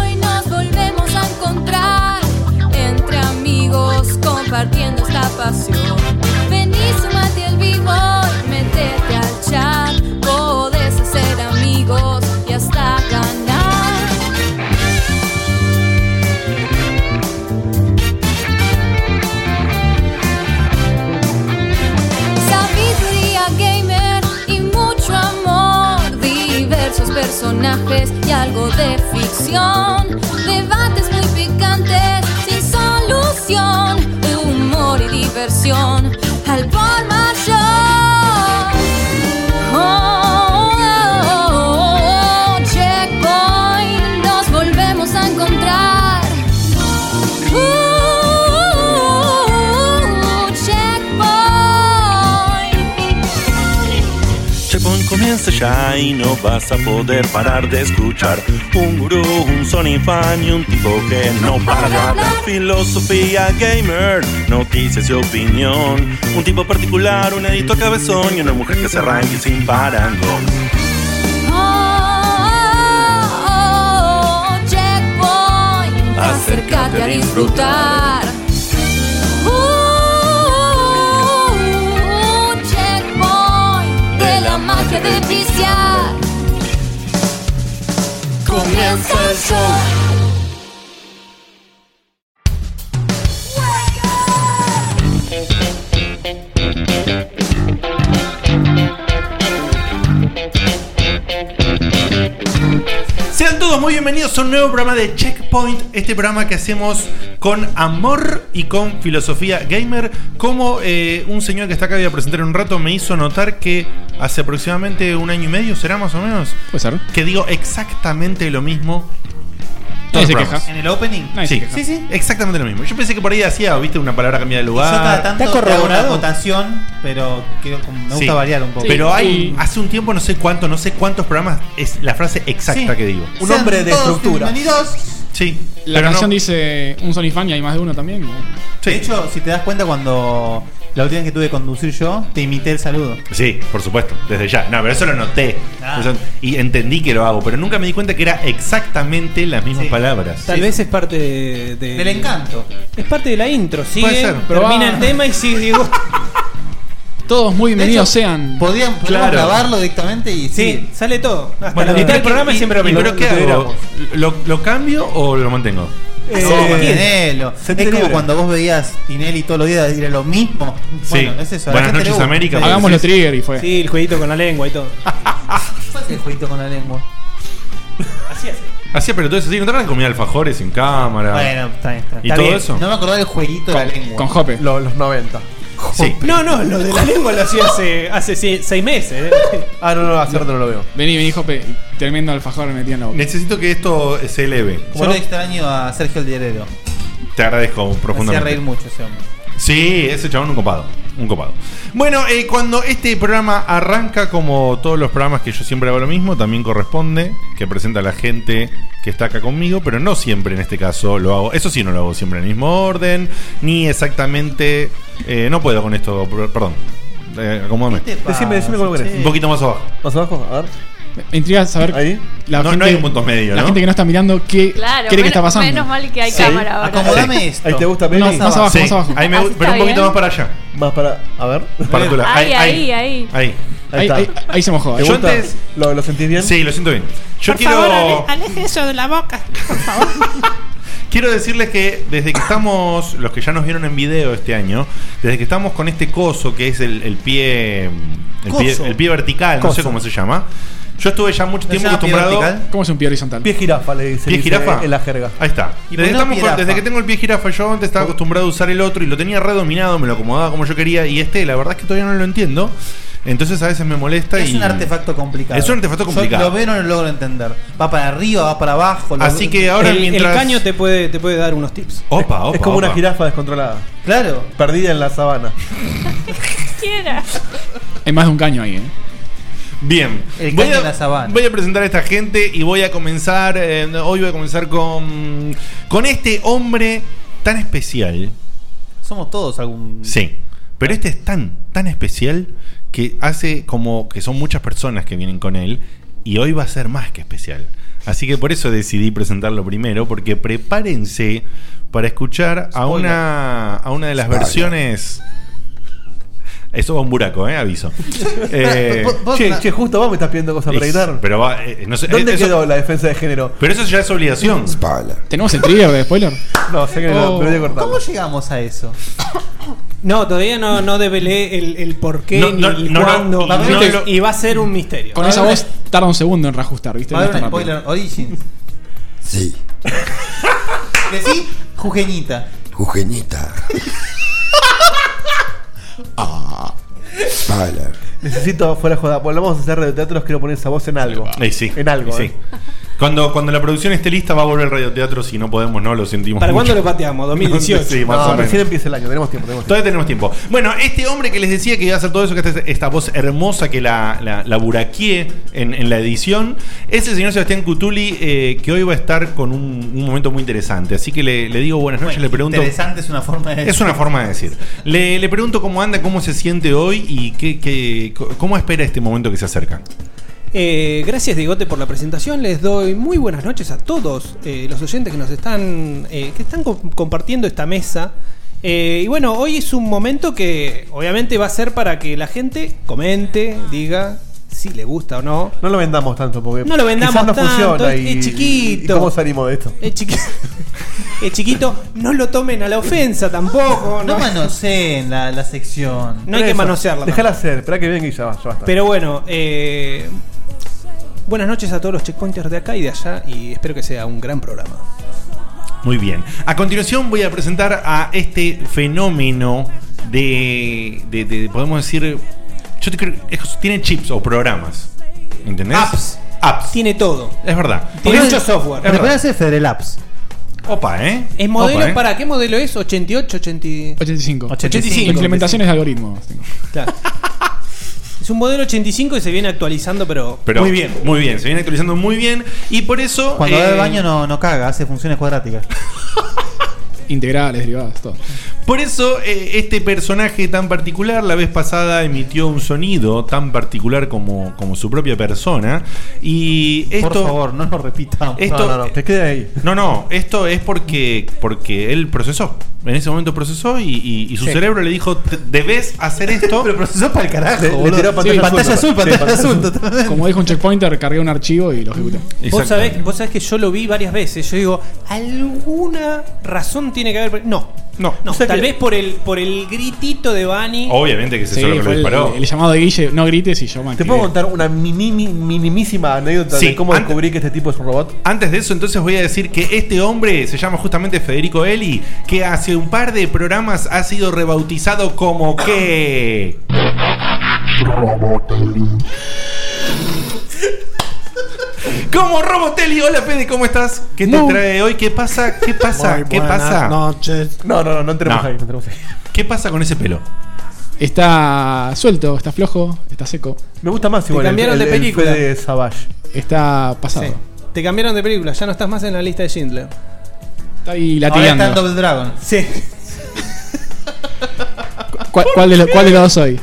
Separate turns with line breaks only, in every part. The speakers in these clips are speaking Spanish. Hoy nos volvemos a encontrar entre amigos compartiendo esta pasión. Vení, sumate al vivo y metete al chat. Podés hacer amigos y hasta ganar. Sabiduría gamer y mucho amor, diversos personajes y algo de ficción, debates muy picantes sin solución, humor y diversión al por mayor. Oh, oh, oh, oh, checkpoint, nos volvemos a encontrar. Uh, checkpoint.
Checkpoint comienza ya y no vas a poder parar de escuchar Un gurú, un Sony fan y un tipo que no para de hablar Filosofía gamer, noticias y opinión Un tipo particular, un editor cabezón y una mujer que se arranque sin parangón
Oh, oh, oh, oh, checkpoint. Acércate a disfrutar. Uh, uh, uh, checkpoint de la magia de viciar. Comienza el show.
Sean todos muy bienvenidos a un nuevo programa de Checkpoint, este programa que hacemos con amor y con filosofía gamer. Como eh, un señor que está acá voy a presentar en un rato me hizo notar que hace aproximadamente un año y medio, será más o menos,
Puede ser.
que digo exactamente lo mismo.
Nadie
todos
se
los programas.
queja.
¿En el opening?
Nadie se
Sí,
queja.
sí, sí, exactamente lo mismo. Yo pensé que por ahí hacía, viste, una palabra cambiada de
Yo cada
lugar.
tanto
¿Está
te hago una
corroborado?
votación, pero quiero como- me gusta
Sí.
variar un poco.
Pero
Sí.
hay, hace un tiempo, no sé cuánto, no sé cuántos programas, es la frase exacta
Sí.
que digo.
Un hombre de estructura. Bienvenidos.
Sí.
La
pero no-
canción dice un Sony fan y hay más de uno también.
Sí.
De hecho, si te das cuenta, cuando la última vez que tuve que conducir yo, te imité el saludo.
Sí, por supuesto, desde ya. No, pero eso lo noté.
Ah.
Eso- y entendí que lo hago, pero nunca me di cuenta que era exactamente las mismas
Sí.
palabras.
Tal vez es parte de, de-
Del encanto.
Es parte de la intro, sigue,
Puede ser.
termina
Ah.
el tema y sigue Diego.
Todos muy
De hecho,
bienvenidos eh. sean.
Podrían podríamos
Claro.
grabarlo directamente y
Sí, sale todo. Hasta
Bueno,
la
y-
mitad del programa
y-
es siempre lo
y-
mismo.
¿Pero qué hago? ¿Lo, lo cambio o lo mantengo?
Sí.
Eh,
No,
¿quién?
Tinello.
Se
Es como
celebra.
cuando vos veías Tinelli todos los días era lo mismo.
Sí.
Bueno, es eso. a la
Buenas
gente le
noches,
gusta.
América.
Sí.
Hagámoslo trigger y fue.
Sí, el jueguito con la lengua y todo.
¿Cuál es el jueguito con la lengua?
Así es.
Hacía pero todo eso, sí, no tratan comida alfajores en cámara.
Bueno, está bien, está bien.
y
está
todo
bien.
eso.
No me acordaba del jueguito de la lengua.
Con Jope.
Lo- los 90.
sí.
No, no, lo de la lengua lo hacía hace, hace sie- seis meses. eh.
Ah, no, no, a cierto no lo veo.
Vení, vení, Jope. Tremendo alfajor me metí en la boca.
Necesito que esto se eleve.
Yo lo extraño a Sergio el Diarero.
Te agradezco
Me hacía
profundamente.
reír mucho ese hombre.
Sí, ese chabón un copado. Un copado. Bueno, eh, cuando este programa arranca, como todos los programas que yo siempre hago lo mismo, también corresponde que presenta a la gente que está acá conmigo, pero no siempre en este caso lo hago. Eso sí, no lo hago siempre en el mismo orden, ni exactamente. eh, no puedo con esto, per- perdón. Eh, acomódame.
Decime, decime cómo querés.
Un poquito más abajo.
¿Más abajo? A ver.
Me intriga saber.
Ahí.
La
No- no
gente,
hay un punto medio,
La
¿no?
gente que no está mirando, ¿qué
Claro,
cree que
men-
está pasando?
menos mal que hay
Sí.
cámara ahora.
Acomodame esto.
Ahí te gusta, Peli.
No, más abajo,
Sí,
más abajo.
Ah,
ahí me
Así
gu- pero
está
un poquito
bien.
más para allá.
Más para. A ver.
Para tu lado.
Ahí, ahí, ahí.
Ahí.
Ahí,
está.
ahí- ahí se mojó.
¿Te
ahí.
Yo
gusta?
antes-
¿Lo, lo sentís bien?
Sí, lo siento bien. Yo
Por
quiero.
favor, ale- aleje eso de la boca. Por favor.
Quiero decirles que desde que estamos, los que ya nos vieron en video este año, desde que estamos con este coso que es el, el pie, el pie,
Coso.
el pie vertical, no sé cómo se llama. Yo estuve ya mucho
¿No
tiempo
se llama pie
acostumbrado.
vertical?
¿Cómo es un pie horizontal?
Pie jirafa, le dice.
¿Pie jirafa?
En la jerga.
Ahí está.
¿Y
Desde,
por qué no Oh.
estamos con-
pirafa?
desde que tengo el pie jirafa, yo antes estaba acostumbrado a usar el otro y lo tenía redominado, me lo acomodaba como yo quería. Y este, la verdad es que todavía no lo entiendo. Entonces a veces me molesta
Es
y.
un artefacto complicado.
Es un artefacto
Yo
complicado.
lo veo y no lo logro entender. Va para arriba, va para abajo. lo-
Así que ahora
el, el
mientras.
caño te puede, te puede dar unos tips.
Opa, opa.
es como una
opa.
jirafa descontrolada.
Claro.
Perdida en la sabana.
Quiera.
Hay más de un caño ahí, ¿eh?
Bien.
El caño en la sabana.
voy a presentar a esta gente y voy a comenzar. eh, hoy voy a comenzar con. Con este hombre tan especial.
Somos todos algún.
Sí. Pero este es tan, tan especial que hace como que son muchas personas que vienen con él. Y hoy va a ser más que especial. Así que por eso decidí presentarlo primero, porque prepárense para escuchar a una, a una de las versiones. Eso va un buraco, ¿eh? Aviso. Eh,
Vos- vos- che, che, justo vos me estás pidiendo cosas para
es-
editar.
pero va, eh, no sé,
¿Dónde
eh, eso-
quedó la defensa de género?
Pero eso ya es obligación.
¿Tenemos el trigger de spoiler?
No, sé que no,
Oh.
pero voy a cortar.
¿Cómo llegamos a eso?
No, todavía no, no develé el, el por qué
No,
ni
no,
el
no, no,
cuándo.
no,
¿viste?
no, no.
y va a ser un misterio.
Con
A
esa
ver.
voz tarda un segundo en reajustar, ¿viste?
Va a
No es
haber
tan
un
rápido.
spoiler Origins.
Sí,
Decí Jujeñita.
Jujeñita. Spoiler.
Necesito, fuera de joda, volvamos a hacer radioteatros, quiero poner esa voz en algo.
Eh, sí.
En algo,
Sí.
eh.
Cuando, cuando la producción esté lista va a volver el radioteatro, si no podemos, no, lo sentimos
¿Para
mucho.
cuándo lo pateamos? 2018.
Sí, más
No,
o menos.
recién empieza el año, tenemos tiempo, tenemos tiempo.
Todavía tenemos tiempo. Bueno, este hombre que les decía que iba a hacer todo eso, que esta, esta voz hermosa que la, la, la buraqueé en, en la edición, es el señor Sebastián Cutuli, eh, que hoy va a estar con un, un momento muy interesante. Así que le, le digo buenas noches, le pregunto.
Interesante es una forma de.
Es una forma de decir. Le, le pregunto cómo anda, cómo se siente hoy y qué, qué- cómo espera este momento que se acerca.
Eh, gracias, Digote, por la presentación. Les doy muy buenas noches a todos eh, los oyentes que nos están, eh, que están co- compartiendo esta mesa. Eh, y bueno, hoy es un momento que obviamente va a ser para que la gente comente, diga si le gusta o no.
No lo vendamos tanto porque
No lo vendamos
Eh, quizás no
tanto,
funciona
es-
y,
es chiquito.
¿y ¿Cómo salimos de esto?
Es chiquito, es chiquito no lo tomen a la ofensa tampoco.
No
No,
manoseen la, la sección.
No hay que
Eso,
manosearla.
Dejala hacer, espera que venga y ya, va, ya basta.
Pero bueno, eh, buenas noches a todos los checkpointers de acá y de allá y espero que sea un gran programa.
Muy bien. A continuación voy a presentar a este fenómeno de, de- de- podemos decir, yo te creo, es- tiene chips o programas, ¿entendés?
Apps.
Apps.
Tiene todo.
Es verdad.
Tiene
Podés-
mucho software.
Es verdad.
hacer Federal Apps?
Opa, ¿eh?
¿Es modelo
Opa, ¿eh?
para qué modelo es? 88, 80.
85.
85.
Implementaciones de algoritmos.
Claro. es un modelo 85 y se viene actualizando, pero,
Pero
muy bien.
Muy bien, se viene actualizando muy bien y por eso...
Cuando
eh,
va al baño no, no caga, hace funciones cuadráticas.
Integrales, derivadas, todo.
Por eso eh, este personaje tan particular la vez pasada emitió un sonido tan particular como, como su propia persona y esto...
Por favor, no lo repitamos.
esto-
no, no, no, te queda ahí.
No, no, esto es porque, porque él procesó. En ese momento procesó y, y- y su cerebro le dijo, "Te- debes hacer esto.
Pero procesó para el carajo,
Le- le
boludo.
tiró pantalla
pantalla azul,
azul, pa- sí,
pantalla
pantalla
azul,
azul.
totalmente.
Como dijo un checkpointer, cargué un archivo y lo ejecuté.
Vos
Exactamente.
sabés, vos sabés que yo lo vi varias veces. Yo digo, alguna razón tiene que haber. No,
No,
no.
O sea
tal
que-
vez por el, por el gritito de Bani.
Obviamente que se
Sí,
Este solo que lo
fue el,
disparó.
el llamado de Guille, no grites y yo me
¿Te
activé.
puedo contar una mini- mi- minimísima anécdota
Sí,
de cómo
antes-
descubrí que este tipo es un robot?
Antes de eso, entonces voy a decir que este hombre se llama justamente Federico Eli, que hace un par de programas ha sido rebautizado como que... Como Robotelli, hola Fede, ¿cómo estás? ¿Qué te
No.
trae hoy? ¿Qué pasa? ¿Qué pasa? ¿Qué
Ah.
pasa?
noches.
No, no, no, no entremos
No.
ahí, no entremos ahí.
¿Qué pasa con ese pelo?
Está suelto, está flojo, está seco,
Me gusta más igual.
cambiaron de película.
fue de Savage.
está pasado.
Sí. Te cambiaron de película, ya no estás más en la lista de Schindler.
Está ahí
Ahora está en
latigando.
Double Dragon.
Sí.
Ah, ¿Cuál, cuál de los, ¿Cuál de los dos soy?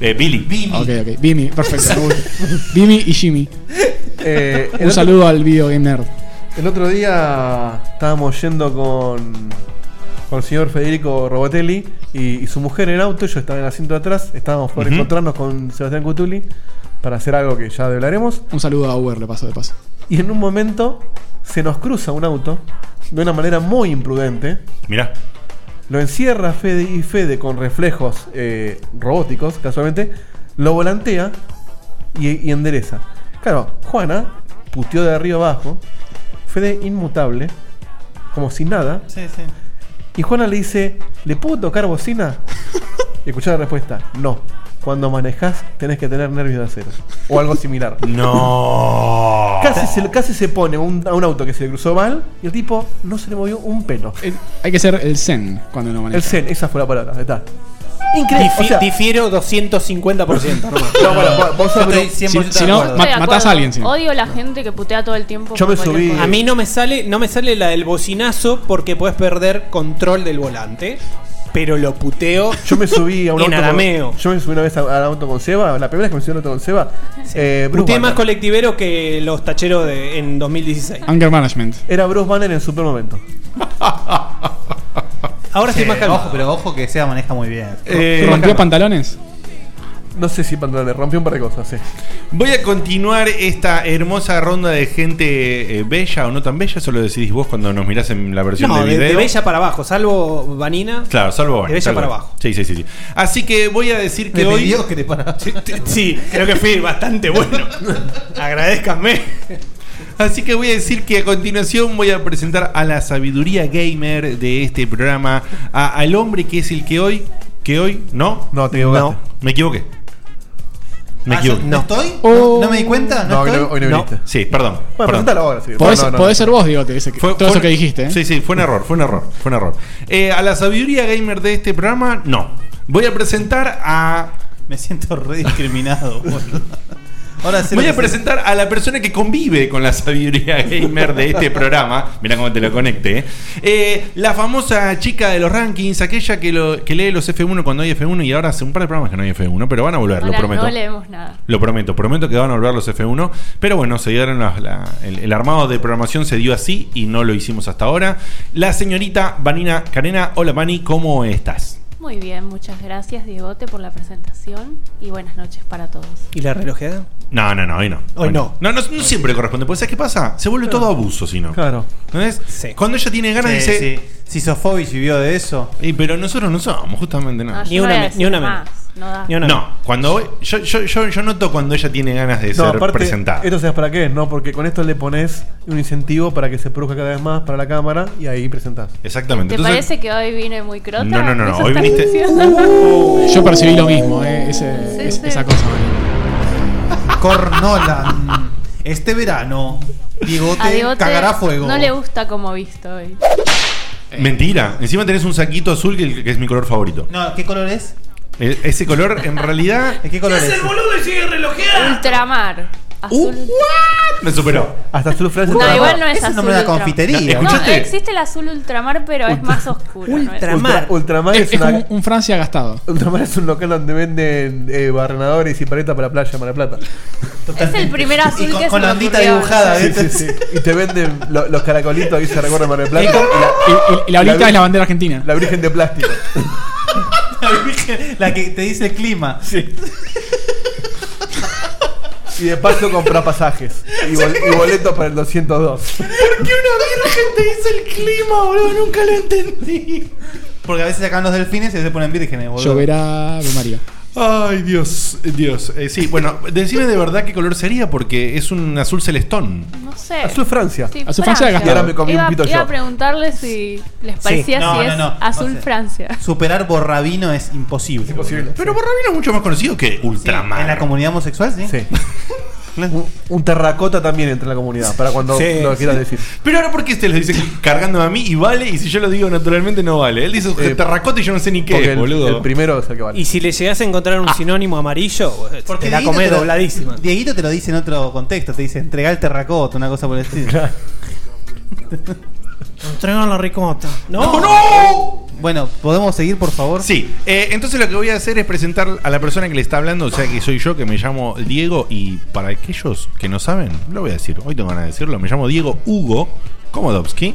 Eh, Billy.
Ok, ok. Bimi, perfecto. me gusta. Bimi y Jimmy.
Eh,
Un
el otro-
saludo al video Game Nerd.
El otro día estábamos yendo con, con el señor Federico Robotelli y, y su mujer en el auto, yo estaba en el asiento de atrás, estábamos por
Ujú.
encontrarnos con Sebastián Cutuli para hacer algo que ya hablaremos.
Un saludo a Uber, le paso de paso.
Y en un momento se nos cruza un auto de una manera muy imprudente.
Mirá.
Lo encierra Fede y Fede con reflejos eh, robóticos, casualmente, lo volantea y, y endereza. Claro, Juana puteó de arriba abajo, Fede inmutable, como si nada,
Sí, sí.
y Juana le dice, ¿le puedo tocar bocina? Y escuchá la respuesta, no. Cuando manejás tenés que tener nervios de acero. O algo similar.
No.
Casi se, casi se pone un- a un auto que se le cruzó mal y el tipo no se le movió un pelo.
Eh, hay que ser el zen cuando uno maneja.
El zen, esa fue la palabra, ahí está. Increíble.
Difi-
O sea-
difiero 250%.
No, bueno, vos- vos sos- Yo estoy 100% Si- si no, de acuerdo. ma-
Estoy de
matás
acuerdo.
a alguien, sí.
Odio la gente que putea todo el tiempo.
Yo me
por cualquier
subí.
cosa.
A mí no me sale, no me sale la del bocinazo porque puedes perder control del volante, pero lo puteo.
Yo me subí a un
en
auto.
arameo.
Con, yo me subí una vez a- al auto con Seba. La primera vez que me subí a un auto con Seba. eh,
Usted
Bruce
es
Banner.
más colectivero que los tacheros de, en 2016.
Anger Management.
Era Bruce Banner en super momento.
Ahora
estoy más calmado.
Ojo, pero ojo que Seba maneja muy bien.
Eh,
¿Rompió pantalones?
No sé si pantalones, rompió un par de cosas, sí.
Voy a continuar esta hermosa ronda de gente eh, bella o no tan bella. Eso lo decidís vos cuando nos mirás en la versión
No,
de
de,
video.
de Bella para abajo, salvo Vanina.
Claro, salvo
De
Bonnie,
Bella
salvo
para
Bonnie.
abajo.
Sí, sí, sí, sí. Así que voy a decir que hoy.
que te para.
Sí, creo que fui bastante bueno. Agradezcanme.
Así que voy a decir que a continuación voy a presentar a la sabiduría gamer de este programa, a- al hombre que es el que hoy, que hoy, no,
no te equivocaste.
me equivoqué. Me
Ah,
equivoqué.
¿no estoy?
Oh.
¿No me di cuenta? ¿No,
No, hoy
estoy?
no- hoy no viniste. Sí, perdón. perdón.
presentalo ahora, sí.
Podés, podés ser vos, digo, ese que-
Fue-
todo
fue-
eso que dijiste. ¿eh?
Sí, sí, fue un error, fue un error, fue un error. Eh, a la sabiduría gamer de este programa, no. Voy a presentar a.
Me siento re discriminado, boludo. Ahora sé
Voy a
lo que sé.
presentar a la persona que convive con la sabiduría gamer de este programa. Mirá cómo te lo conecte. eh. Eh, la famosa chica de los rankings, aquella que, lo- que lee los F1 cuando hay F1 y ahora hace un par de programas que no hay F1, pero van a volver,
Ahora
lo prometo.
No leemos nada.
Lo prometo, prometo que van a volver los F1. Pero bueno, se dieron las- la- el, el armado de programación se dio así y no lo hicimos hasta ahora. La señorita Vanina Carena, hola Vani, ¿cómo estás?
Muy bien, muchas gracias, Diegote, por la presentación y buenas noches para todos.
¿Y la relojeada?
No, no, no, hoy no.
Hoy no.
No, no, no siempre corresponde. Porque ¿sabes qué pasa? Se vuelve todo abuso, si no.
Claro.
¿Entendés?
Sí.
Cuando ella tiene ganas,
Sí,
dice.
sí. Si Sofobis vivió de eso.
"Y, pero nosotros no somos, justamente nada.
No, Ah, yo
Ni
no
una
voy a
me-
decir
ni una
más, No da.
Ni una-
No,
no.
cuando voy- yo, yo, yo, yo noto cuando ella tiene ganas de ser presentada.
Esto sabes para qué, ¿no? Porque con esto le pones un incentivo para que se produzca cada vez más para la cámara y ahí presentás.
Exactamente.
¿Te parece que hoy vine muy crota?
No, no, no, no,
¿Eso
hoy
estás
viniste-
diciendo?
Uh. Yo percibí lo mismo, ¿eh? Ese-
Sí,
es-
sí.
esa cosa. ¿eh?
Cornolan. Este verano, Diegote,
A Diegote
cagará fuego.
No le gusta como visto hoy.
Eh.
Mentira. Encima tenés un saquito azul que, que es mi color favorito.
No, ¿qué color es?
E- Ese color, en realidad,
¿De qué color es?
Ultramar. Azul.
me superó.
Hasta azul Francia
No,
te la-
igual no
Es
es
el
azul
nombre de la
ultramar.
confitería.
No,
No,
¿Escuchaste?
existe el azul ultramar, pero es más oscuro. ¿no?
Ultra- Ultramar.
Ultra- Ultramar
Es,
es,
es
una-
como un Francia gastado.
Ultramar es un local donde venden eh, barrenadores y paletas para la playa, Mar del Plata.
Es el primer azul
Y con,
que
con
se
la
me
ondita
ocurrió.
dibujada,
Sí,
¿viste?
sí, sí. Y te venden lo- los caracolitos que se recuerdan Mar del Plata. y
Y,
la,
y- y la olita
La-
es la bandera argentina.
la virgen de plástico.
La virgen- La que te dice el clima.
Y de paso compra pasajes. Y, bol- y boletos para el 202.
Porque a veces sacan los delfines y se ponen vírgenes, boludo.
Lloverá de María.
Ay, Dios, Dios. Eh, sí, bueno, decime de verdad qué color sería, porque es un azul celestón.
No sé.
Azul Francia.
Sí,
Azul Francia
Y ahora me comí un
Iba,
pito
iba
yo.
a preguntarle si les
Sí,
parecía
no,
si
no,
es
no,
azul
no sé.
Francia.
Superar Borrabino es imposible.
Imposible.
Pero Borrabino es mucho más conocido que
Sí, En la
Ultramar.
comunidad homosexual, sí.
Sí. un, un terracota también entre la comunidad, para cuando
Sí,
lo quieras
sí.
decir.
Pero ahora, ¿por qué este ustedes lo dicen cargándome a mí y vale? Y si yo lo digo naturalmente, no vale. Él dice
Eh,
terracota y yo no sé ni qué,
Porque
es,
el,
Eh, boludo. Ah.
el primero es el que vale.
Y si le llegas a encontrar un sinónimo amarillo, te la
Dieguito
comés
te lo-
dobladísima.
Dieguito te lo dice en otro contexto, te dice entregar el terracota, una cosa por el estilo.
Entregan la ricota.
¡Oh,
No,
no!
Bueno, ¿podemos seguir, por favor?
Sí, eh, entonces lo que voy a hacer es presentar a la persona que le está hablando, o sea que soy yo, que me llamo Diego, y para aquellos que no saben, lo voy a decir, hoy tengo ganas de decirlo, me llamo Diego Hugo Komodowski.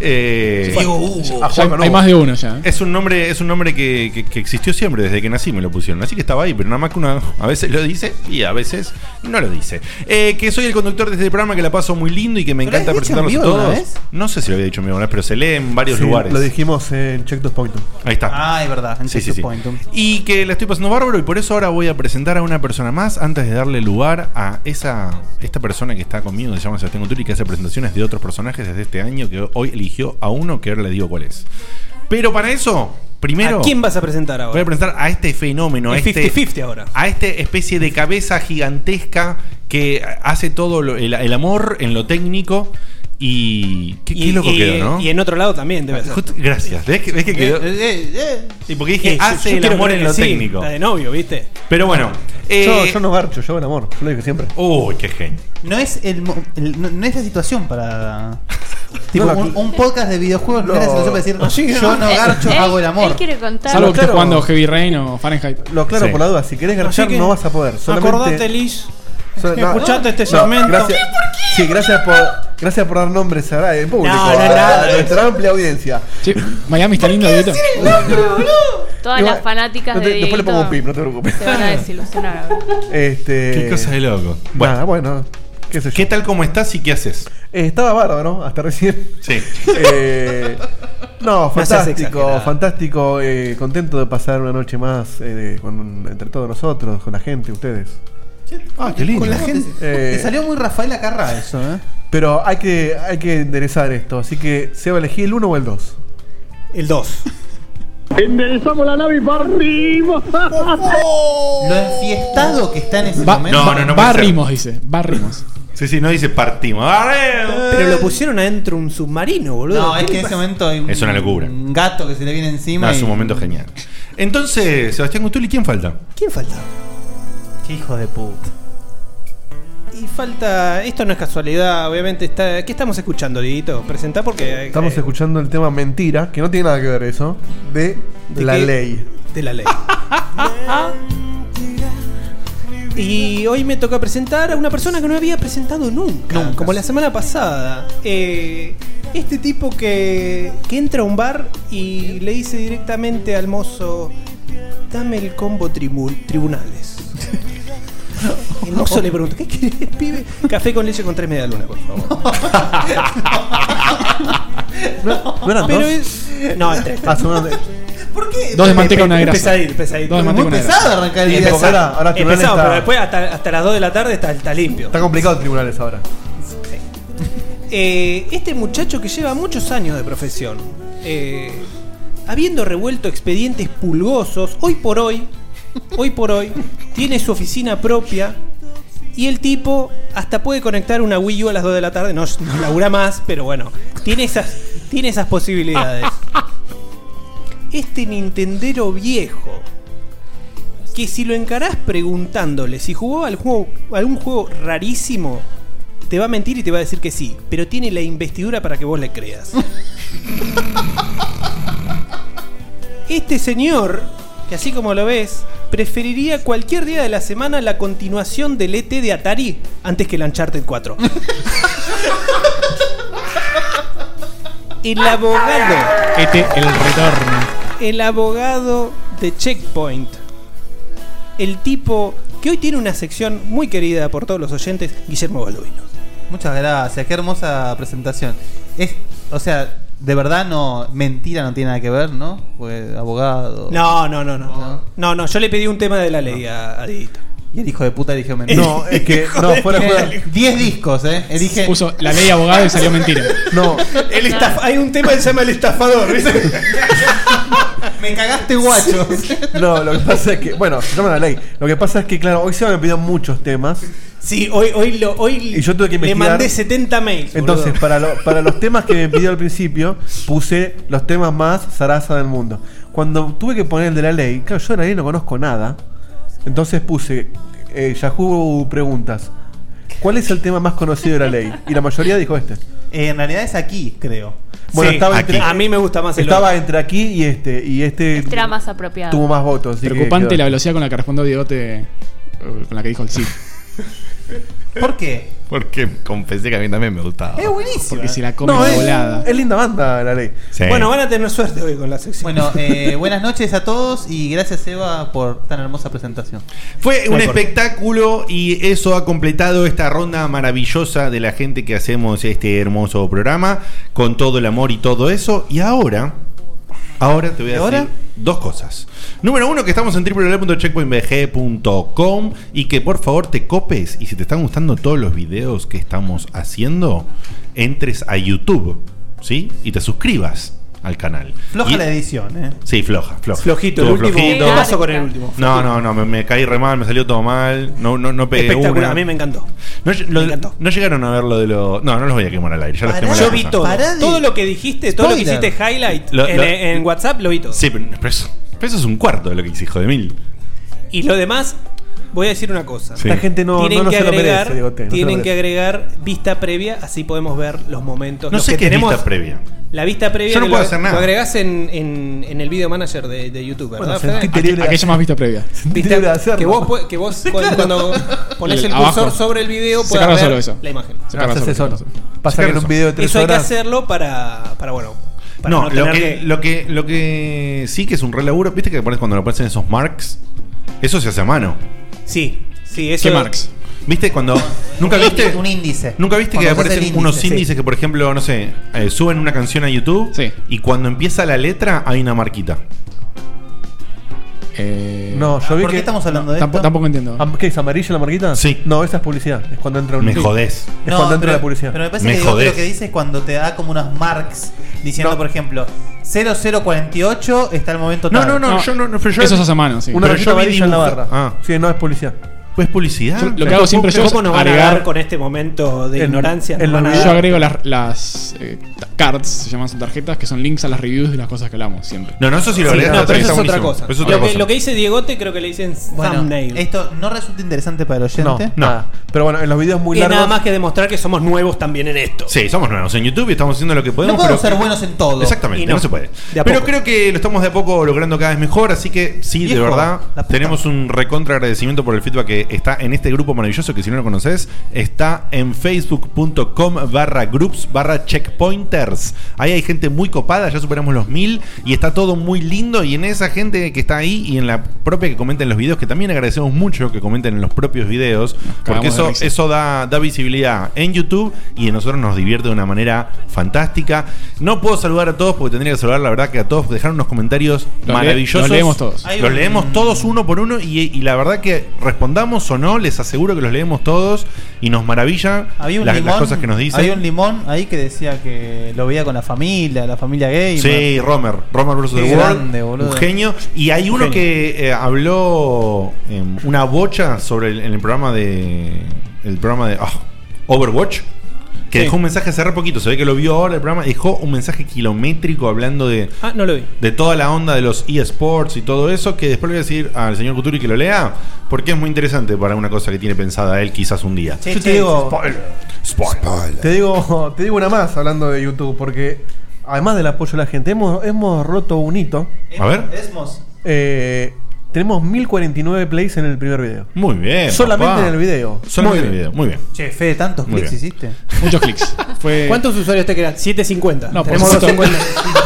Eh,
Diego Hugo.
A
Ya hay,
Juan con
hay
Hugo.
más de uno ya. ¿eh?
es un nombre, es un nombre que, que- que existió siempre, desde que nací me lo pusieron, así que estaba ahí, pero nada más que una, a veces lo dice y a veces no lo dice. Eh, que soy el conductor de este programa, que la paso muy lindo y que me
¿Lo
encanta
habías dicho en
presentarlos a
vivo alguna
todos.
vez?
No sé si lo había dicho en vivo, alguna vez, pero se lee en varios
Sí,
lugares.
Lo dijimos en Check Dos Point.
Ahí está.
Ah, es verdad. en
Sí, sí,
Texas
sí.
Pointum.
Y que la estoy pasando bárbaro y por eso ahora voy a presentar a una persona más antes de darle lugar a esa esta persona que está conmigo, que se llama Sebastián Conturi, que hace presentaciones de otros personajes desde este año, que hoy eligió a uno que ahora le digo cuál es. Pero para eso, primero
¿A quién vas a presentar
voy a
ahora?
presentar a este fenómeno, a
Es
este
50-50 ahora.
a esta especie de cabeza gigantesca que hace todo lo- el, el amor en lo técnico Y. Qué,
Y-
qué loco
y-
quedó, ¿no? Ah,
Y en otro lado también debe ser.
Justo- gracias. ¿Ves que, ves que quedó? Sí, porque dije,
Eh, yo-
hace
yo
el
quiero
amor
creer
en
que
lo
sí,
técnico.
La de novio, ¿viste?
Pero bueno. eh,
yo, yo no garcho, yo hago el amor. Yo lo digo siempre.
Uh,
Uy, qué genio.
No es, el, mo- el- no, no es la situación para. tipo,
aquí-
un, un podcast de videojuegos no, es la situación para decir,
Así que
yo
no.
no
Eh,
garcho,
Él-
hago el amor.
él quiere
contar.
Salvo que estés
Claro.
jugando Heavy Rain o Fahrenheit.
Lo aclaro por la duda, si querés garchar no vas a poder. Solamente,
Acordate, Liz.
so-
que
no,
escuchaste este
Ah. no,
segmento.
gracias- Sí, gracias por, gracias por dar nombres a el público.
No, no,
a-
nada.
a nuestra amplia audiencia.
Miami está lindo, Dieguito.
Todas
Igual-
las fanáticas
no te-
de
después le
Dieguito
pongo un pip, no te preocupes.
se van a desilusionar ahora.
Este,
Qué cosa de loco.
Bueno, bueno. ¿Qué,
tal como estás y qué haces?
Eh, estaba bárbaro, hasta recién.
Sí.
Eh, no,
No seas
fantástico,
exagerado.
fantástico. eh, contento de pasar una noche más eh, con, entre todos nosotros, con la gente, ustedes.
Ah, qué lindo.
Con la gente.
Eh,
te salió muy Rafael Acarra eso, ¿eh?
Pero hay que, hay que enderezar esto. Así que, Seba, elegí el 1 o el 2.
El 2.
Enderezamos la nave y partimos.
Lo enfiestado que está en ese
Va-
momento.
va- barrimos, dice. Barrimos.
Sí, sí, no dice partimos. Pero
lo pusieron adentro un submarino, boludo.
No, es
¿Qué
que
le
en ese
pasa?
momento hay un,
Es una locura.
un gato que se le viene encima.
No, es un
y-
momento genial. Entonces, Sebastián Gutuli, ¿quién falta?
¿Quién falta?
Qué hijo de puta.
Y falta. Esto no es casualidad, obviamente. Está... ¿Qué estamos escuchando, Dieguito? Presentá porque.
Estamos
eh,
escuchando el tema Mentira, que no tiene nada que ver eso, de,
¿De
la
qué?
ley.
de la ley. y hoy me toca presentar a una persona que no había presentado nunca, como la semana pasada. Eh, este tipo que, que entra a un bar y le dice directamente al mozo, dame el combo tribu- tribunales. El mozo le pregunta, ¿qué querés, pibe? Café con leche con tres media luna, por favor.
¿No eran
Pero
dos?
es... No, es tres.
Ah, son unos de-
¿Por qué?
Dos de manteca, una de grasa.
Pesadito, pesadito.
Dos de
Muy
manteca, una de grasa.
pesado arrancar el
Y
día.
empezar
así.
a- ahora
Es
tribunales
pesado,
está-
pero después hasta, hasta las 2 de la tarde está, está limpio.
Está complicado tribunales ahora.
Eh, este muchacho que lleva muchos años de profesión, eh, habiendo revuelto expedientes pulgosos, hoy por hoy, hoy por hoy, tiene su oficina propia y el tipo hasta puede conectar una Wii U a las 2 de la tarde, no, no labura más, pero bueno, tiene esas, tiene esas posibilidades. Este Nintendero viejo, que si lo encarás preguntándole si jugó al juego, algún juego rarísimo, te va a mentir y te va a decir que sí, pero tiene la investidura para que vos le creas. Este señor, que así como lo ves, preferiría cualquier día de la semana la continuación del ET de Atari antes que el Uncharted 4. El abogado
Este el retorno.
el abogado de Checkpoint. El tipo que hoy tiene una sección muy querida por todos los oyentes, Guillermo Balduino.
Muchas gracias, qué hermosa presentación. Es, o sea, de verdad no, mentira no tiene nada que ver, ¿no? Porque
Oh.
abogado.
No, no, no, no. No, no, yo le pedí un tema de la ley a, a Dieguito.
Y el hijo de puta eligió mentira.
No, es que. No, fuera de juego.
10 discos, ¿eh? Elige.
Puso la ley abogado y salió mentira.
No,
El estaf- Hay un tema que se llama El Estafador. ¿viste?
Me cagaste, guacho.
no, lo que pasa es que. Bueno, se llama la ley. Lo que pasa es que, claro, hoy se me pidió muchos temas.
Sí, hoy, hoy, lo, hoy
Y yo tuve que
le
investigar.
mandé 70 mails. boludo.
Entonces, para, lo- para los temas que me pidió al principio, puse los temas más zaraza del mundo. Cuando tuve que poner el de la ley, claro, yo de la ley no conozco nada. Entonces puse eh, Yahoo preguntas. ¿Cuál es el tema más conocido de la ley? Y la mayoría dijo este.
Eh, en realidad es aquí, creo.
Bueno,
Sí,
estaba, entre,
a mí me gusta más el
estaba
otro.
entre aquí y este. Y este
Era más apropiado.
tuvo más votos. así que
Preocupante
quedó.
la velocidad con la que respondió Diegote. eh, Con la que dijo el sí.
¿Por qué?
Porque confesé que a mí también me gustaba.
Es buenísimo.
Porque se la come
No,
de
es,
volada.
es linda banda la ley.
Sí.
Bueno, van a tener suerte hoy con la sección.
Bueno, eh, buenas noches a todos y gracias, Eva, por tan hermosa presentación.
Fue un
Ay, por-
espectáculo y eso ha completado esta ronda maravillosa de la gente que hacemos este hermoso programa con todo el amor y todo eso. Y ahora, ahora te voy a
¿Y
decir
ahora?
dos cosas. Número uno, que estamos en www.checkpointbg.com y que por favor te copes y si te están gustando todos los videos que estamos haciendo, entres a YouTube, ¿sí? Y te suscribas al canal.
Floja
Y-
la edición, ¿eh?
Sí, floja, floja.
Flojito, el
Estuvo
último.
flojito.
¿Qué pasó con el último?
No, no, no, me, me caí re mal, me salió todo mal. No, no, no pegué
Espectacular,
una.
a mí me encantó.
No, lle- lo- no llegaron a ver lo de lo. No, no los voy a quemar al aire. Ya los quemé a la
Yo vi
casa.
todo. Todo lo que dijiste, todo lo que
Spoiler.
hiciste highlight
Lo-
en, eh,
lo-
en WhatsApp, lo vi todo.
Sí, pero, pero eso, pero eso es un cuarto de lo que hice, hijo de mil.
Y lo demás, voy a decir una cosa.
Sí. Esta gente no-
tienen
no- no
que
se lo merece,
agregar,
digo, te- no se lo
tienen que
merece.
agregar vista previa, así podemos ver los momentos.
No
los
sé
que
qué es
tenemos.
vista previa.
La vista previa
Yo no
que
puedo
lo,
hacer nada.
lo agregás en, en- en el video manager de, de YouTube, ¿verdad?
Bueno,
Fede?
sentite libre de Aquella hacer- más vista previa. Sentite
Vista-
libre de hacerlo.
Que vos, pue- que vos cu- cuando pones el
Abajo.
cursor sobre el video,
Se
puedas
carga
ver
solo eso.
la imagen.
Se carga
solo,
solo.
Pasa que en un video de tres
Eso hay que
horas-
hacerlo para, para bueno, para
no, lo,
tener
que, lo, que, lo que sí que es un re laburo, viste que pones cuando lo pones en esos marks, eso se hace a mano.
Sí, sí, eso.
¿Qué marks? ¿Viste cuando. ¿Nunca viste?
Un índice.
¿Nunca viste que
Cuando haces
aparecen
el índice,
unos
sí.
índices que, por ejemplo, no sé, eh, suben una canción a YouTube y cuando empieza la letra hay una marquita? Eh,
No, yo vi que-
Tampo- Tampoco entiendo.
Am- Ah, ¿Qué es amarillo la marquita? Sí. No, esa es publicidad. Es cuando entra un.
Me jodés.
Es
No,
cuando entra
pero,
la publicidad.
pero me parece que Diego, lo que dice es cuando te da como unas marks diciendo, por ejemplo, 0048 está el momento
No,
tal.
no, no, yo no, no, pero yo-
Una
Pero
rayita
yo vi
amarilla en la
dibujo-
barra.
Ah.
Sí, no es publicidad.
Pues publicidad.
Yo- lo que hago siempre yo es
Ah, ¿Cómo nos van a
agregar-
dar con este momento de
En-
ignorancia?
en
Nos
los
van a
videos- yo
dar-
agrego las, las, eh, ta- cards, se llaman son tarjetas, que son links a las reviews de las cosas que hablamos siempre.
No, no, eso sí lo agregas,
no, pero
está
eso es otra
buenísimo.
cosa.
Eso es otra
lo,
cosa.
Que, lo que dice Diegote creo que le dicen
Bueno,
thumbnail.
esto no resulta interesante para el
No,
oyente.
nada. Ah. Pero bueno, en los videos muy
y
largos.
nada más que demostrar que somos nuevos también en esto.
Sí, somos nuevos en YouTube y estamos haciendo lo que podemos.
No podemos
pero-
ser buenos en todo.
Exactamente,
Y
no.
no.
se puede.
De a
Pero
poco.
creo que lo estamos de a poco logrando cada vez mejor, así que sí,
Viejo,
de verdad,
la puta.
tenemos un recontra agradecimiento por el feedback que está en este grupo maravilloso que si no lo conoces, está en facebook.com barra groups barra checkpointers. Ahí hay gente muy copada, ya superamos los mil y está todo muy lindo y en esa gente que está ahí y en la propia que comenta en los videos, que también agradecemos mucho que comenten en los propios videos, porque
cagamos de
eso,
risa.
eso da, da visibilidad en YouTube y a nosotros nos divierte de una manera fantástica. No puedo saludar a todos porque tendría que saludar, la verdad, que a todos dejaron unos comentarios
Los le-
maravillosos.
los leemos todos.
Los leemos todos uno por uno y, y la verdad que respondamos o no, les aseguro que los leemos todos y nos maravilla
Había un
las, las
limón,
cosas que nos dicen.
Había un limón ahí que decía que lo veía con la familia, la familia gay.
Sí, Romer. Romer vs. The
Qué
World.
grande, boludo.
Un genio. Y hay
Un
uno
genio.
que eh, habló em, una bocha sobre el, en el programa de. El programa de. ah, Overwatch. Que
Sí.
dejó un mensaje hace re poquito. Se ve que lo vio ahora el programa. Dejó un mensaje kilométrico hablando de.
Ah, no lo vi.
De toda la onda de los eSports y todo eso, que después le voy a decir al señor Couturi que lo lea, porque es muy interesante para una cosa que tiene pensada él quizás un día.
Yo te digo.
Spoiler.
Te digo, te digo una más hablando de YouTube, porque además del apoyo de la gente, hemos, hemos roto un hito.
A ver.
Esmos.
Eh, tenemos 1049 plays en el primer video.
Muy bien.
Solamente
papá.
en el video.
Solamente
Muy
en el
bien.
video. Muy bien.
Che, Fede, tantos
Muy
clics
bien.
hiciste.
Muchos clics. Fue-
¿Cuántos usuarios te quedan? 750.
No, por
Tenemos
supuesto.
250.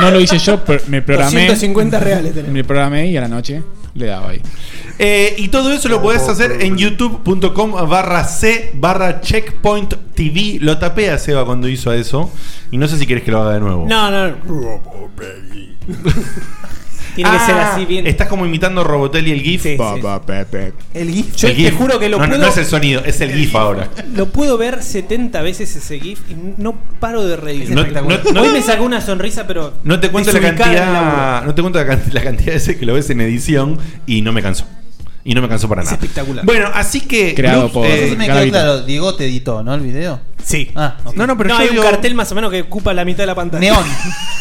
No lo hice yo, pero me programé.
250 reales tenemos.
Me programé y a la noche le daba ahí.
Eh, y todo eso lo podés hacer en youtube.com barra C barra checkpoint TV. Lo tapé a Seba cuando hizo eso. Y no sé si querés que lo haga de nuevo.
No, no, no. Tiene que
Ah,
ser así bien.
Estás como imitando a Robotelli el GIF.
El GIF. Yo
El
te
GIF.
juro que lo
no, no,
puedo.
No, es el sonido, es el GIF ahora.
Lo puedo ver 70 veces ese GIF y no paro de reír.
No- no- no-
Hoy me sacó una sonrisa, pero.
No te cuento la
desubicada en el
cantidad.
laburo.
No te cuento la, can- la cantidad de veces que lo ves en edición y no me canso. Y no me canso para nada.
espectacular.
Bueno, así que. Groups, eh,
me quedó claro, Diego te editó, ¿no? El video.
Sí.
Ah, ok.
No, no, pero
no,
yo
hay
digo-
un cartel más o menos que ocupa la mitad de la pantalla.
Neón.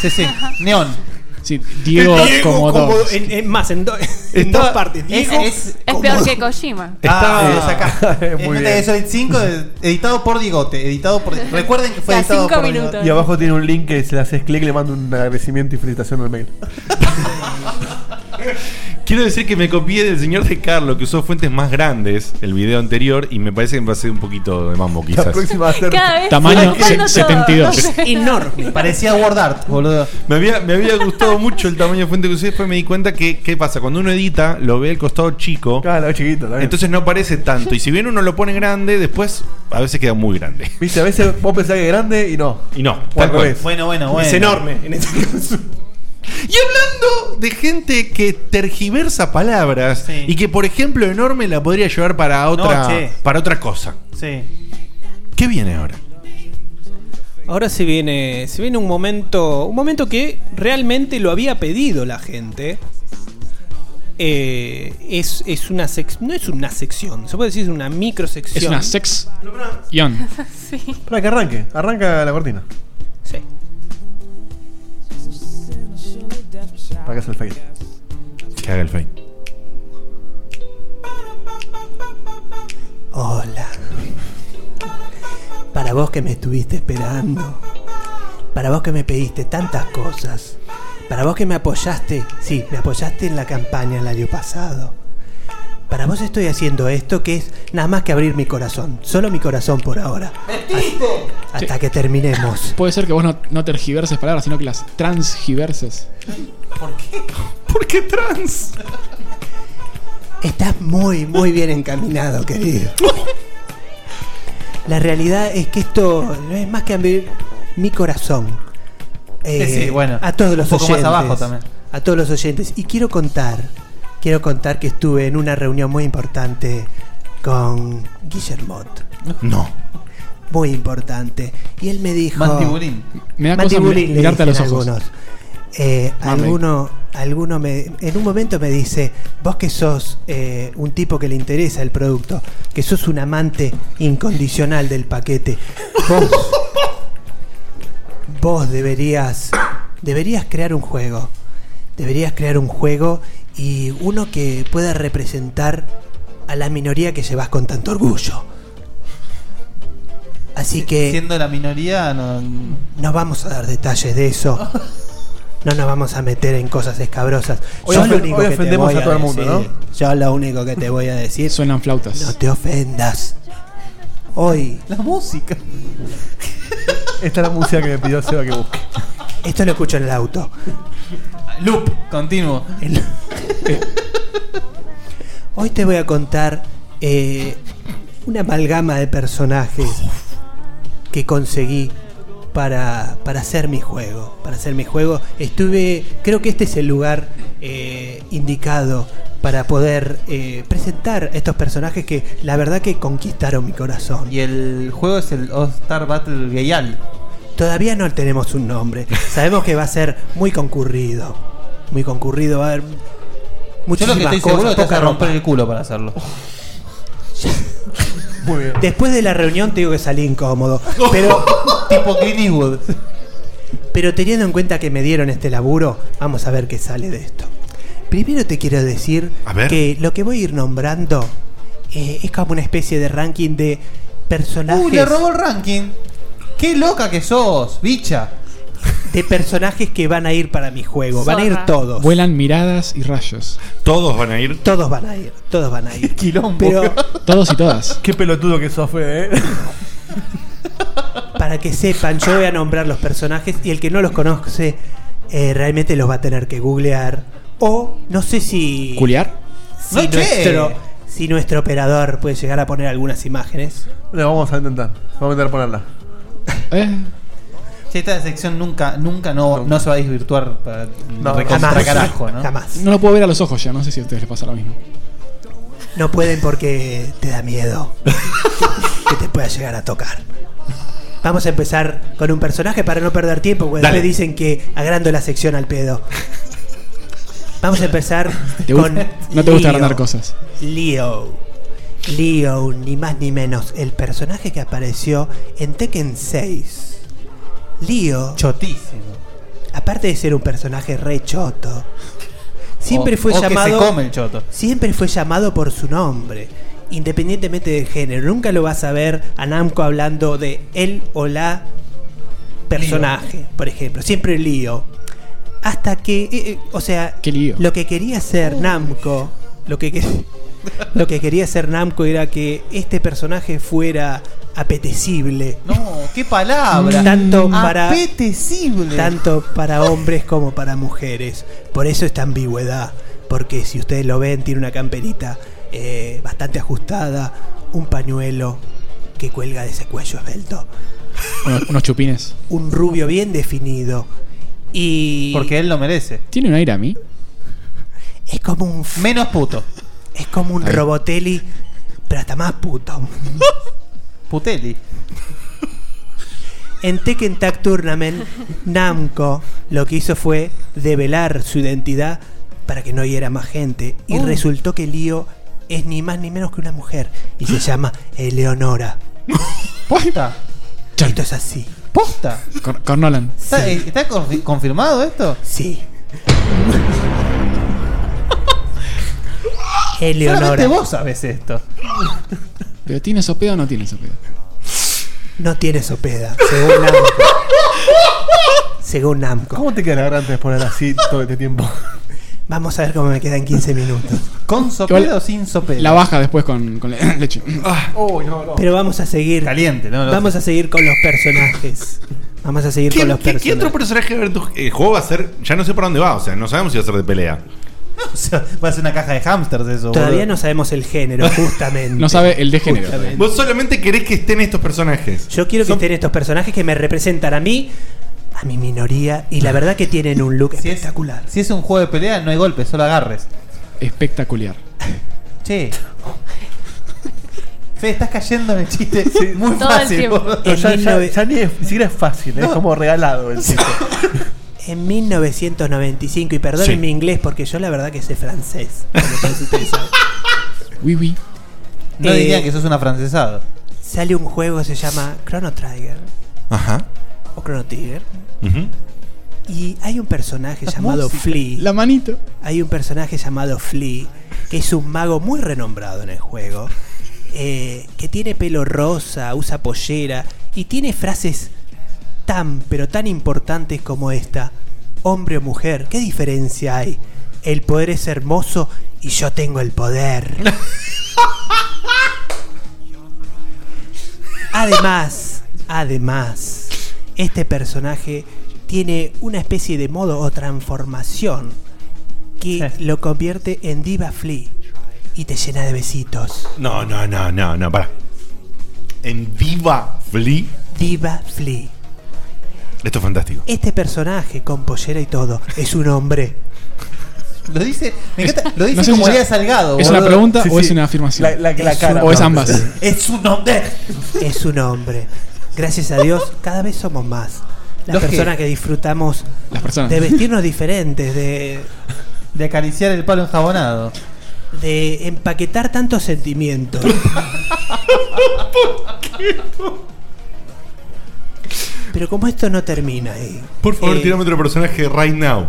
Sí, sí. Neón.
Sí,
Diego como dos. En- en más, en, do- en dos partes. Diego
es-
Es peor que Kojima.
Ah,
Está-
es acá.
Es
Es
muy
nota
bien.
de Solid 5 de- editado por Digote, editado por Recuerden que fue
Cada
editado
cinco
por
minutos.
Digote.
Y abajo tiene un link que si le haces clic le mando un agradecimiento y felicitación al mail.
Quiero decir que me copié del señor de Carlos, que usó fuentes más grandes el video anterior y me parece que va a ser un poquito de mambo quizás.
próxima va a ser
Cada vez Tamaño se- cortando todo, 72. no sé.
Enorme.
Parecía Word Art, boludo.
Me había, me había gustado mucho el tamaño de fuente que usé, después me di cuenta que, ¿qué pasa? Cuando uno edita, lo ve el costado chico.
Claro, chiquito.
Entonces no parece tanto. Y si bien uno lo pone grande, después a veces queda muy grande.
Viste, a veces vos pensás que es grande y no.
Y no,
O al
tal cual.
revés. Bueno, bueno, bueno.
Es enorme en este caso.
Y hablando de gente que tergiversa palabras y que, por ejemplo, enorme la podría llevar para otra,
che.
para otra cosa.
Sí.
¿Qué viene ahora?
Ahora se viene, se viene un momento, un momento que realmente lo había pedido la gente. Eh, es, es una sec- no es una sección, se puede decir es una microsección.
Es una sex- Ion.
sí.
Para que arranque, arranca la cortina.
Sí.
Para que haga el fade.
Que haga el fade.
Hola. Para vos que me estuviste esperando. Para vos que me pediste tantas cosas. Para vos que me apoyaste. Sí, me apoyaste en la campaña el año pasado. Para vos estoy haciendo esto que es nada más que abrir mi corazón. Solo mi corazón por ahora. Hasta que terminemos.
Puede ser que vos no, no tergiverses palabras, sino que las transgiverses.
¿Por qué trans?
Estás muy, muy bien encaminado, querido. La realidad es que esto no es más que abrir mi corazón. eh,
Sí, sí, bueno,
A todos los
un poco más
oyentes.
abajo también.
A todos los oyentes. Y quiero contar, quiero contar que estuve en una reunión muy importante con Guillermot.
No.
Muy importante. Y él me dijo...
Mandibulín.
Me da cosa
Mandibulín,
mi-
le
mirarte a los
dicen
ojos.
algunos. Eh,
Mame.
alguno, alguno me, en un momento me dice, vos que sos eh, un tipo que le interesa el producto, que sos un amante incondicional del paquete, vos, vos deberías, deberías crear un juego, deberías crear un juego y uno que pueda representar a la minoría que llevas con tanto orgullo. Así que
Siendo la minoría, no.
no vamos a dar detalles de eso. No nos vamos a meter en cosas escabrosas.
Hoy
yo
ofen-
lo único
hoy
que te
ofendemos
voy
a
a,
todo el
decir,
mundo,
Yo lo único que te voy a decir.
Suenan flautas.
No te ofendas. Hoy.
La música.
Esta es la música que me pidió Seba que busque.
Esto lo escucho en el auto.
Loop, continuo.
Eh,
Hoy te voy a contar eh, una amalgama de personajes que conseguí para, para hacer mi juego. Para hacer mi juego estuve, creo que este es el lugar eh, indicado para poder eh, presentar estos personajes que la verdad que conquistaron mi corazón.
Y el juego es el All Star Battle Gayal.
Todavía no tenemos un nombre. Sabemos que va a ser muy concurrido. Muy concurrido, va a haber
Yo lo
muchísimas
que estoy seguro
cosas.
es que te vas
poca
a
ropa.
romper el culo para hacerlo.
Muy bien.
Después de la reunión te digo que salí incómodo. Pero.
tipo Clint Eastwood.
Pero teniendo en cuenta que me dieron este laburo, vamos a ver qué sale de esto. Primero te quiero decir
ver.
que lo que voy a ir nombrando eh, es como una especie de ranking de personajes.
Uy, Uh, le robó el ranking. Qué loca que sos, bicha.
de personajes que van a ir para mi juego. Van a ir
Zorra.
todos.
Vuelan miradas y rayos.
Todos van a ir.
Todos van a ir. Todos van a ir. Pero
Todos y todas.
Qué pelotudo que sos, Fede, ¿eh?
para que sepan, yo voy a nombrar los personajes y el que no los conoce eh, realmente los va a tener que googlear. O no sé si.
¿Culiar?
Si,
No, che.
nuestro, si nuestro operador puede llegar a poner algunas imágenes.
Bueno, vamos a intentar. Vamos a intentar ponerla.
Che, esta sección nunca, nunca no, no se va a desvirtuar para recontra
jamás.
carajo, ¿no?
Jamás.
No lo puedo ver a los ojos ya, no sé si a ustedes les pasa lo mismo.
No pueden porque te da miedo que te pueda llegar a tocar. Vamos a empezar con un personaje para no perder tiempo, porque
Dale.
después dicen que agrando la sección al pedo. Vamos a empezar
¿Te
con.
gusta- no te gusta
Leo.
agrandar cosas.
Leo. Leo, ni más ni menos, el personaje que apareció en Tekken 6. Leo,
Chotísimo.
aparte de ser un personaje re choto, siempre
O-
fue
o que
llamado.
se come el choto.
Siempre fue llamado por su nombre, independientemente del género. Nunca lo vas a ver a Namco hablando de él o la personaje, por ejemplo. Siempre lío. Hasta que, eh, eh, o sea,
Qué lío.
lo que quería hacer Namco, lo que, que- lo que quería hacer Namco era que este personaje fuera apetecible,
No, qué palabra. Mm.
Tanto para-
Apetecible.
tanto para hombres como para mujeres. Por eso esta ambigüedad, porque si ustedes lo ven, tiene una camperita eh, bastante ajustada, un pañuelo que cuelga de ese cuello esbelto,
Unos, unos chupines.
un rubio bien definido y
Porque él lo merece.
¿Tiene un aire a mí?
es como un
Menos puto.
Es como un
Ahí.
Robotelli, pero hasta más puto.
Puteli.
En Tekken Tag Tournament, Namco lo que hizo fue develar su identidad para que no hiera más gente. Y
Uh.
Oh.
resultó que Lío es ni más ni menos que una mujer. Y se llama Eleonora.
¿Posta?
Esto es así.
¿Posta?
Con Nolan.
¿Está, eh, está confi- confirmado esto?
Sí.
Solamente vos sabés esto.
¿Pero tiene sopeda o no tiene sopeda?
No tiene sopeda, según Namco. según Namco.
¿Cómo te queda la garganta después de así todo este tiempo?
Vamos a ver cómo me quedan 15 minutos.
¿Con
sopeda Igual- o
sin sopeda?
La baja después con, con le- leche.
Ah.
Pero vamos a seguir.
Caliente, ¿no?
Vamos a seguir con los personajes. Vamos a seguir
¿Qué,
con los
qué- qué otro
personajes.
personaje va a haber en tu- el juego va a ser? Ya no sé por dónde va, o sea, no sabemos si va a ser de pelea.
O sea, va a ser una caja de hamsters eso.
Todavía no sabemos el género, justamente.
No sabe el de género.
Justamente.
Vos solamente querés que estén estos personajes.
Yo quiero que estén estos personajes que me representan a mí, a mi minoría, y la verdad que tienen un look espectacular.
Si es un juego de pelea, no hay golpes, solo agarres.
Espectacular.
Che. Fede, estás cayendo en el chiste muy
Todo el
fácil.
tiempo.
boludo.
No, ya,
En
ya-
19
ya ni, es, ni siquiera es fácil, es
No.
como regalado el chiste.
En 1995, y perdonen
Sí.
mi inglés porque yo la verdad que sé francés.
Oui, oui.
No
Eh,
dirían que sos un afrancesado.
Sale un juego que se llama Chrono Trigger
Ajá.
o Chrono Trigger. Y hay un personaje
La
llamado
música.
Flea.
La manito.
Hay un personaje llamado Flea, que es un mago muy renombrado en el juego, eh, que tiene pelo rosa, usa pollera y tiene frases tan, pero tan importantes como esta. Hombre o mujer, ¿qué diferencia hay? El poder es hermoso y yo tengo el poder. Además, además, este personaje tiene una especie de modo o transformación que lo convierte en Diva Flea y te llena de besitos.
No, no, no, no, no, pará. En Viva Flea,
Diva Flea.
esto es fantástico.
Este personaje con pollera y todo es un hombre.
Lo dice, me encanta, lo
No
dice
sé si
como
ya-
Elías Salgado.
¿Es una
boludo.
pregunta o es una afirmación?
Es un-
Es un hombre.
Es un hombre. Gracias a Dios, cada vez somos más. Las
Los que-
personas que disfrutamos
Las personas.
de vestirnos diferentes, de,
de acariciar el palo enjabonado,
de empaquetar tantos sentimientos. Pero como esto no termina ahí.
Por favor,
Eh,
tirame otro personaje right now.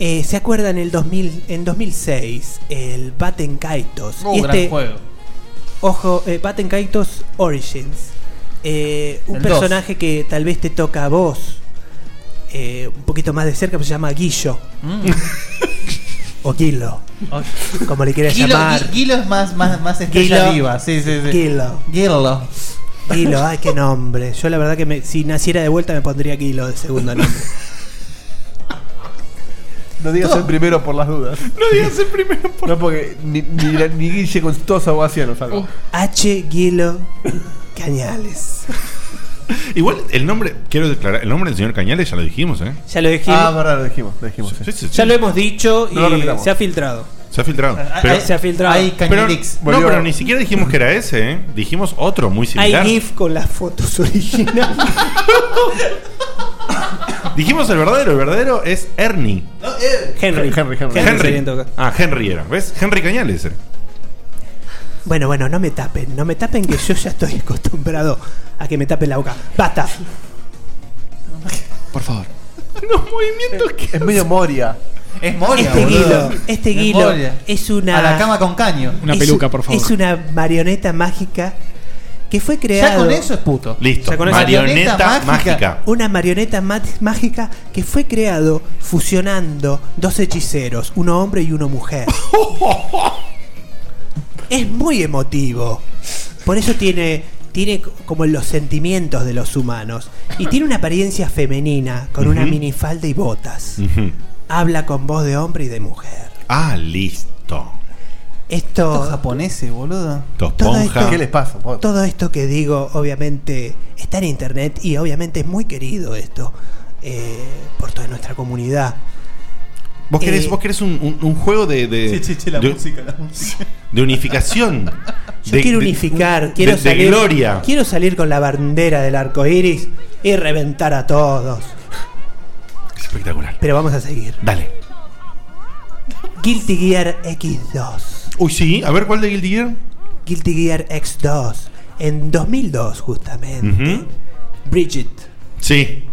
Eh, ¿Se acuerdan el 2000, en 2006? El Batten Kaitos. Este,
Uh, gran juego.
Ojo, eh, Batten Kaitos Origins. Eh, un
El dos.
personaje que tal vez te toca a vos eh, un poquito más de cerca, pues se llama Guillo.
Mm.
o Guilo. Como le quieras
Guilo-
llamar.
Gui- Guilo es más, más, más estrella
Guilo.
viva. Sí, sí, sí.
Guilo.
Guilo.
Guilo, ay, qué nombre. Yo la verdad que me- si naciera de vuelta me pondría Guilo de segundo nombre.
No digas
No.
el primero por las dudas. No digas el primero por No, porque ni, ni, la- ni Guille con todos aguacianos algo.
Oh. H. Guilo Cañales.
Igual el nombre, quiero declarar, el nombre del señor Cañales ya lo dijimos, ¿eh?
Ya lo dijimos.
Ah, verdad, lo dijimos. Lo dijimos sí.
Ya lo hemos dicho y
No lo repitamos.
se ha filtrado.
Se ha filtrado.
Ah, Ahí se ha filtrado. Hay
pero,
Cañelix.
No,
Volvió.
pero ni siquiera dijimos que era ese, ¿eh? Dijimos otro muy
Hay
similar.
GIF con las fotos originales.
Dijimos el verdadero, el verdadero es Ernie.
Henry. eh, Henry, Henry.
Henry.
sería todo.
Ah, Henry era. ¿Ves? Henry Cañales era.
Bueno, bueno, no me tapen, no me tapen que yo ya estoy acostumbrado a que me tapen la boca. Basta.
Por favor.
Los movimientos que. Es medio Moria.
Es Moria,
este
boludo.
guilo, este
Es
guilo
Moria.
es una
A la cama con caño.
es un- Es una marioneta mágica que fue creada.
Ya con eso es puto.
Listo.
Ya con eso-
Marioneta,
Marioneta
mágica.
Una marioneta ma- mágica que fue creado fusionando dos hechiceros, uno hombre y uno mujer. es muy emotivo. Por eso tiene, tiene c- como los sentimientos de los humanos. Y tiene una apariencia femenina, con una
Ujú.
minifalda y botas.
Ujú.
Habla con voz de hombre y de mujer.
Ah, listo.
Esto...
Estos japoneses, boludo.
Todo esto,
¿Qué les pasa? po?
Todo esto que digo, obviamente, está en internet y obviamente es muy querido esto eh, por toda nuestra comunidad.
Vos querés,
Eh,
vos querés un, un- un juego de. de
Sí, sí, sí, la
de-
música, la música.
de unificación.
Yo
De-
quiero
de-
unificar,
de-
quiero
de
salir.
gloria.
Quiero salir con la bandera del arco iris y reventar a todos.
Espectacular.
Pero vamos a seguir.
Dale.
Guilty Gear X2.
Uy, sí, a ver cuál de Guilty Gear.
Guilty Gear X2. En 2002, justamente.
Ujú.
Bridget
Sí.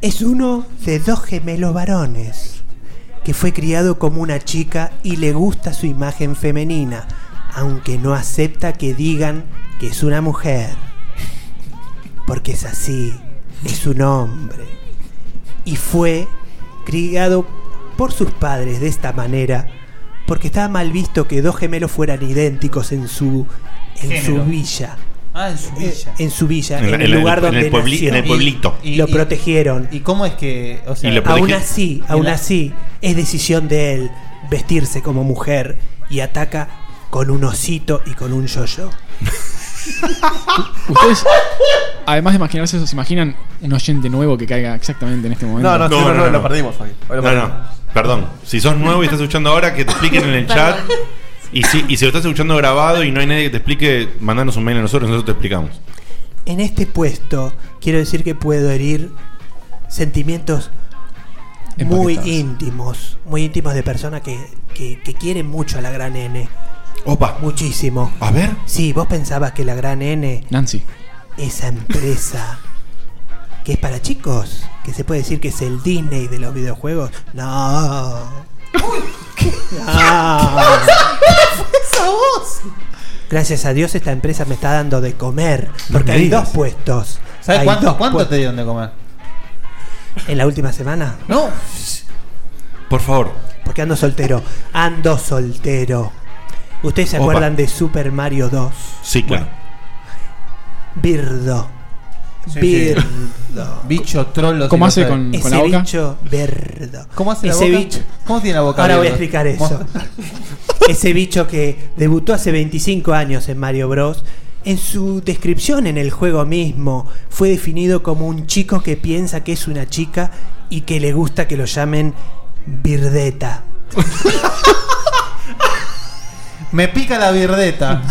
es uno de dos gemelos varones que fue criado como una chica y le gusta su imagen femenina, aunque no acepta que digan que es una mujer. Porque es así, es un hombre. Y fue criado por sus padres de esta manera, porque estaba mal visto que dos gemelos fueran idénticos en su, en su
Género.
villa.
Ah,
Eh,
en su villa.
En su villa,
En
en,
la- en
el
la-
lugar
en el
donde
puebli-
nació.
en el pueblito.
Y- lo protegieron.
¿Y cómo es que.? O sea,
Y lo
aún
protege-
así,
en
aún
la-
así, es decisión de él vestirse como mujer y ataca con un osito y con un yo-yo.
Ustedes, además de imaginarse eso, ¿se imaginan un oyente nuevo que caiga exactamente en este momento?
No, no, sí, no, no, lo perdimos hoy. Hoy lo
No,
perdimos.
no. Perdón. Si sos nuevo y estás escuchando ahora, que te expliquen en el chat. Y si, y si lo estás escuchando grabado y no hay nadie que te explique, mandanos un mail a nosotros, nosotros te explicamos.
En este puesto, quiero decir que puedo herir sentimientos muy
Empaquetados.
íntimos, muy íntimos de personas que, que, que quieren mucho a la gran N.
Opa.
Muchísimo.
A ver.
Sí, vos pensabas que la gran N
Nancy.
esa empresa que es para chicos, que se puede decir que es el Disney de los videojuegos. No. No.
¡Esa voz!
Gracias a Dios esta empresa me está dando de comer, porque
me
hay
digas.
dos puestos.
¿Sabes
Hay
cuánto,
dos
cuánto
puestos.
te dieron de comer?
en la última semana?
No.
Por favor.
Porque ando soltero. Ando soltero. ¿Ustedes se
Opa.
acuerdan de Super Mario 2?
Sí, claro.
Birdo.
Sí,
Birdo.
Bicho, trolo.
¿Cómo
si
hace
lo
con,
sabe.
con
Ese
la boca?
bicho birdo.
¿Cómo hace la
Ese
boca?
bicho.
¿Cómo tiene la boca?
Ahora voy a
abierta?
explicar
¿Cómo-
eso. Ese bicho que debutó hace 25 años en Mario Bros. En su descripción en el juego mismo fue definido como un chico que piensa que es una chica y que le gusta que lo llamen Birdeta.
Me pica la birdeta.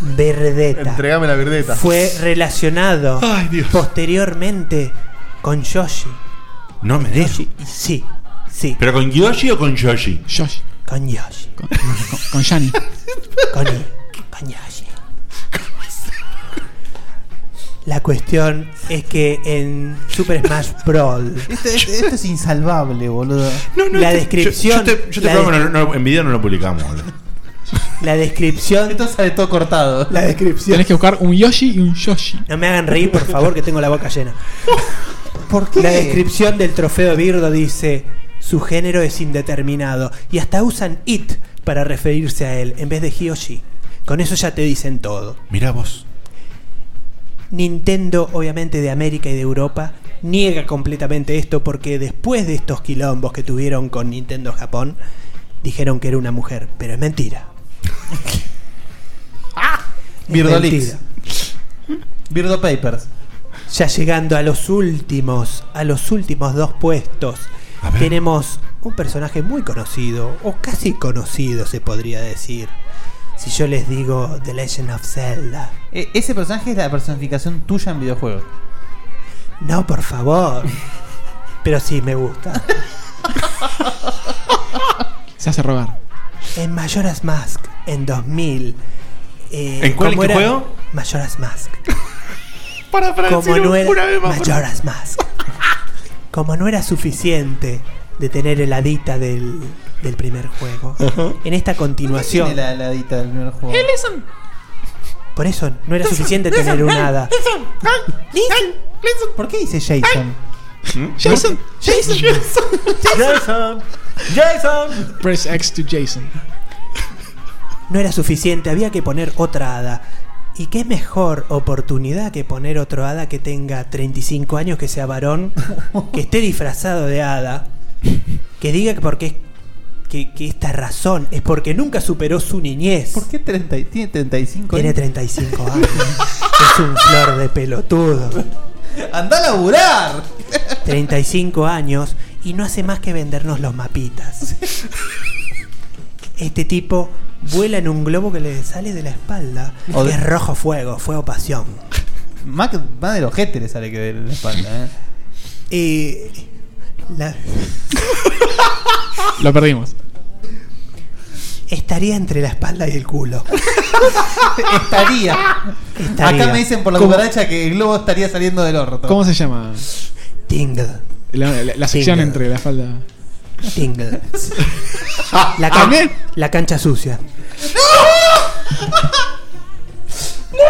Verdeta.
Entregame la verdeta.
Fue eh, relacionado
Ay, Dios.
posteriormente con Yoshi.
No me des.
Yoshi, y sí, sí,
¿Pero con Yoshi o con Yoshi?
Josh.
con Yoshi.
Con, con, con Yanni.
con, con Yoshi. La cuestión es que en Super Smash Bros.
Esto, esto- esto Este, es
Eh,
insalvable, boludo.
la
este, Yo,
descripción.
yo te, yo te
la,
prometo,
de-
no- no- en video no lo publicamos. boludo.
la descripción.
Esto sale todo cortado.
La descripción.
Tenés que buscar un Yoshi y un Yoshi.
No me hagan reír, por favor, que tengo la boca llena.
¿Por
La descripción del trofeo Birdo dice: su género es indeterminado. Y hasta usan it para referirse a él en vez de Hiyoshi. Con eso ya te dicen todo.
Mirá vos.
Nintendo, obviamente de América y de Europa, niega completamente esto porque después de estos quilombos que tuvieron con Nintendo Japón, dijeron que era una mujer, pero es mentira. Es
Birdolix.
mentira.
Birdo Papers.
Ya llegando a los últimos, a los últimos dos puestos,
A ver.
tenemos un personaje muy conocido, o casi conocido se podría decir. Si yo les digo The Legend of Zelda.
E- ese personaje es la personificación tuya en videojuegos.
No, por favor. Pero sí, me gusta.
Se hace rogar.
En Majora's Mask, en 2000. eh,
¿En cuál-
¿cómo
en qué
era?
juego?
Majora's Mask.
Para, para,
Como no era
por favor.
Majora's Mask. Como no era suficiente de tener el hadita del, del primer juego, en esta
Tiene
continuación,
la heladita del primer juego.
Listen,
por eso no era suficiente tener un hada.
listen, listen, listen.
¿Por qué dice Jason? ¿Mm?
Jason.
Jason.
Jason. Jason.
Press X to Jason.
No era suficiente, había que poner otra hada. ¿Y qué mejor oportunidad que poner otro hada que tenga 35 años, que sea varón, que esté disfrazado de hada, que diga que porque es- que, que esta razón es porque nunca superó su niñez?
¿Por qué 30 y- tiene 35
Tiene
años?
35 años. es un flor de pelotudo.
¡Anda a laburar!
35 años y no hace más que vendernos los mapitas. Este tipo vuela en un globo que le sale de la espalda.
O
que
de-
es rojo fuego, fuego pasión.
Más, que- más del ojete le sale que de la espalda, ¿eh?
Eh, la-
Lo perdimos.
estaría entre la espalda y el culo.
estaría.
Estaría.
Acá me dicen por la
¿Cómo?
cucaracha que el globo estaría saliendo del orto.
¿Cómo se
Ah.
llama?
Tingle.
La, la- la sección
Tingle.
entre la falda.
Tingle. La, can- la cancha sucia.
¡No!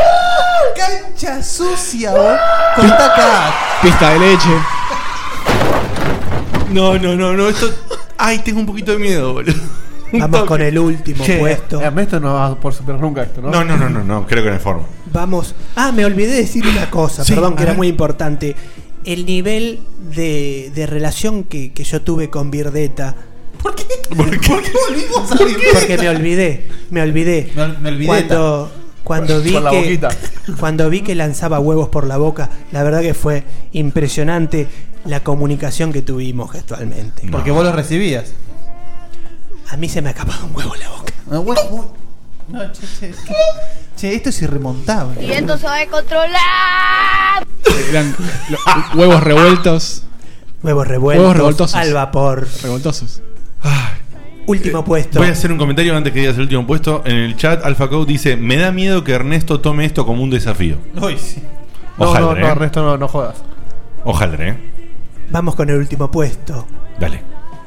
¡Cancha sucia, vos! Cortá acá.
Pista de leche.
No, no, no, no, esto. Ay, tengo un poquito de miedo, boludo.
Vamos con el último puesto.
Ernesto no va por superar nunca esto, ¿no?
No, no, no, no, no, creo que no hay forma.
Vamos. Ah, me olvidé de decir una cosa,
Sí,
perdón, que
a
era
ver.
muy importante. El nivel de, de relación que, que yo tuve con Virdeta.
Volvimos a
Porque me olvidé, me olvidé.
Me ol- me olvidé.
Cuando, cuando,
Por-
vi
por la
que,
boquita.
cuando vi que lanzaba huevos por la boca, la verdad que fue impresionante la comunicación que tuvimos gestualmente.
Porque vos lo recibías.
A mí se me ha escapado un huevo en la boca.
No, Ah, bueno, bueno. No, che, che, che. Che, esto es irremontable.
Y esto se va a controlar.
Eran lo- huevos revueltos.
Huevos revueltos,
Huevos revoltosos.
al vapor.
Revoltosos. Eh,
Último puesto.
Voy a hacer un comentario antes que digas el último puesto. En el chat, AlphaCode dice: Me da miedo que Ernesto tome esto como un desafío.
Uy, sí.
No,
Ojalá,
no,
¿eh?
no, Ernesto, no, no jodas.
Ojalá, ¿eh?
Vamos con el último puesto.
Dale.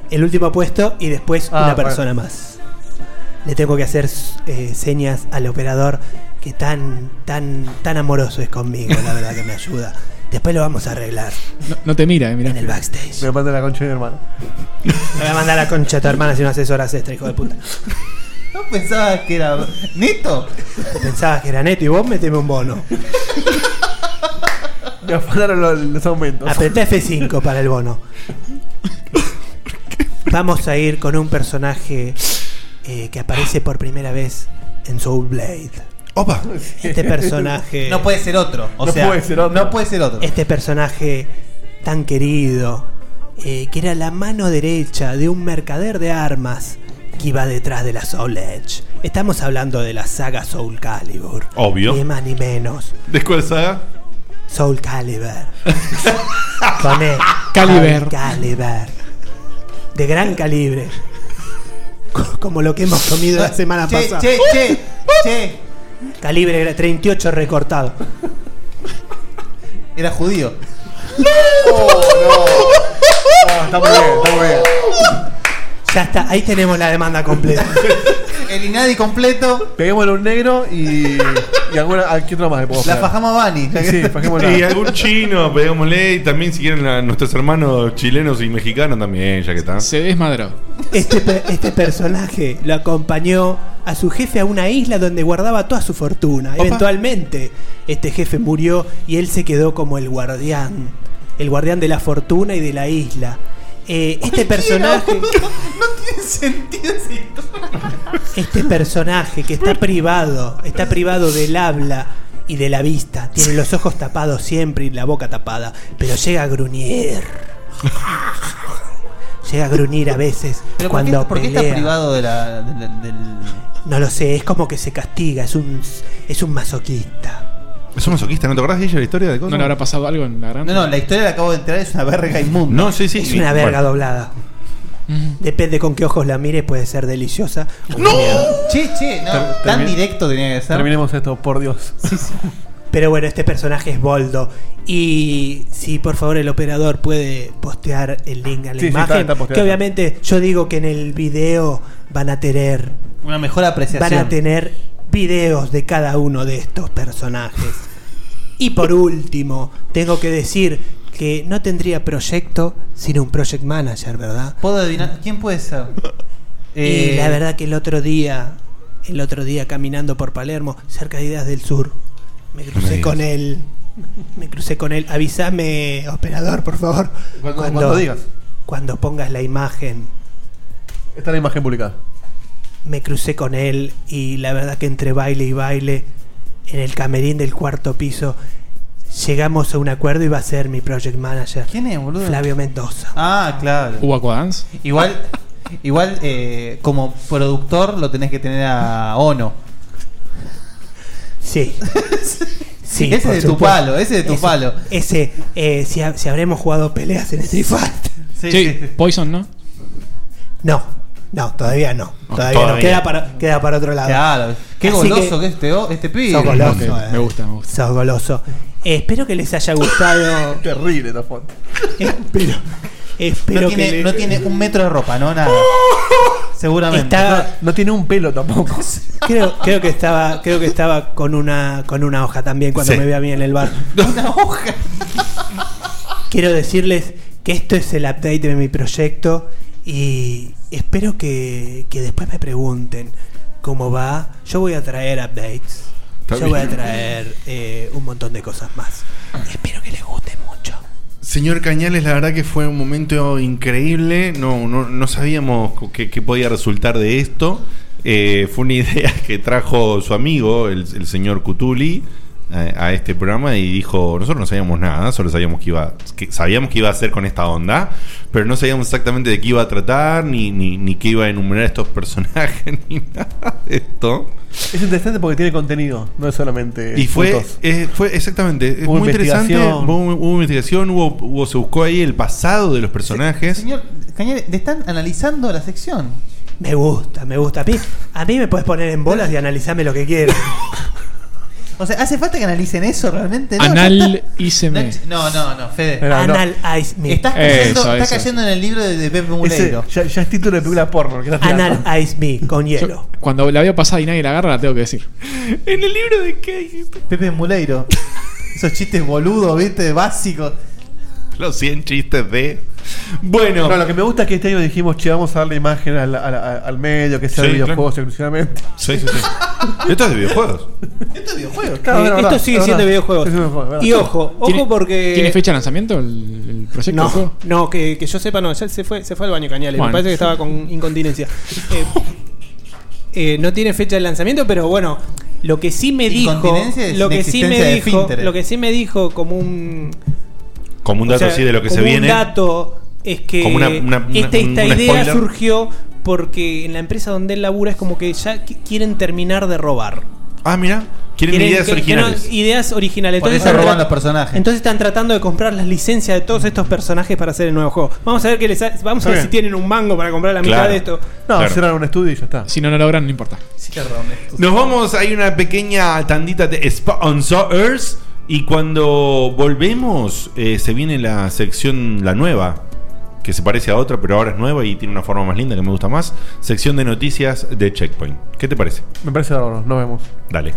El último puesto y después
Ah,
una
bueno.
persona más. Le tengo que hacer eh, señas al operador que tan, tan, tan amoroso es conmigo, la verdad que me ayuda. Después lo vamos a arreglar
No, no te mira, eh, mira.
en el backstage.
Me manda la concha de mi hermano.
Me va a mandar la concha a tu hermana si no haces horas extra, hijo de puta.
No pensabas que era. ¿Neto?
Pensabas que era neto y vos meteme un bono.
Me afanaron los, los aumentos.
Apretá F5 para el bono. Vamos a ir con un personaje eh, que aparece por primera vez en Soul Blade.
Opa.
Este personaje.
No puede ser otro. O
No
sea,
puede ser otro.
No puede ser otro.
este personaje tan querido, eh, que era la mano derecha de un mercader de armas que iba detrás de la Soul Edge. Estamos hablando de la saga Soul Calibur.
Obvio.
Ni más ni menos.
¿De cuál saga?
Soul Calibur. Con él.
Caliber.
Soul Calibur. De gran calibre. Co- Como lo que hemos comido la semana
che,
pasada.
che, che, che.
Calibre 38 recortado.
Era judío.
Ah, está muy bien, está muy bien.
Ya está, ahí tenemos la demanda completa.
El Inadi completo.
Peguémosle un negro y. y alguna, aquí otro más le podemos
La
pegar.
fajamos a Bani.
Sí, fajémosla.
Y algún chino, pegámosle. Y también, si quieren, a nuestros hermanos chilenos y mexicanos también, ya que está.
Se desmadró.
Este, pe- este personaje lo acompañó a su jefe a una isla donde guardaba toda su fortuna. Eventualmente, este jefe murió y él se quedó como el guardián. El guardián de la fortuna y de la isla. Eh, este personaje.
No tiene sentido esa historia.
Este personaje que está privado, está privado del habla y de la vista. Tiene los ojos tapados siempre y la boca tapada, pero llega a gruñir. Llega a gruñir a veces
Pero ¿por qué,
cuando
por qué está
pelea.
privado de la, de la- del.
No lo sé, es como que se castiga, es un es un masoquista.
¿Es un masoquista? ¿No te acordás, Guille, la historia de cosas?
¿No le habrá pasado algo en la gran?
No, no, la historia la acabo de enterar, es una verga inmunda.
No, sí, sí.
Es
sí.
una verga
Bueno.
doblada. Depende con qué ojos la mires, puede ser deliciosa. o miedo.
Che, che, no,
Ter-
tan
termi-
directo tenía que ser.
Terminemos esto, por Dios.
Pero bueno, este personaje es Boldo. Y si por favor el operador puede postear el link a la
Sí, sí,
imagen.
está- está posteado.
que obviamente yo digo que en el video van a tener.
Una mejor apreciación.
Van a tener videos de cada uno de estos personajes. Y por último, tengo que decir que no tendría proyecto sin un project manager, ¿verdad?
¿Puedo adivinar? ¿Quién puede ser?
Y
Eh,
la verdad que el otro día, el otro día caminando por Palermo, cerca de Ideas del Sur, me crucé
digas.
con él. Me crucé con él. Avísame, operador, por favor.
Cuando- cuando digas.
Cuando pongas la imagen.
Está la imagen publicada.
Me crucé con él y la verdad que entre baile y baile, en el camerín del cuarto piso, Llegamos a un acuerdo y va a ser mi project manager.
¿Quién es, boludo?
Flavio Mendoza.
Ah, claro.
¿Hubo Aquadance?
Igual, igual eh, como productor lo tenés que tener a Ono.
Sí. Sí,
ese
por
es de tu
supuesto.
palo, ese es de tu palo.
Ese, eh, si, ha- si habremos jugado peleas en este Street Fighter.
Sí,
Poison, ¿no?
No, no, todavía no.
No,
Todavía, no.
todavía.
Queda para, queda para otro lado.
Claro. Qué
Así
goloso que, es este, o- este pibe.
Sos goloso,
Ok,
eh. Sos goloso. Eh, espero que les haya gustado.
Terrible esta foto.
Espero. espero
No
que
tiene,
le-
no tiene un metro de ropa, no nada. Seguramente.
Está-
No tiene un pelo tampoco.
Creo, creo que estaba, creo que estaba con una, con una hoja también cuando
Sí.
me ve a mí en el bar.
Una hoja.
Quiero decirles que esto es el update de mi proyecto y espero que, que después me pregunten cómo va. Yo voy a traer updates.
Está
Yo voy a
bien.
traer eh, un montón de cosas más. Espero que les guste mucho.
Señor Cañales, la verdad que fue un momento increíble. No, no, no sabíamos co- qué qué podía resultar de esto. Eh, fue una idea que trajo su amigo, el, el señor Cutuli, eh, a este programa y dijo: Nosotros no sabíamos nada, solo sabíamos que iba, que sabíamos que iba a hacer con esta onda, pero no sabíamos exactamente de qué iba a tratar, ni, ni, ni qué iba a enumerar estos personajes, ni nada de esto.
Es interesante porque tiene contenido, no es solamente.
Y fue,
fotos.
eh, fue exactamente, es
Hubo
muy interesante.
investigación.
Hubo, hubo investigación, hubo, hubo- se buscó ahí el pasado de los personajes.
Señor Cañete, le están analizando la sección.
Me gusta, me gusta. A mí, a mí me puedes poner en bolas y analizarme lo que quieras.
O sea, ¿hace falta que analicen eso realmente? No,
Anal ICM.
No, no, no, Fede.
Mira, no.
Anal Ice Me.
Estás cayendo, estás cayendo en el libro de, de Pepe
Ese,
Muleiro.
ya, ya es título de película porno. que estás
Anal
tirando.
Ice Me con hielo.
Cuando la veo pasada y nadie la agarra, la tengo que decir.
¿En el libro de qué?
Pepe Muleiro.
Eh,
Esos chistes boludos, ¿viste? Básicos.
Los 100 chistes de. Bueno.
No, lo que me gusta es que este año dijimos, che, vamos a darle imagen al, al- al- al medio, que sea
Sí,
de videojuegos exclusivamente.
Sí, sí, sí. Esto es de videojuegos.
Esto es videojuegos.
Claro,
Eh,
es verdad,
esto sigue
es
siendo
verdad.
videojuegos.
Es videojuego, es verdad.
Y ojo,
¿Tiene-
ojo porque.
¿Tiene fecha de lanzamiento el, el proyecto? del
No,
juego?
no, que, que yo sepa, no, ya se fue, se fue al baño Cañales.
Bueno.
Me parece que estaba con incontinencia. Eh, eh, no tiene fecha de lanzamiento, pero bueno, lo que sí me dijo.
Incontinencia es
Lo que sí me
inexistencia de
dijo.
esfínteres.
Lo que sí me dijo como un.
Como un dato
o sea,
así de lo que se
como
viene.
Un dato es que
Como una- una-
esta,
un-
esta
un
idea
spoiler.
surgió porque en la empresa donde él labura es como que ya qui- quieren terminar de robar.
Ah, mira. Quieren, ideas
que- que no-
originales.
ideas originales.
Por
Entonces
eso
están
roban
tra-
los personajes.
Entonces están tratando de comprar las licencias de todos estos personajes para hacer el nuevo juego. Vamos a ver qué les ha- vamos a
Está
ver
bien.
si tienen un mango para comprar la mitad
Claro.
de esto.
No,
Claro.
cerraron un estudio y ya está.
Si no, no logran, no importa.
Nos vamos, hay una pequeña tandita de sponsors. Y cuando volvemos, eh, se viene la sección, la nueva, que se parece a otra, pero ahora es nueva y tiene una forma más linda que me gusta más. Sección de noticias de Checkpoint. ¿Qué te parece?
Me parece bárbaro, nos vemos.
Dale.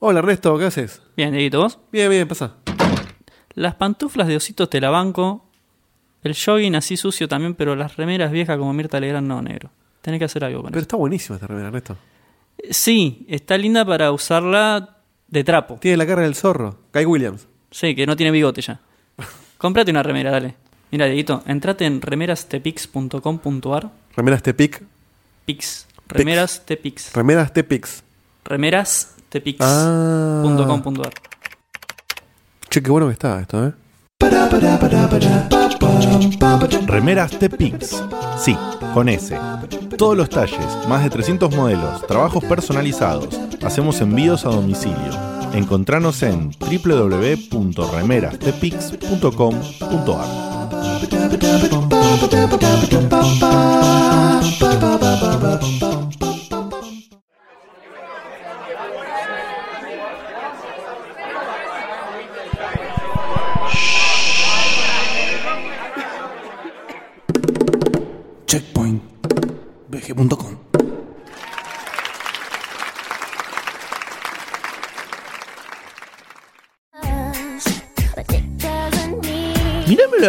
Hola Ernesto, ¿qué haces?
Bien, Dieguito, ¿vos?
Bien, bien, pasa.
Las pantuflas de ositos te la banco. El jogging así sucio también, pero las remeras viejas como Mirta Legrand no, negro. Tenés que hacer algo con
Pero está buenísimo esta remera, Ernesto.
eso. Sí, está linda para usarla de trapo.
Tiene la cara del zorro, Kai Williams.
Sí, que no tiene bigote ya. Cómprate una remera, dale. Mira, Dieguito, entrate en remerastepix.com.ar.
Remeras Tepic,
Pix. Remeras Tepix.
remeras Tepix.
Remeras Tepix.
Ah.
punto com punto ar.
Che, qué bueno que está esto, ¿eh?
Remeras Tepix. Sí, con S. Todos los talles, más de 300 modelos, trabajos personalizados. Hacemos envíos a domicilio. Encontranos en www.remerastepix.com.ar.
Checkpoint. VG.com.
Mirámelo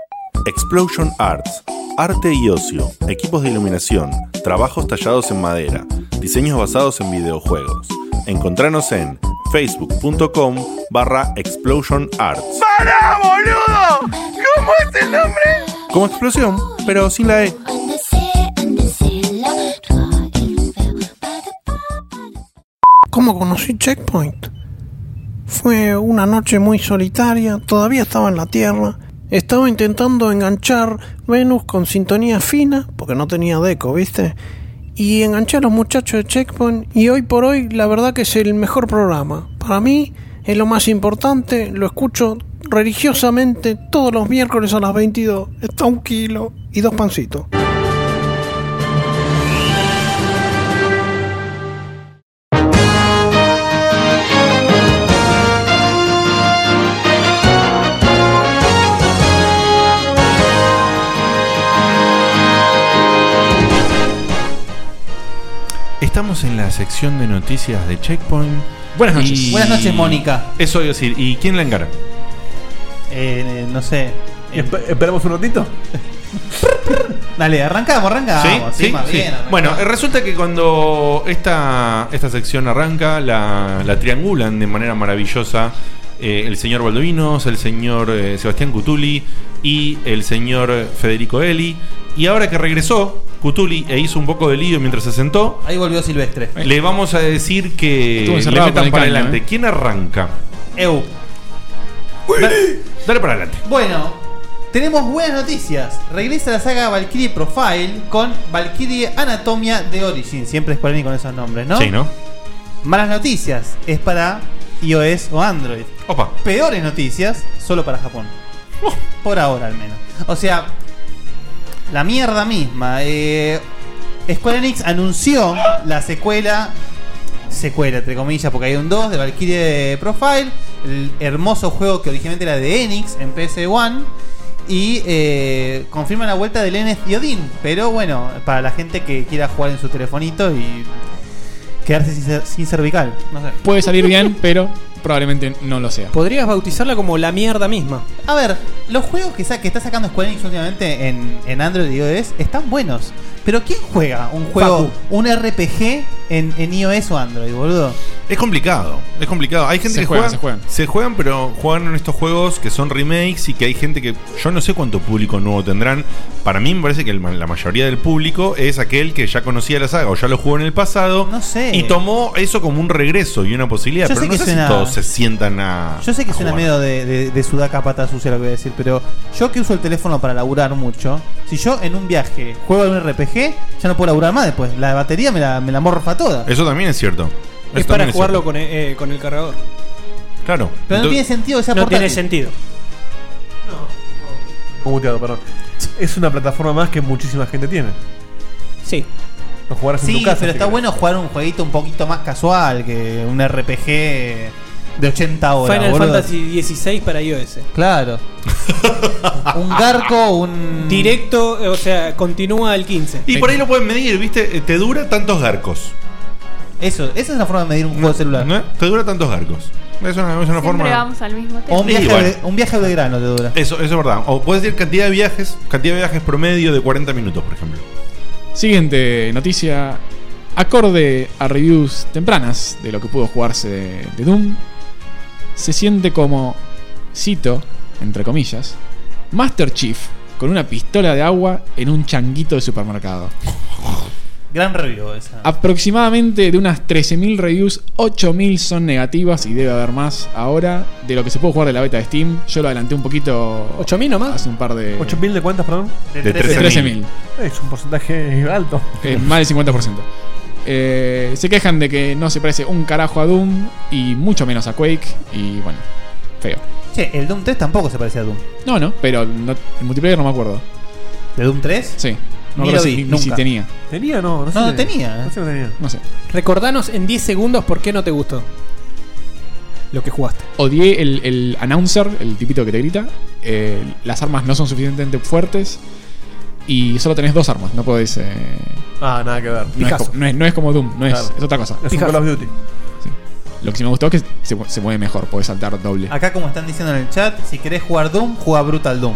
Explosion Arts. Arte y ocio, equipos de iluminación, trabajos tallados en madera, diseños basados en videojuegos. Encontranos en facebook.com barra explosion arts.
¡Para, boludo! ¿Cómo es el nombre?
Como explosión, pero sin la E.
¿Cómo conocí Checkpoint? Fue una noche muy solitaria, todavía estaba en la Tierra. Estaba intentando enganchar Venus con sintonía fina, porque no tenía deco, ¿viste? Y enganché a los muchachos de Checkpoint y hoy por hoy la verdad que es el mejor programa. Para mí es lo más importante, lo escucho religiosamente todos los miércoles a las 22. Está un kilo y dos pancitos.
Estamos en la sección de noticias de Checkpoint.
Buenas noches. Buenas noches, Mónica.
Eso iba a decir. ¿Y quién la encara?
Eh, no sé.
¿Esperamos un ratito?
Dale, arrancamos, arrancamos.
Sí,
más
sí.
bien, arrancamos.
Bueno, eh, resulta que cuando esta, esta sección arranca, la, la triangulan de manera maravillosa eh, el señor Baldovinos, el señor eh, Sebastián Cutuli y el señor Federico Eli. Y ahora que regresó Cutuli e hizo un poco de lío mientras se sentó,
Ahí volvió Silvestre.
le vamos a decir que
Eh. Estuvo
le
encerrado
metan
con el
para
caño,
adelante.
eh.
¿Quién arranca?
Eu. ¡Eh!
Dale para adelante.
Bueno, tenemos buenas noticias. Regresa la saga Valkyrie Profile con Valkyrie Anatomia de Origin. Siempre Square Enix con esos nombres, ¿no?
Sí, ¿no?
Malas noticias. Es para iOS o Android.
Opa. Oh.
Peores noticias, solo para Japón. Por ahora al menos. O sea, la mierda misma. Eh, Square Enix anunció la secuela secuela, entre comillas, porque hay un 2 de Valkyrie Profile, el hermoso juego que originalmente era de Enix en PS1. Y eh, confirma la vuelta del Enes y Odin. Pero bueno, para la gente que quiera jugar en su telefonito y quedarse sin, cer- sin cervical. No sé.
Puede salir bien, pero probablemente no lo sea.
Podrías bautizarla como la mierda misma.
A ver, los juegos que, sa- que está sacando Square Enix últimamente en, en Android y iOS están buenos. Pero ¿quién juega un juego, un RPG en, en iOS o Android, boludo?
Es complicado, es complicado. Hay gente
Se
que
juegan,
juega,
se juegan.
se juegan, pero juegan en estos juegos que son remakes y que hay gente que yo no sé cuánto público nuevo tendrán. Para mí me parece que el ma- la mayoría del público es aquel que ya conocía la saga o ya lo jugó en el pasado.
No sé.
Y tomó eso como un regreso y una posibilidad.
Yo
pero
sé
no
que
sé
suena-
si todos se sientan a.
Yo sé que
a
suena
jugar.
medio de, de, de sudaca pata sucia lo que voy a decir, pero yo que uso el teléfono para laburar mucho, si yo en un viaje juego en un RPG, ya no puedo laburar más después. La batería me la, me la morfa toda.
Eso también es cierto.
Es
Eso
para
también es
jugarlo con, eh, con el cargador.
cierto. Claro.
Pero no tiene sentido que sea
No
portátil.
tiene sentido.
Muteado, perdón. Es una plataforma más que muchísima gente tiene.
Sí.
Lo jugarás en
Sí,
tu casa.
pero
si
está
querés.
bueno jugar un jueguito un poquito más casual que un RPG de 80 horas.
Final
boludo.
Fantasy XVI para iOS.
Claro. un garco, un.
Directo, eh, o sea, continúa el 15.
Y por ahí lo pueden medir, ¿viste? Eh, Te dura tantos garcos.
Eso, esa es la forma de medir un
juego celular. Te dura tantos garcos. Es una, es una
Siempre
forma.
vamos al mismo tema.
O un
Sí,
viaje,
bueno.
de, un viaje de grano te dura.
Eso, eso es verdad. O puedes decir cantidad de viajes, cantidad de viajes promedio de 40 minutos, por ejemplo.
Siguiente noticia. Acorde a reviews tempranas de lo que pudo jugarse de, de Doom, se siente como, cito, entre comillas, Master Chief con una pistola de agua en un changuito de supermercado.
Gran review esa.
Ah,
Aproximadamente de unas 13.000 reviews, 8.000 son negativas y debe haber más ahora de lo que se puede jugar de la beta de Steam. Yo lo adelanté un poquito.
¿8.000 nomás?
Hace un par de.
¿8.000 de cuántas, perdón?
De De 13.000. 13.000.
Es un porcentaje alto.
Eh, más del 50%. Eh, se quejan de que no se parece un carajo a Doom y mucho menos a Quake. Y bueno, feo.
Che, el Doom 3 tampoco se parece a Doom.
No, no, pero no- el multiplayer no me acuerdo.
¿De Doom 3?
Sí. No
Ni
me acuerdo
lo
si,
vi,
ni si
nunca.
tenía.
¿Tenía o no? No, sé
No,
si
tenía, eh.
No sé si tenía.
No sé.
Recordanos en 10 segundos por qué no te gustó. Lo que jugaste.
Odié el, el announcer, el tipito que te grita. Eh, las armas no son suficientemente fuertes. Y solo tenés dos armas, no podés. eh,
Ah, nada que ver.
no, es
Picasso.
como, no es- no es como Doom, no es,
Claro.
es otra cosa.
Es un Call of Duty.
Lo que sí me gustó es que se, mue- se mueve mejor, podés saltar doble.
Acá, como están diciendo en el chat, si querés jugar Doom, juega Brutal Doom.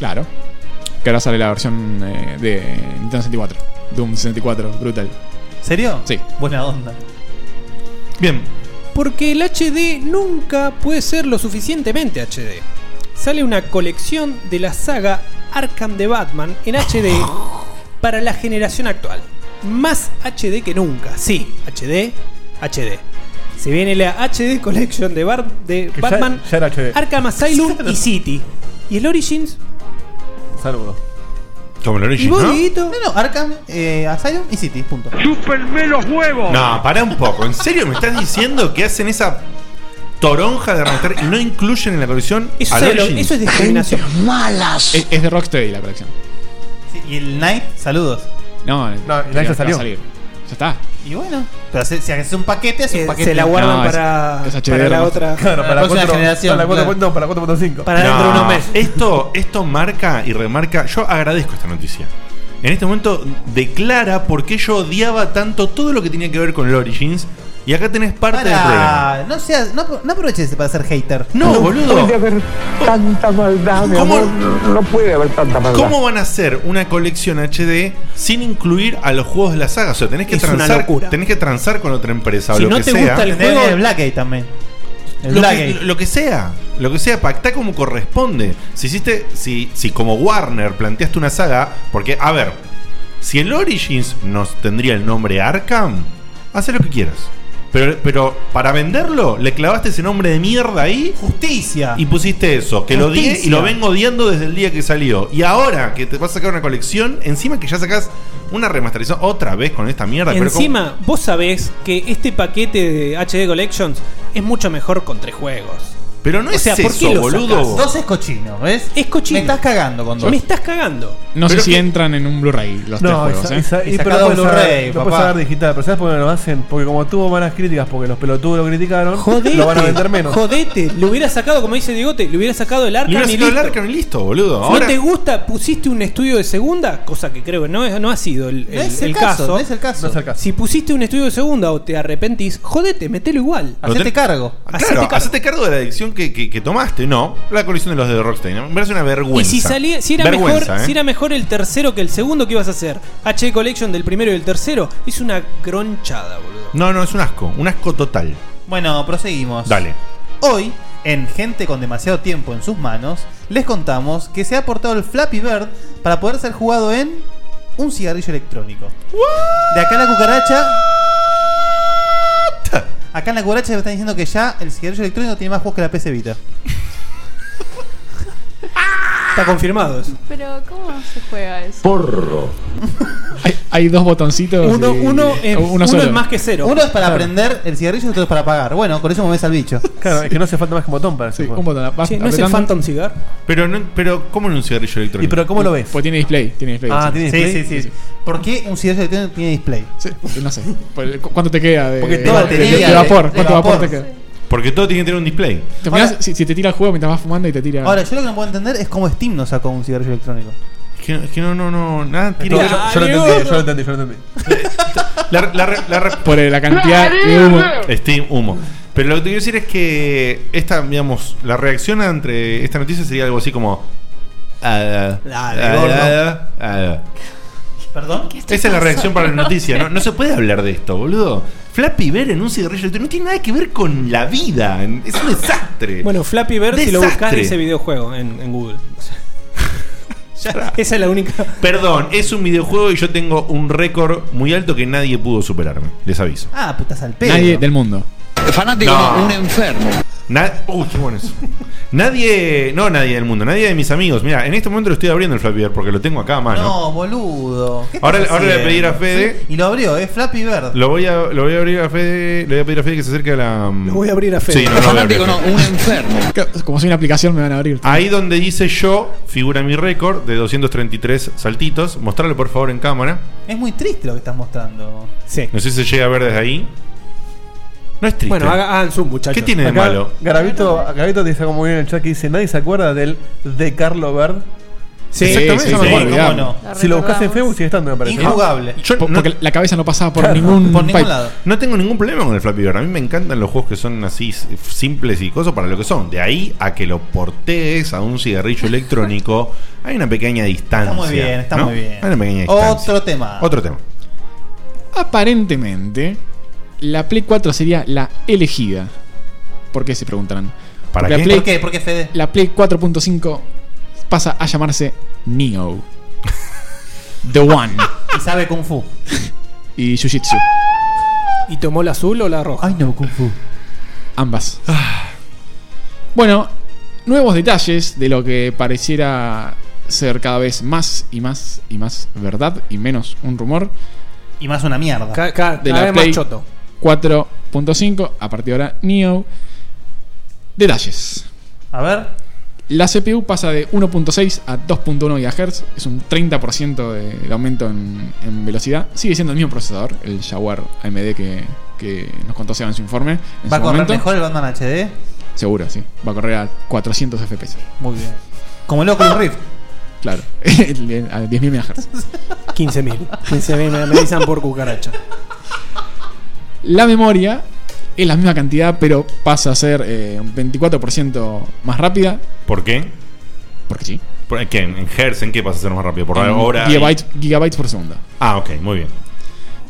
Claro. Que ahora sale la versión eh, de Nintendo 64. Doom 64, brutal.
¿Serio?
Sí.
Buena onda.
Bien.
Porque el HD nunca puede ser lo suficientemente HD. Sale una colección de la saga Arkham de Batman en HD para la generación actual. Más HD que nunca. Sí, HD, HD. Se viene la HD Collection de, Bar- de
Que ya-
Batman,
ya era HD.
Arkham Asylum y City. Y el Origins.
Saludos.
Como el Origin, ¿no?
¿no? No, Arkham, eh, Asylum y City, punto.
¡Chúpenme los huevos!
No, para un poco. ¿En serio me estás diciendo que hacen esa toronja de remaster y no incluyen en la colección
Eso
al
es lo-
Origin?
eso es discriminación. Malas.
Es, es de Rocksteady la colección.
¿Y el Knight? Saludos.
No, no,
el Knight ya salió.
Ya está.
Y bueno, pero si, si haces un paquete, es un
Eh,
paquete.
se la guardan No, es- para- es HD para la remaster. otra-
Claro, para,
la próxima
cuatro-
generación.
Para
claro.
4.5. para 4.5.
Para
No, Esto, esto marca y remarca. Yo agradezco esta noticia. En este momento declara por qué yo odiaba tanto todo lo que tenía que ver con el Origins. Y acá tenés parte del problema.
Pará, Ah, no, seas, no, no aproveches para ser hater.
No, boludo. puede
haber tanta maldad,
¿Cómo?
No puede haber tanta
¿Cómo van a hacer una colección HD sin incluir a los juegos de la saga? O sea, tenés que,
Es una
transar,
locura.
tenés que transar con otra empresa o
Si
lo
no
que
te
sea.
gusta el juego de Blackgate también. El
lo,
Blackgate.
que, lo que sea, lo que sea, pactá como corresponde. Si hiciste, si, si como Warner planteaste una saga, porque, a ver, si el Origins nos tendría el nombre Arkham, haz lo que quieras. Pero, pero para venderlo, le clavaste ese nombre de mierda ahí.
Justicia.
Y pusiste eso, que lo odié y
Justicia.
lo vengo odiando desde el día que salió. Y ahora que te vas a sacar una colección, encima que ya sacás una remasterización otra vez con esta mierda. pero ¿cómo?
Encima, vos sabés que este paquete de HD Collections es mucho mejor con tres juegos.
Pero no
O
es
sea, ¿por
eso,
qué lo
boludo.
sacás?
Dos es cochino, ¿ves?
Es cochino.
Me estás cagando con dos.
Me estás cagando.
No sé
Pero
si
que-
entran en un Blu-ray los tres
No,
juegos,
esa-
¿eh?
esa- y- pero
sacado
puedes
Blu-ray,
sacar- lo puedes
papá.
sacar digital, pero ¿sabes por qué no lo hacen? Porque como tuvo malas críticas, porque los pelotudos lo criticaron, lo van a vender menos.
Jodete, lo hubiera sacado, como dice Diegote, le hubiera sacado el
Y
Arkham
ahora
y
sacó
listo.
el Arkham y listo, boludo.
Si
Ahora-
no te gusta, pusiste un estudio de segunda, cosa que creo que no, es- no ha sido el,
No es el
el
caso, no es el caso. No es el caso.
Si pusiste un estudio de segunda o te arrepentís, jodete, metelo igual.
Lo ten- Ah, Claro,
Hacete
hacete
cargo.
cargo. de la adicción que, que- que tomaste, no. La colección de los de Rocksteady. ¿no? Me parece una
Y
vergüenza.
si, salía, si, era mejor,
Vergüenza, ¿eh?
si era mejor el tercero que el segundo, ¿qué ibas a hacer? HD Collection del primero y el tercero. Es una gronchada, boludo.
No, no, es un asco. Un asco total.
Bueno, proseguimos.
Dale.
Hoy, en Gente con demasiado tiempo en sus manos, les contamos que se ha aportado el Flappy Bird para poder ser jugado en un cigarrillo electrónico. De acá la cucaracha. Acá en la cucaracha me están diciendo que ya el cigarrillo electrónico tiene más juegos que la PC Vita.
Está confirmado eso.
Pero, ¿cómo se juega eso?
Porro. Hay, hay dos botoncitos.
Uno-
y-
uno
es-
uno
uno
solo.
es más que cero.
Uno es para
Claro.
prender el cigarrillo y otro es para pagar. Bueno, con eso me ves al bicho.
Claro, es que no hace falta más que un botón para eso.
un botón, vas
Che, ¿no es el
apretando.
Phantom
Cigar?
Pero, no, pero ¿cómo en un cigarrillo electrónico?
Pues tiene display. Tiene display
Ah, ¿tiene
Sí,
display?
sí, sí. ¿Por qué un cigarrillo electrónico tiene display?
No sé. Por el- Eh, ¿cu- ¿Cuánto te queda de,
Porque
de-
todo
de-
te
de- de
queda,
vapor?
de- de
¿Cuánto vapor,
vapor.
te queda?
Porque todo tiene que tener un display.
Te mirás si, si te tira el juego mientras vas fumando y te tira.
Ahora, yo lo que no puedo entender es cómo Steam no sacó un cigarrillo electrónico.
Es que, es que no, no, no. Nada tiene
Yo- yo lo entendí, yo lo
entendí, yo lo entendí.
La, la, la- la-
Por la cantidad de humo.
Steam, humo. Pero lo que te quiero decir es que esta, digamos, la reacción entre esta noticia sería algo así como. ah,
Dale,
ah,
gordo.
ah, ah.
¿Perdón?
Esa es la reacción para la noticia, ¿no? No se puede hablar de esto, boludo. Flappy Bird en un cigarrillo no tiene nada que ver con la vida. Es un desastre.
Bueno, Flappy Bird, si lo
Desastre.
buscas ese videojuego en, en Google. Ya, esa es la única.
Perdón, es un videojuego y yo tengo un récord muy alto que nadie pudo superarme. Les aviso.
Ah, putas al pedo.
Nadie del mundo.
Fanático, No. un
enfermo.
Na- Uy, qué bueno eso. Nadie, no nadie del mundo, nadie de mis amigos. Mira, en este momento lo estoy abriendo el Flappy Bird porque lo tengo acá a mano.
No, boludo. ¿Qué
Ahora-
estás
ahora le voy a pedir
haciendo?
a Fede-
Sí, Y lo abrió, es Flappy Bird.
Lo voy, a, lo voy a abrir a Fede. Le voy a pedir a Fede que se acerque a la. Lo
voy a abrir a Fede.
Sí, no, no, lo voy a abrir a
Fanático,
Fede.
no, Como soy una aplicación, me van a abrir.
Ahí donde dice yo, figura mi récord de 233 saltitos. Mostrarlo por favor en cámara.
Es muy triste lo que estás mostrando.
Sí.
No sé si se llega a ver desde ahí. No es triste.
Bueno, haga- hagan zoom, muchachos.
¿Qué tiene de
Acá,
malo?
Garavito, Garavito te dice como bien en el chat que dice, nadie se acuerda del de Carlo Bird.
Sí,
Exactamente,
sí,
no me
sí,
acuerdo.
cómo no.
Olvidamos.
Si lo buscas en Facebook sigue estando, me parece.
Yo- po- porque la cabeza no pasaba por
Claro,
ningún pipe.
No tengo ningún problema con el Flappy Bird. A mí me encantan los juegos que son así s- simples y cosas para lo que son. De ahí a que lo portees a un cigarrillo electrónico, hay una pequeña distancia.
Está muy bien, está
¿no?
muy bien.
Hay una pequeña distancia.
Otro tema.
Otro tema.
Aparentemente, la Play 4 sería la elegida. ¿Por qué se preguntarán?
¿Para
Porque la
qué?
Play-
¿Por qué? ¿Por qué, Fede?
La Play 4.5 pasa a llamarse Neo. The One.
Y sabe Kung Fu.
Y Jujitsu.
¿Y tomó la azul o la roja?
Ay, no, Kung Fu.
Ambas.
Ah.
Bueno, nuevos detalles de lo que pareciera ser cada vez más y más y más verdad y menos un rumor.
Y más una mierda.
Ca- ca-
de
cada
la
vez más
Play
choto.
4.5, a partir de ahora Neo. Detalles.
A ver.
La CPU pasa de 1.6 a 2.1 GHz, es un 30% de, de aumento en, en velocidad. Sigue siendo el mismo procesador, el Jaguar AMD que, que nos contó Seba en su informe. en
¿Va a
su
correr
momento.
mejor el Batman HD?
Seguro, sí. Va a correr a 400 FPS.
Muy bien. Como el Oculus Rift.
Ah. Claro, El- el- a 10.000 MHz.
15.000. 15.000 me amenazan por cucaracha.
La memoria es la misma cantidad, pero pasa a ser eh, un 24% más rápida.
¿Por qué?
Porque sí.
¿Por qué? ¿En Hertz? ¿En qué pasa a ser más rápido? ¿Por
en
ahora?
gigabyte- gigabytes por segundo.
Ah, ok, muy bien.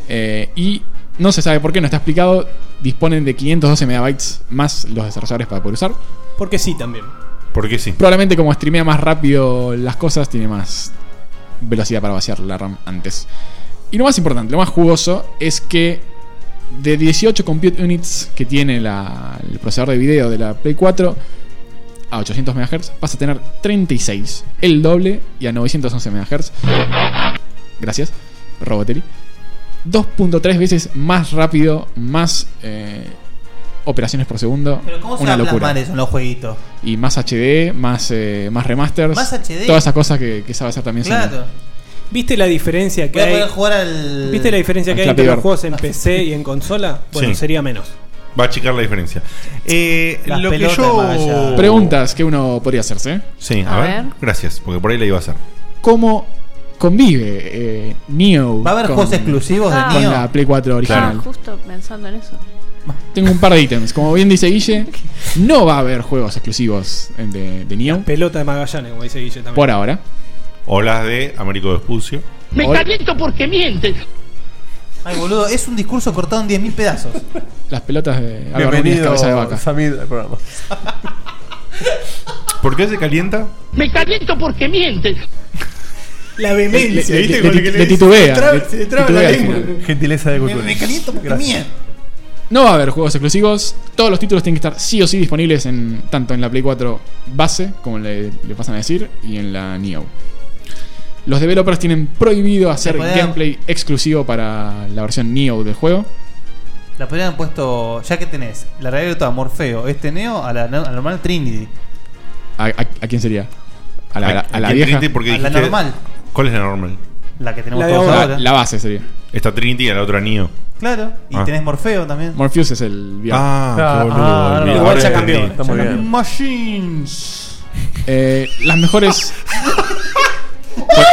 Eh, y no se sabe por qué, no está explicado. Disponen de 512 megabytes más los desarrolladores para poder usar.
Porque sí también.
¿Por qué sí?
Probablemente como streamea más rápido las cosas, tiene más velocidad para vaciar la RAM antes. Y lo más importante, lo más jugoso, es que de 18 compute units que tiene la- el procesador de video de la Play 4 a 800 MHz, vas a tener 36, el doble, y a 911 MHz. Gracias, Roboteri. 2.3 veces más rápido, más eh, operaciones por segundo.
Pero ¿cómo se
Una
va a
locura
plasmar eso en los jueguitos?
y más HD, más, eh, más remasters.
Más HD.
Todas esas cosas que, que sabe hacer también Sony.
Claro.
¿Viste la diferencia que
Voy a
hay?
poder jugar al-
¿Viste la diferencia
al
que hay
Flappy
entre los
Bird.
juegos en PC y en consola? Bueno,
Sí.
sería menos.
Va a achicar la diferencia. Eh,
Las
lo que
pelotas
yo.
Preguntas que uno podría hacerse. ¿eh?
Sí, a,
A
ver.
ver.
Gracias, porque por ahí la iba a hacer.
¿Cómo convive eh, Neo?
¿Va a haber
con-
juegos exclusivos de
con
Neo?
la Play 4 original.
Estaba Ah. justo pensando en eso.
Tengo un par de ítems. Como bien dice Guille, no va a haber juegos exclusivos en- de, de Neo
Pelota de Magallanes, como dice Guille también.
por ahora.
O las de Américo Vespucio.
Me
Hoy-
caliento porque mientes.
Ay, boludo, es un discurso cortado en 10.000 pedazos.
Las pelotas de Álvaro Núñez
Bienvenido,
Cabeza de Vaca.
Samid, al programa.
¿Por qué se calienta?
Me caliento porque mientes.
La
vehemencia. Le- le-
¿Viste con lo que
le
dice?
titubea,
Se traba-
le-
se traba la
titubea al
lengua.
final.
Gentileza de cultura.
Me caliento porque
Gracias.
mientes.
No va a haber juegos exclusivos. Todos los títulos tienen que estar sí o sí disponibles en tanto en la Play 4 base, como le, le pasan a decir, y en la Neo. Los developers tienen prohibido hacer
podía-
gameplay exclusivo para la versión Neo del juego.
La podrían haber puesto, ya que tenés la realidad de Morfeo, este Neo a la no- a la normal Trinity.
¿A, a- a quién sería? ¿A la, a la- a la
qué
vieja?
Trinity? Porque
A la
dijiste-
normal.
¿Cuál es la normal?
La que tenemos
La,
todos ahora.
la base sería. Eh,
Esta Trinity y a la otra Neo.
Claro. Y
Ah.
tenés Morfeo también.
Morpheus es el viejo.
Ah, qué Ah, boludo, ah, olvidé.
igual ya
Ahora
cambió.
entendí.
Está muy bien.
Machines.
Eh, las mejores. Pon-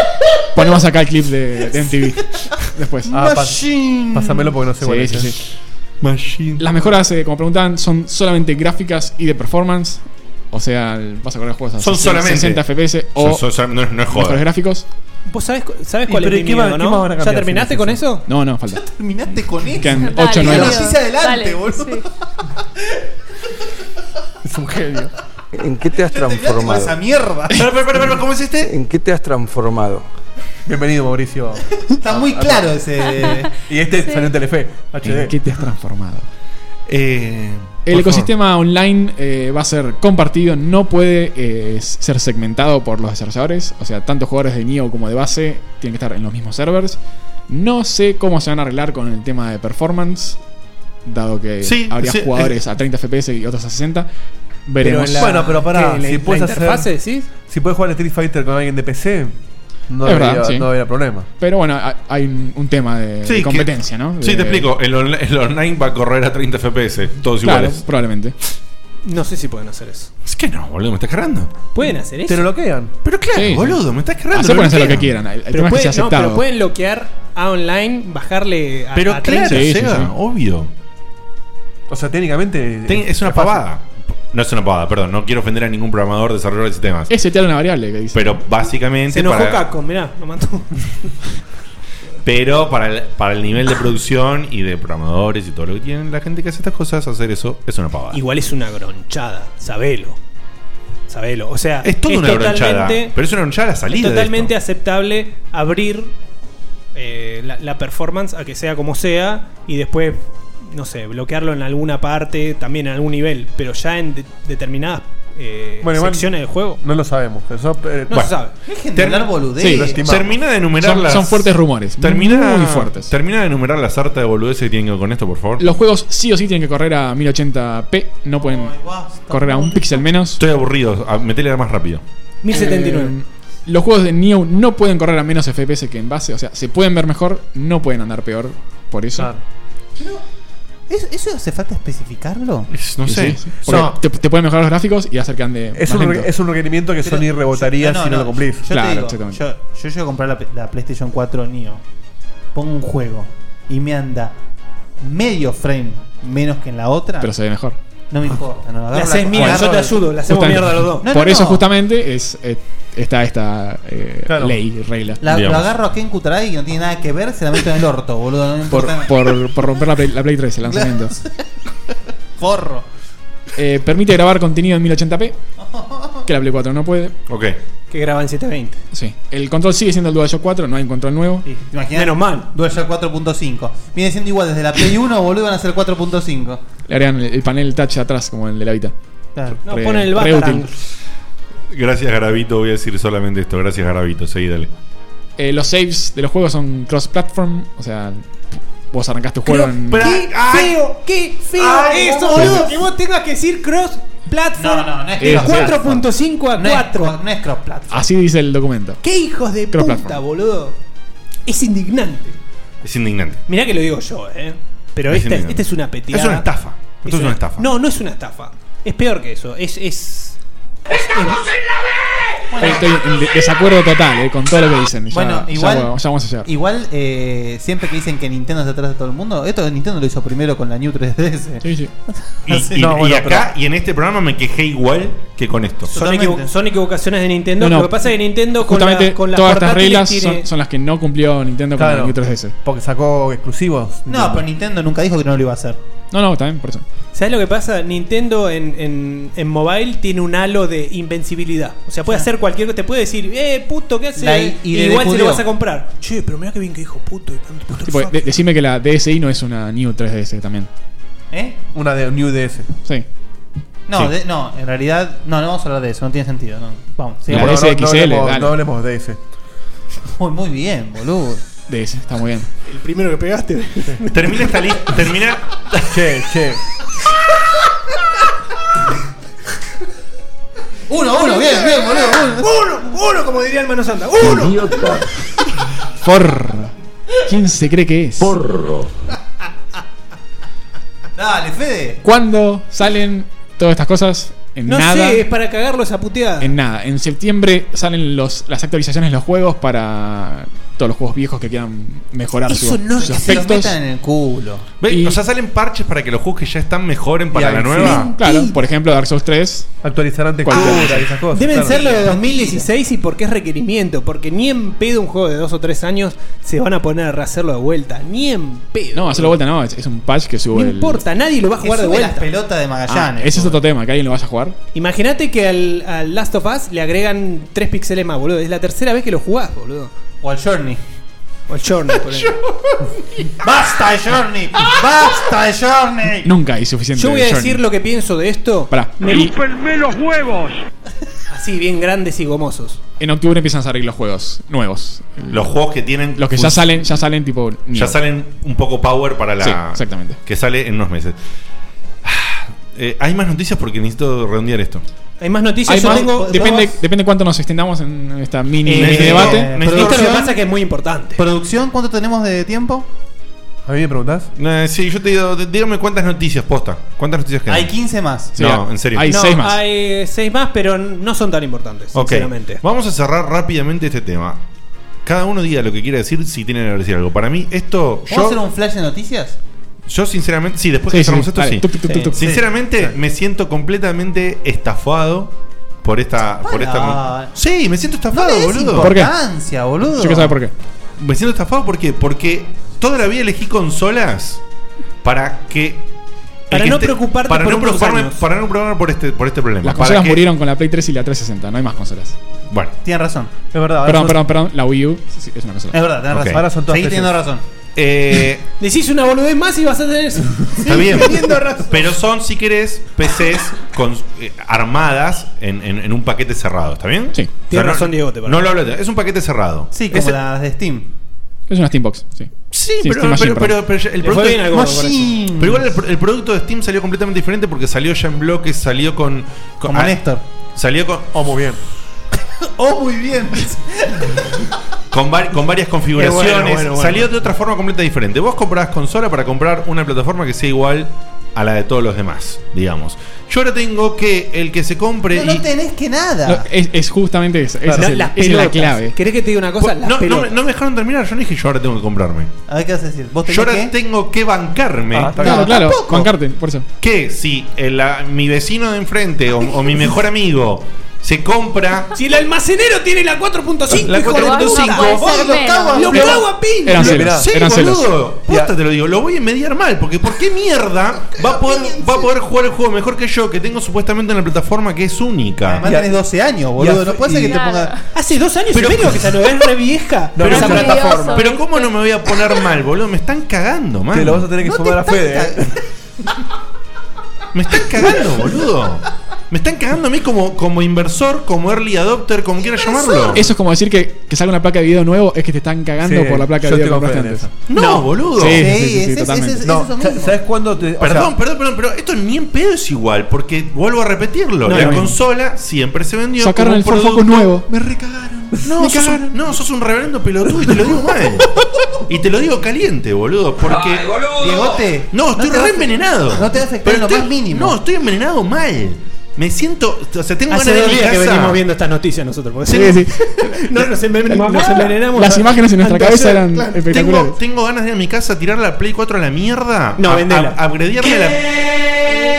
Ponemos acá el clip de, de MTV. Después.
Ah, pa-
Machines.
pásamelo porque no sé
Sí,
cuál es.
sí,
¿eh?
sí. Las mejoras, eh, como preguntaban, son solamente gráficas y de performance. O sea, el- vas a correr juegos a
Son
60
solamente.
60 FPS
Son-
o
son- son- no, es- no es
mejores
joda.
gráficos.
¿Vos sabés, cu- sabés
¿Y
cuál es
pero
mi
qué va-
miedo,
qué
no?
más van a
¿Ya
cambiar
terminaste
si no
con
es eso?
eso?
No, no, falta.
Terminaste con eso.
Quedan
Dale,
8
Dale,
9.
novelas. adelante, boludo.
Es un genio.
¿En qué te has
Terminaste con
transformado?
esa mierda.
Espera, espera, espera, espera, ¿Cómo es este?
¿En qué te has transformado?
Bienvenido, Mauricio.
Está muy claro ese.
Y este
Sí.
salió en Telefe,
¿En
HD.
qué te has transformado?
Eh,
El
por
ecosistema online eh, va a ser compartido, no puede eh, s- ser segmentado por los desarrolladores. O sea, tanto jugadores de Neo como de base tienen que estar en los mismos servers. No sé cómo se van a arreglar con el tema de performance, dado que
Sí,
habría
sí,
jugadores a 30 FPS y otros a 60.
Pero
Veremos.
en la- Bueno, pero pará,
¿Qué, la-
si
la
puedes hacer-
interfase, ¿sí?
Si puedes jugar al Street Fighter con alguien de PC, no
Es
habría
verdad, sí.
no habría problema.
Pero bueno, ha- hay un, un tema de,
Sí,
de
que-
competencia, ¿no?
Sí, te
De-
explico. El, onli- el online va a correr a 30 FPS, todos
Claro,
iguales.
probablemente.
No sé si pueden hacer eso.
¿Qué no, boludo? ¿Me estás cargando?
Pueden hacer eso.
Te lo bloquean.
Pero claro,
Sí.
boludo, me estás cargando.
Así pueden hacer lo
bloquean.
que quieran. El- el
Pero, pueden, no, pero pueden bloquear a online, bajarle a,
Pero
a
claro,
30.
Seba, obvio.
O sea, técnicamente.
es una pavada. No es una pavada, perdón. No quiero ofender a ningún programador desarrollador de sistemas.
Es setear una variable que dice.
Pero básicamente.
Se enojó
para-
Caco, mirá, lo mató.
Pero para el, para el nivel de producción y de programadores y todo lo que tienen, la gente que hace estas cosas, hacer eso es una pavada.
Igual es una gronchada, sabelo. Sabelo. O sea,
Es toda una gronchada.
totalmente-
Pero es una gronchada a la salida.
Es
de esto.
totalmente aceptable abrir eh, la, la performance a que sea como sea y después, no sé, bloquearlo en alguna parte, también en algún nivel, pero ya en de- determinadas eh,
Bueno, igual-
secciones del juego.
No lo sabemos. Eso, eh,
No se sabe.
Dejen de hablar boludez.
Sí, termina de enumerar las. Termina, Termina de enumerar la sarta de boludeces que tienen que ver con esto, por favor.
Los juegos sí o sí tienen que correr a 1080p. No pueden correr a un píxel menos.
Estoy aburrido. a- Metele más rápido.
1079.
Eh, los juegos de Neo no pueden correr a menos FPS que en base. O sea, se pueden ver mejor, no pueden andar peor. Por eso.
¿Eso, eso hace falta especificarlo?
no
Y
sé.
Porque
No.
Te, te pueden mejorar los gráficos y hacer que ande.
Es
más
un,
lento.
re- es un requerimiento que
Pero
Sony rebotaría
yo- no,
si no,
no,
lo cumplís.
Yo, claro, yo, yo llego a comprar la, la PlayStation 4 Neo. Pongo un juego y me anda medio frame menos que en la otra.
Pero se ve mejor.
No me importa. No, agarro
La haces mierda,
agarro
yo te
la-
ayudo, la hacemos
Justamente.
mierda los dos.
No,
por
no,
eso,
no.
justamente, es, eh, está esta eh, ley, regla.
La, lo agarro a Ken Kutaragi que no tiene nada que ver, se la meto en el orto, boludo. No me importa.
por, por- por romper la Play, la Play 3, el lanzamiento.
Forro.
Eh, permite grabar contenido en 1080p, que la Play 4 no puede.
Ok.
Que graba en 720.
Sí. El control sigue siendo el DualShock 4, no hay un control nuevo.
Menos mal. DualShock 4.5. Viene siendo igual desde la Play 1, boludo, van a ser 4.5.
Le harían el, el panel touch atrás, como el de la Vita.
Claro.
No,
Re-
ponen el
re
Batarang.
útil.
Gracias, Garabito. Voy a decir solamente esto. Gracias, Garabito. Seguí, dale.
Eh, los saves de los juegos son cross-platform, o sea, vos arrancás tu juego en.
¡Qué feo! ¡Qué feo
Ay,
eso,
no.
boludo! Que vos tengas que decir cross platform.
No, no, no es
que
de
cross
4.5 a 4.
No es, cross platform.
Así dice el documento.
¡Qué hijos de
Cross
puta,
platform.
boludo! Es indignante.
Es indignante.
Mirá que lo digo yo, ¿eh? Pero
Es
esta,
indignante.
esta es una peteada.
Es una estafa. Esto es una estafa.
No, no es una estafa. Es peor que eso. Es. es...
Estoy, estoy en de- desacuerdo total eh, con todo lo que dicen. Ya-
Bueno,
ya
igual-
vamos- ya vamos a llegar.
Igual, eh, siempre que dicen que Nintendo se atrás de todo el mundo, esto Nintendo lo hizo primero con la New 3DS.
Sí, sí.
Y,
Ah,
y- y acá, y en este programa me quejé igual que con esto.
Son, equivo- son equivocaciones de Nintendo.
No, no.
Lo que pasa es que Nintendo con,
Justamente
la- con las
todas estas
portátiles
reglas
tiene-
son, son las que no cumplió Nintendo
Claro.
con el New 3DS.
Porque sacó exclusivos.
No, pero Nintendo nunca dijo que no lo iba a hacer.
No, no, también por eso.
¿Sabes lo que pasa? Nintendo en, en, en mobile tiene un halo de invencibilidad. O sea, puede hacer cualquier cosa. Te puede decir, eh, puto, ¿qué haces?
La I-
Y
y de
igual se lo
Decudio.
vas a comprar. Che, pero mira que bien que dijo puto. y tanto puto
Tipo,
fuck.
de- decime que la DSI no es una New 3DS también.
¿Eh?
Una de New DS.
Sí.
No,
Sí.
de- no, en realidad, no, no vamos a hablar de eso, no tiene sentido. No. Vamos,
La
sigamos.
DSXL, dale.
no, hablemos, no hablemos de ese.
Muy, muy bien, boludo.
DS, está muy bien.
El primero que pegaste.
Termina esta lista. Termina.
Che, che.
Uno, uno, bien, bien, boludo.
Uno, uno, como diría el Mano Santa. Uno.
Forro. ¿Quién se cree que es? Forro.
Dale, Fede.
¿Cuándo salen todas estas cosas? En
No
nada.
sé, es para cagarlo esa puteada.
En nada. En septiembre salen los, las actualizaciones de los juegos para todos los juegos viejos que quieran mejorar
Eso
sus,
no es
sus
que se los
aspectos.
metan en el culo.
Ve, O sea, salen parches para que los juegos que ya están mejoren para
Y
la
ahí sí.
nueva.
Claro, por ejemplo, Dark Souls 3.
Actualizarán
textura
y esas cosas.
Ah, Deben ser los de 2016 y porque es requerimiento. Porque ni en pedo un juego de dos o tres años se van a poner a rehacerlo de vuelta. Ni en pedo.
No, hacerlo de vuelta no, es, es un patch que sube
No
el-
importa, nadie lo va a jugar de
sube
vuelta.
las pelotas de
Ah,
Magallanes.
ese es otro tema, que alguien lo vaya a jugar.
Imagínate que al, al Last of Us le agregan 3 píxeles más, boludo. Es la tercera vez que lo jugás, boludo.
O al Journey.
O al Journey, por ejemplo.
¡Basta de Journey! ¡Basta de Journey!
Nunca hay suficiente.
Yo voy a
Journey.
decir lo que pienso de esto.
Pará, y
los huevos! Así, bien grandes y gomosos.
en octubre empiezan a salir los juegos nuevos.
Los juegos que tienen. pues,
Los que ya salen, ya salen tipo.
Ya salen un poco power para la.
Sí, exactamente.
Que sale en unos meses. Ah, eh, hay más noticias porque necesito redondear esto.
Hay más noticias.
Hay
yo
más-
tengo- Eh,
depende, depende cuánto nos extendamos en esta mini, mini
necesito-
este
Eh,
debate.
necesito-
Esto lo que pasa es que es muy importante.
¿Producción? ¿Cuánto tenemos de tiempo?
¿A mí me preguntás?
Eh, sí, yo te digo, dígame cuántas noticias, posta. ¿Cuántas noticias quedan?
Hay 15
más.
Sí, no, en serio.
No, Hay 6 más, pero no son tan importantes,
Ok,
sinceramente.
vamos a cerrar rápidamente este tema. Cada uno diga lo que quiera decir si tiene que decir algo. Para mí, esto.
¿Puedo hacer
Yo,
un flash de noticias?
yo sinceramente. Sí, después
Sí,
que cerramos
sí,
esto,
dale.
sí.
Tup, tup, tup,
Sí.
tup.
Sinceramente, me siento completamente estafado por esta. Por esta sí, me siento estafado,
Ah, no
boludo.
¿Por qué? Importancia, boludo.
qué.
Me siento estafado ¿por qué? porque toda la vida elegí consolas para que. el
Para
que
no preocuparte
para
por
no
otros
preocuparme,
años.
para no preocuparme por este, por este problema.
Las
Para
consolas
que-
murieron con la Play 3 y la 360, no hay más consolas.
Bueno.
Tienes razón. Es verdad.
Perdón, perdón, perdón, la Wii U sí, sí, es una consola.
Es verdad, tenés razón. Ahora son todas Seguí teniendo precios. razón.
Eh,
Decís una boludez más y vas a tener eso.
Está bien. Pero son, si querés, PCs con, eh, armadas en, en- en un paquete cerrado, ¿está bien? Sí.
Tienes razón, Diego, te parece.
No lo hablo, es un paquete cerrado.
Sí, como las de Steam.
Es una Steambox, sí.
Sí,
Sí,
pero,
Steam Machine,
pero, pero-
perdón.
pero ya- el
Le
producto.
fue bien al gordo con
Machine.
eso.
Pero igual el, pro- el producto de Steam salió completamente diferente porque salió ya en bloques, salió con. con
Como Néstor.
Salió con. Oh, muy bien.
Oh, muy bien.
Con, var- con varias configuraciones.
Qué bueno, bueno, bueno.
Salió de otra forma completamente diferente. Vos comprabas consola para comprar una plataforma que sea igual a la de todos los demás, digamos. Yo ahora tengo que el que se compre.
No, no
y-
tenés que
No,
nada.
es, es justamente eso. Esa
No,
es, el-
las
esa es la
pelotas.
clave.
¿Querés que te diga una cosa?
Pues, No, no, me- no me dejaron terminar, yo no dije yo ahora tengo que comprarme.
A ver qué vas a decir. ¿Vos
Yo
tenés
ahora
que?
tengo que bancarme.
Ah, está Claro, bien. claro, Tampoco.
bancarte, por eso.
Que si el, ah, mi vecino de enfrente o, o mi mejor amigo se compra.
Si el almacenero tiene la 4.5,
La
hijo de
4.5.
puta, vos
Puede ser
lo
menos.
cago a- lo
Pero-
cago a pin.
Eran celos,
Mirá,
sí,
eran
boludo.
celos.
Posta te lo digo, lo voy a mediar mal, porque ¿por qué mierda va a poder, va a poder jugar el juego mejor que yo, que tengo supuestamente una plataforma que es única?
Además tenés 12 años, boludo. No puede ser que te ponga.
Hace dos años
Pero-
y medio que salió, es re vieja.
No,
Pero
no,
esa
no,
plataforma.
Pero cómo no me voy a poner mal, boludo, me están cagando, man.
Te lo vas a tener que sumar a Fede. eh.
Me están cagando, boludo. Me están cagando a mí como, como inversor, como early adopter, como quiera llamarlo.
Eso es como decir que, que salga una placa de video nuevo, es que te están cagando
Sí,
por la placa
yo
de video que
tengo fe
compraste
en
antes.
No, boludo.
Sí, sí, sí, sí, totalmente.
No, sa- ¿Sabes cuándo te.? o
Perdón,
sea,
perdón, perdón, pero esto ni en pedo es igual, porque vuelvo a repetirlo.
No,
la
no.
consola siempre se vendió.
Sacaron
como
el
un
Ford Focus
producto-
nuevo.
Me recagaron. No, sos un, no, sos un reverendo pelotudo y te lo digo mal. y te lo digo caliente, boludo, porque.
Diegote,
No, estoy
te
re
va a-
envenenado.
No te va a afectar
Pero
en lo
estoy-
más mínimo.
No, estoy envenenado mal. Me siento. O sea, tengo
Hace
ganas de ir a
dos días
mi
que
casa.
venimos viendo estas noticias nosotros. porque
Sí,
sí. no, nos, envenen- nos envenenamos.
Las
a-
imágenes en nuestra
antes
cabeza
de-
eran
claro.
espectaculares.
Tengo, tengo ganas de ir a mi casa a tirar la Play 4 a la mierda.
No,
a,
vendela.
a- Abreviarme la.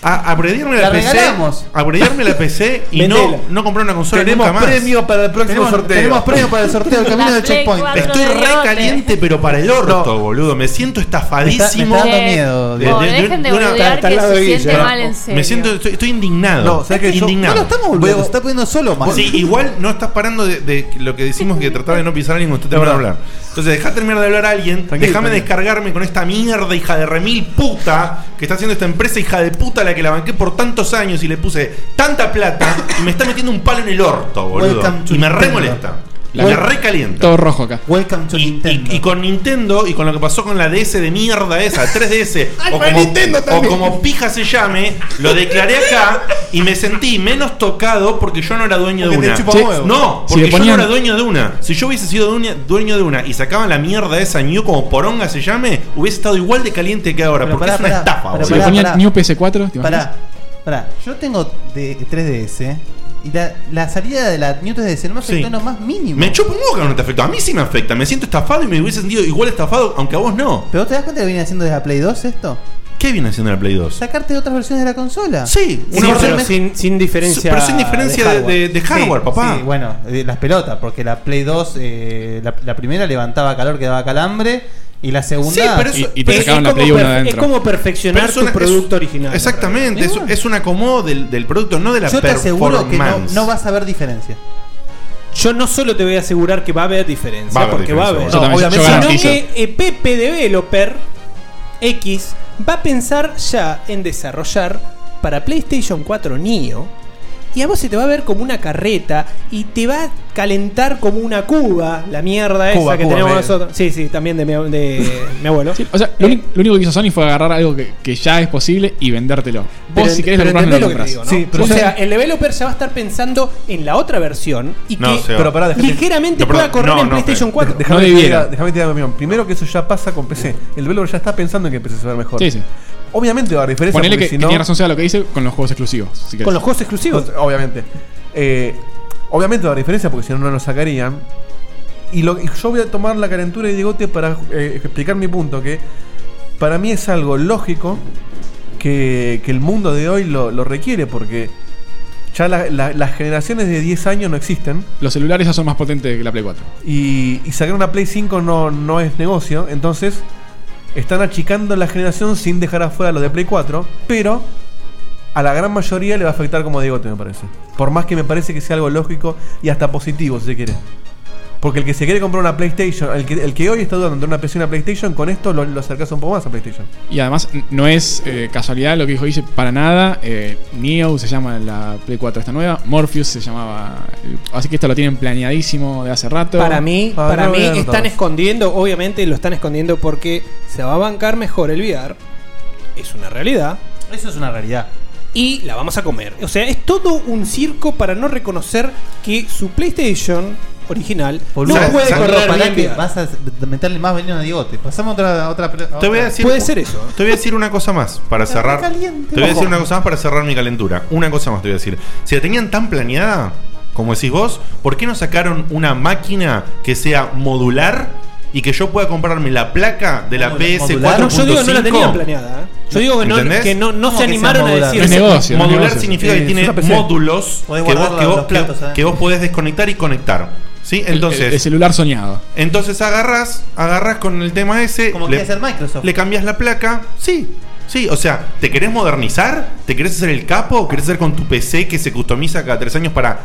A abreviarme la,
La
PC.
regalamos.
Abreviarme la PC y no,
Vendela.
no comprar una consola
Tenemos
nunca más.
premio para el próximo
Tenemos-
sorteo.
tenemos premio
para el sorteo, el camino La del Play checkpoint. cuatro
Estoy
de
re
Diegote.
caliente, pero para el orto, boludo. Me siento estafadísimo.
Me está- me está dando miedo, Diego.
dejen de boludear que se siente mal, en
Me
serio.
siento, estoy, estoy indignado.
No, o sea que yo-
indignado.
no lo estamos boludeando, se está poniendo solo mal.
Sí, igual no estás parando de, de lo que decimos que tratar de no pisar a alguien cuando usted termina de hablar. Entonces, dejá terminar de hablar a alguien, déjame
tranquilo.
descargarme con esta mierda, hija de remil puta, que está haciendo esta empresa, hija de puta, a la que la banqué por tantos años y le puse tanta plata y me está metiendo un palo en el orto, boludo.
Welcome to
Y me re
Nintendo.
molesta. Y
La-
me re calienta.
Todo rojo acá.
Welcome to Nintendo.
Y con Nintendo y con lo que pasó con la DS de mierda esa, 3DS, o, como, o como pija se llame, lo declaré acá y me sentí menos tocado porque yo no era dueño
Porque
de
te
una.
chupa Sí. huevo.
No,
Si
porque
le
yo
ponían-
no era dueño de una. Si yo hubiese sido dueño, dueño de una y sacaban la mierda esa New como poronga se llame, hubiese estado igual de caliente que ahora,
Pero
porque
pará,
es una
pará,
estafa,
pará,
boludo.
Si le ponían
pará.
New PS4, ¿te imaginas?
Pará, pará. Yo tengo de 3DS y la, la salida de la New 3DS no me afectó
Sí.
en lo más mínimo.
Me chupa un huevo que no te afecta. A mí sí me afecta. Me siento estafado y me hubiese sentido igual estafado, aunque a vos no.
¿Pero vos te das cuenta que viene haciendo desde la Play 2 esto?
¿Qué viene haciendo la Play 2?
Sacarte otras versiones de la consola.
Sí,
Sí, pero sin, sin diferencia.
pero sin diferencia
de- de- de hardware, papá.
Sí, bueno, eh, las pelotas, porque la Play 2, eh, la, la primera levantaba calor que daba calambre, y la segunda.
Sí, pero eso- pero es como perfe- Pero es una- es- Exactamente, es, es un acomodo del, del producto, no de la
Yo te aseguro que no,
performance.
no vas a ver diferencia.
Yo no solo te voy a asegurar que va a haber diferencia,
Va a haber
porque va a haber,
diferencia, boludo. Yo también, yo
sino
garantizo.
que eh, Pepe Developer X va a pensar ya en desarrollar para PlayStation 4 Neo y a vos se te va a ver como una carreta y te va a calentar como una cuba la mierda
Cuba,
esa que
Cuba,
tenemos
me-
nosotros. Sí, sí, también de mi, de mi abuelo.
O sea, lo, uni- lo único que hizo Sony fue agarrar algo que, que ya es posible y vendértelo. Vos,
Pero
si
en-
querés, lo compras,
pero
no lo
entendés lo que te
compras.
digo, ¿no? o sea, el developer ya va a estar pensando en la otra versión y que
No, Seba. Pero pará, déjate-
ligeramente pueda correr en PlayStation 4.
Déjame que te diga- déjame que te diga mi opinión. Primero que eso ya pasa con PC. El developer ya está pensando en que PC se va a ver mejor.
Sí, sí.
Obviamente va a haber diferencia.
Ponele
porque
que,
si
que
no-
tiene razón sea lo que dice con los juegos exclusivos. si querés.
Con los juegos exclusivos. Obviamente. Eh, obviamente la diferencia, porque si no, no lo sacarían. Y, lo, y yo voy a tomar la calentura de Diegote para eh, explicar mi punto, que para mí es algo lógico que, que el mundo de hoy lo, lo requiere, porque ya la- la- las generaciones de 10 años no existen.
Los celulares ya son más potentes que la Play 4.
Y, y sacar una Play 5 no, no es negocio, entonces están achicando la generación sin dejar afuera lo de Play 4, pero a la gran mayoría le va a afectar como digo, me parece. Por más que me parece que sea algo lógico y hasta positivo, si se quiere. Porque el que se quiere comprar una PlayStation, el que, el que hoy está dudando entre una PC y una PlayStation, con esto lo, lo acercas un poco más a PlayStation.
Y además, n- no es eh, casualidad lo que dijo dice para nada. Eh, Neo se llama la Play 4 esta nueva. Morpheus se llamaba. el- Así que esto lo tienen planeadísimo de hace rato.
Para mí, para
no
mí
voy a
están
anotar.
escondiendo, obviamente lo están escondiendo porque se va a bancar mejor el VR. Es una realidad.
Eso es una realidad.
Y la vamos a comer. O sea, es todo un circo para no reconocer que su PlayStation original no puede correr
para
bien
que
VR.
vas a meterle más veneno a Diegote. Pasamos a otra, otra, otra.
Te voy a decir-
Puede ser eso.
Te voy a decir una cosa más para
Está
cerrar.
caliente.
Te voy a decir
Ojo.
una cosa más para cerrar mi calentura. Una cosa más te voy a decir. Si la tenían tan planeada, como decís vos, ¿por qué no sacaron una máquina que sea modular y que yo pueda comprarme la placa de la PS4?
No, yo digo que no la tenían planeada. ¿eh? Yo digo que no,
¿Entendés?
que no, no
¿Cómo
se
que sea
animaron a
modular?
decir
modular significa que tiene módulos que
Podés
vos,
guardar
que,
los-
vos
los
pla-
¿eh?
platos adentro.
que vos podés desconectar y conectar. ¿Sí?
El-
Entonces,
el, el celular soñado.
entonces agarras, agarras con el tema ese.
Como quiere hacer Microsoft.
Le cambias la placa. Sí. Sí, o sea, ¿te querés modernizar? ¿Te querés hacer el capo? ¿O querés hacer con tu PC que se customiza cada tres años para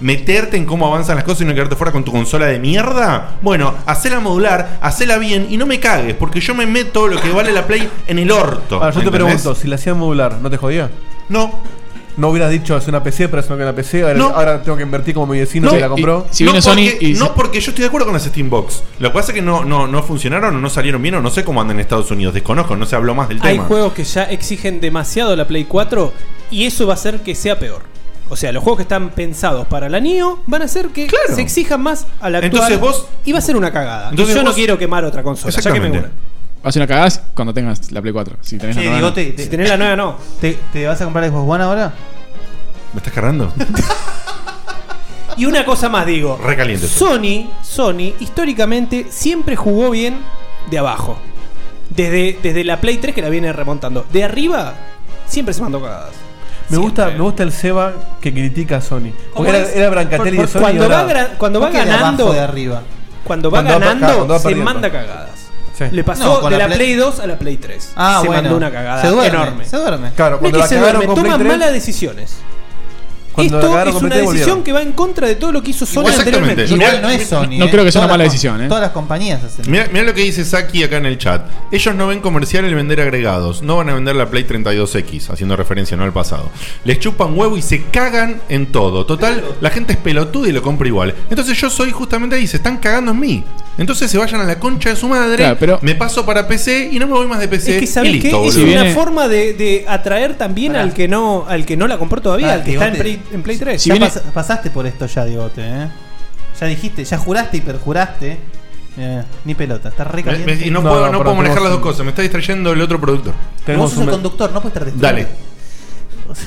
meterte en cómo avanzan las cosas y no quedarte fuera con tu consola de mierda? Bueno, hacela modular, hacela bien y no me cagues, porque yo me meto lo que vale la Play en el orto.
Ahora, yo te
¿entendés?
pregunto, si la hacían modular, ¿no te jodía?
No.
No hubieras dicho, es una PC, pero es una PC, ahora,
No.
ahora tengo que invertir como mi vecino que la compró.
no, porque, no porque yo estoy de acuerdo con las Steam Box. Lo que pasa es que no, no, no funcionaron o no salieron bien o no sé cómo andan en Estados Unidos. Desconozco, no se habló más del
Hay
tema.
juegos que ya exigen demasiado la Play 4 y eso va a hacer que sea peor. O sea, los juegos que están pensados para la NIO van a hacer que se exijan más a la actual.
Entonces vos-
y va a ser una cagada. Y
Entonces
yo no
vos-
quiero quemar otra consola. Ya que me una.
Vas a hacer una cagada cuando tengas la Play 4. Si tenés
Che,
la nueva,
Diegote,
no.
te-
Si tenés la nueva, no.
¿Te, te vas a comprar el Xbox One ahora?
¿Me estás cargando?
Y una cosa más digo.
Recaliente.
Sony, Sony, históricamente siempre jugó bien de abajo. Desde, desde la Play 3 que la viene remontando. De arriba, siempre se mandó cagadas.
Me gusta, me gusta el Seba que critica a Sony.
¿Cómo
Porque era,
es?
era Brancatelli
Por-
de Sony.
cuando
ahora-
va gra- cuando va
¿Por qué de
ganando-
abajo de arriba?
Cuando va
Cuando va
ganando,
per- cuando va
se
perdiendo.
manda cagadas.
Sí.
Le
No,
pasó
con
de
la
la
Play-
Play... 2 a la Play 3.
Ah,
se
bueno.
mandó una cagada
Se duerme,
enorme.
se duerme. Claro,
No
cuando
es
la
que se
cagaron
duerme,
con Play
toman
3,
malas decisiones.
cuando la
Esto
cagaron
es
con
una
Play 3
decisión
volvieron.
que va en contra de todo lo que hizo Sony
Exactamente.
anteriormente.
Igual no es Sony, No eh. creo que sea una Todas mala las- decisión, eh. todas
las compañías hacen.
Mirá, mirá lo que dice Saki acá en el chat. Ellos no ven comercial el vender agregados. No van a vender la Play 32X, haciendo referencia no al pasado. Les chupan huevo y se cagan en todo. Total, la gente es pelotuda y lo compra igual. Entonces yo soy justamente ahí, se están cagando en mí. Entonces se vayan a la concha de su madre,
Claro, pero-
me paso para PC y no me voy más de PC.
Es que
y
sabés
listo,
que
boludo.
es una forma de, de atraer también al que no al que no la compró todavía,
Ah,
Pará,
al que está en
Diegote.
Play, en Play 3.
ya pas- pasaste por esto ya, Diegote, eh. Ya dijiste, ya juraste y perjuraste. Mirá, ni pelota, está re
Me-
caliente.
me- y no, puedo, no puedo manejar las dos cosas, me está distrayendo el otro productor.
Vos sos el conductor, no puedes este estar distraído.
Dale.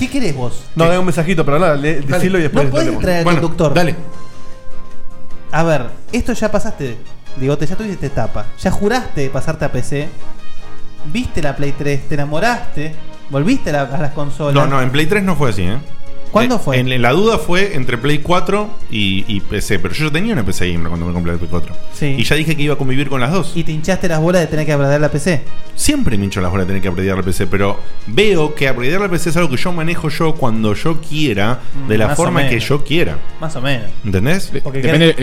¿Qué querés vos?
No, da un mensajito, pero nada, le- decilo y después.
No puedes
hablemos.
traer al conductor.
Dale.
A ver, esto ya pasaste. Diegote, ya tuviste etapa. Ya juraste pasarte a PC. Viste la Play 3, te enamoraste. Volviste a, la- a las consolas.
No, no, en Play 3 no fue así, ¿eh?
¿Cuándo fue?
En, en la duda fue entre Play 4 y, y PC, pero yo ya tenía una PC gamer cuando me compré la Play 4.
Sí.
Y ya dije que iba a convivir con las dos.
Y te hinchaste las bolas de tener que aprender la PC.
Siempre me hincho las bolas de tener que upgradear la PC, pero veo que upgradear la PC es algo que yo manejo yo cuando yo quiera, de
Mm,
la
más o
forma que
menos.
yo quiera.
Más o menos.
¿Entendés?
querés- Querés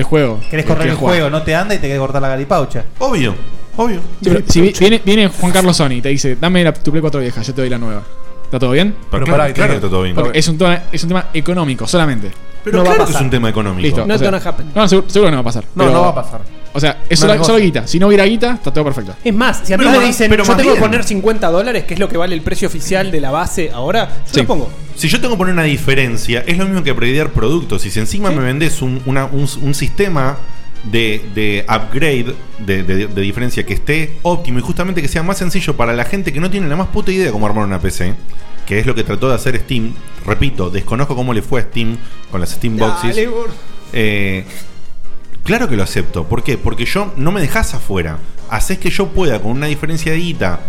¿Querés
correr el juego, no te anda y te querés cortar la garipaucha.
Obvio, obvio.
Sí, pero si vi- viene, viene Juan Carlos Sony y te dice, dame la, tu Play 4 vieja, yo te doy la nueva. ¿Está todo bien?
Pero claro, pará, claro que está todo bien.
Porque es un, tema, es un tema económico solamente.
Pero claro que es un tema económico.
Listo.
Not
o sea,
gonna happen.
No, seguro, seguro que no va a pasar.
No, no va a pasar.
O sea, es
No
solo,
negocio.
solo guita. Si no hubiera guita, está todo perfecto.
Es más, si a mí
Pero
me
más-
dicen,
pero
yo
más
tengo que
bien.
poner 50 dólares, que es lo que vale el precio oficial de la base ahora, yo
Sí.
lo pongo.
Si yo tengo que poner una diferencia, es lo mismo que prediar productos. Y si encima me vendes un, una- un- un sistema de, de upgrade, de, de- de diferencia que esté óptimo y justamente que sea más sencillo para la gente que no tiene la más puta idea de cómo armar una PC, que es lo que trató de hacer Steam. Repito, desconozco cómo le fue a Steam con las Steam Boxes.
Dale, gordo.
Eh, claro que lo acepto. ¿Por qué? Porque yo no me dejas afuera. Haces que yo pueda, con una diferencia de guita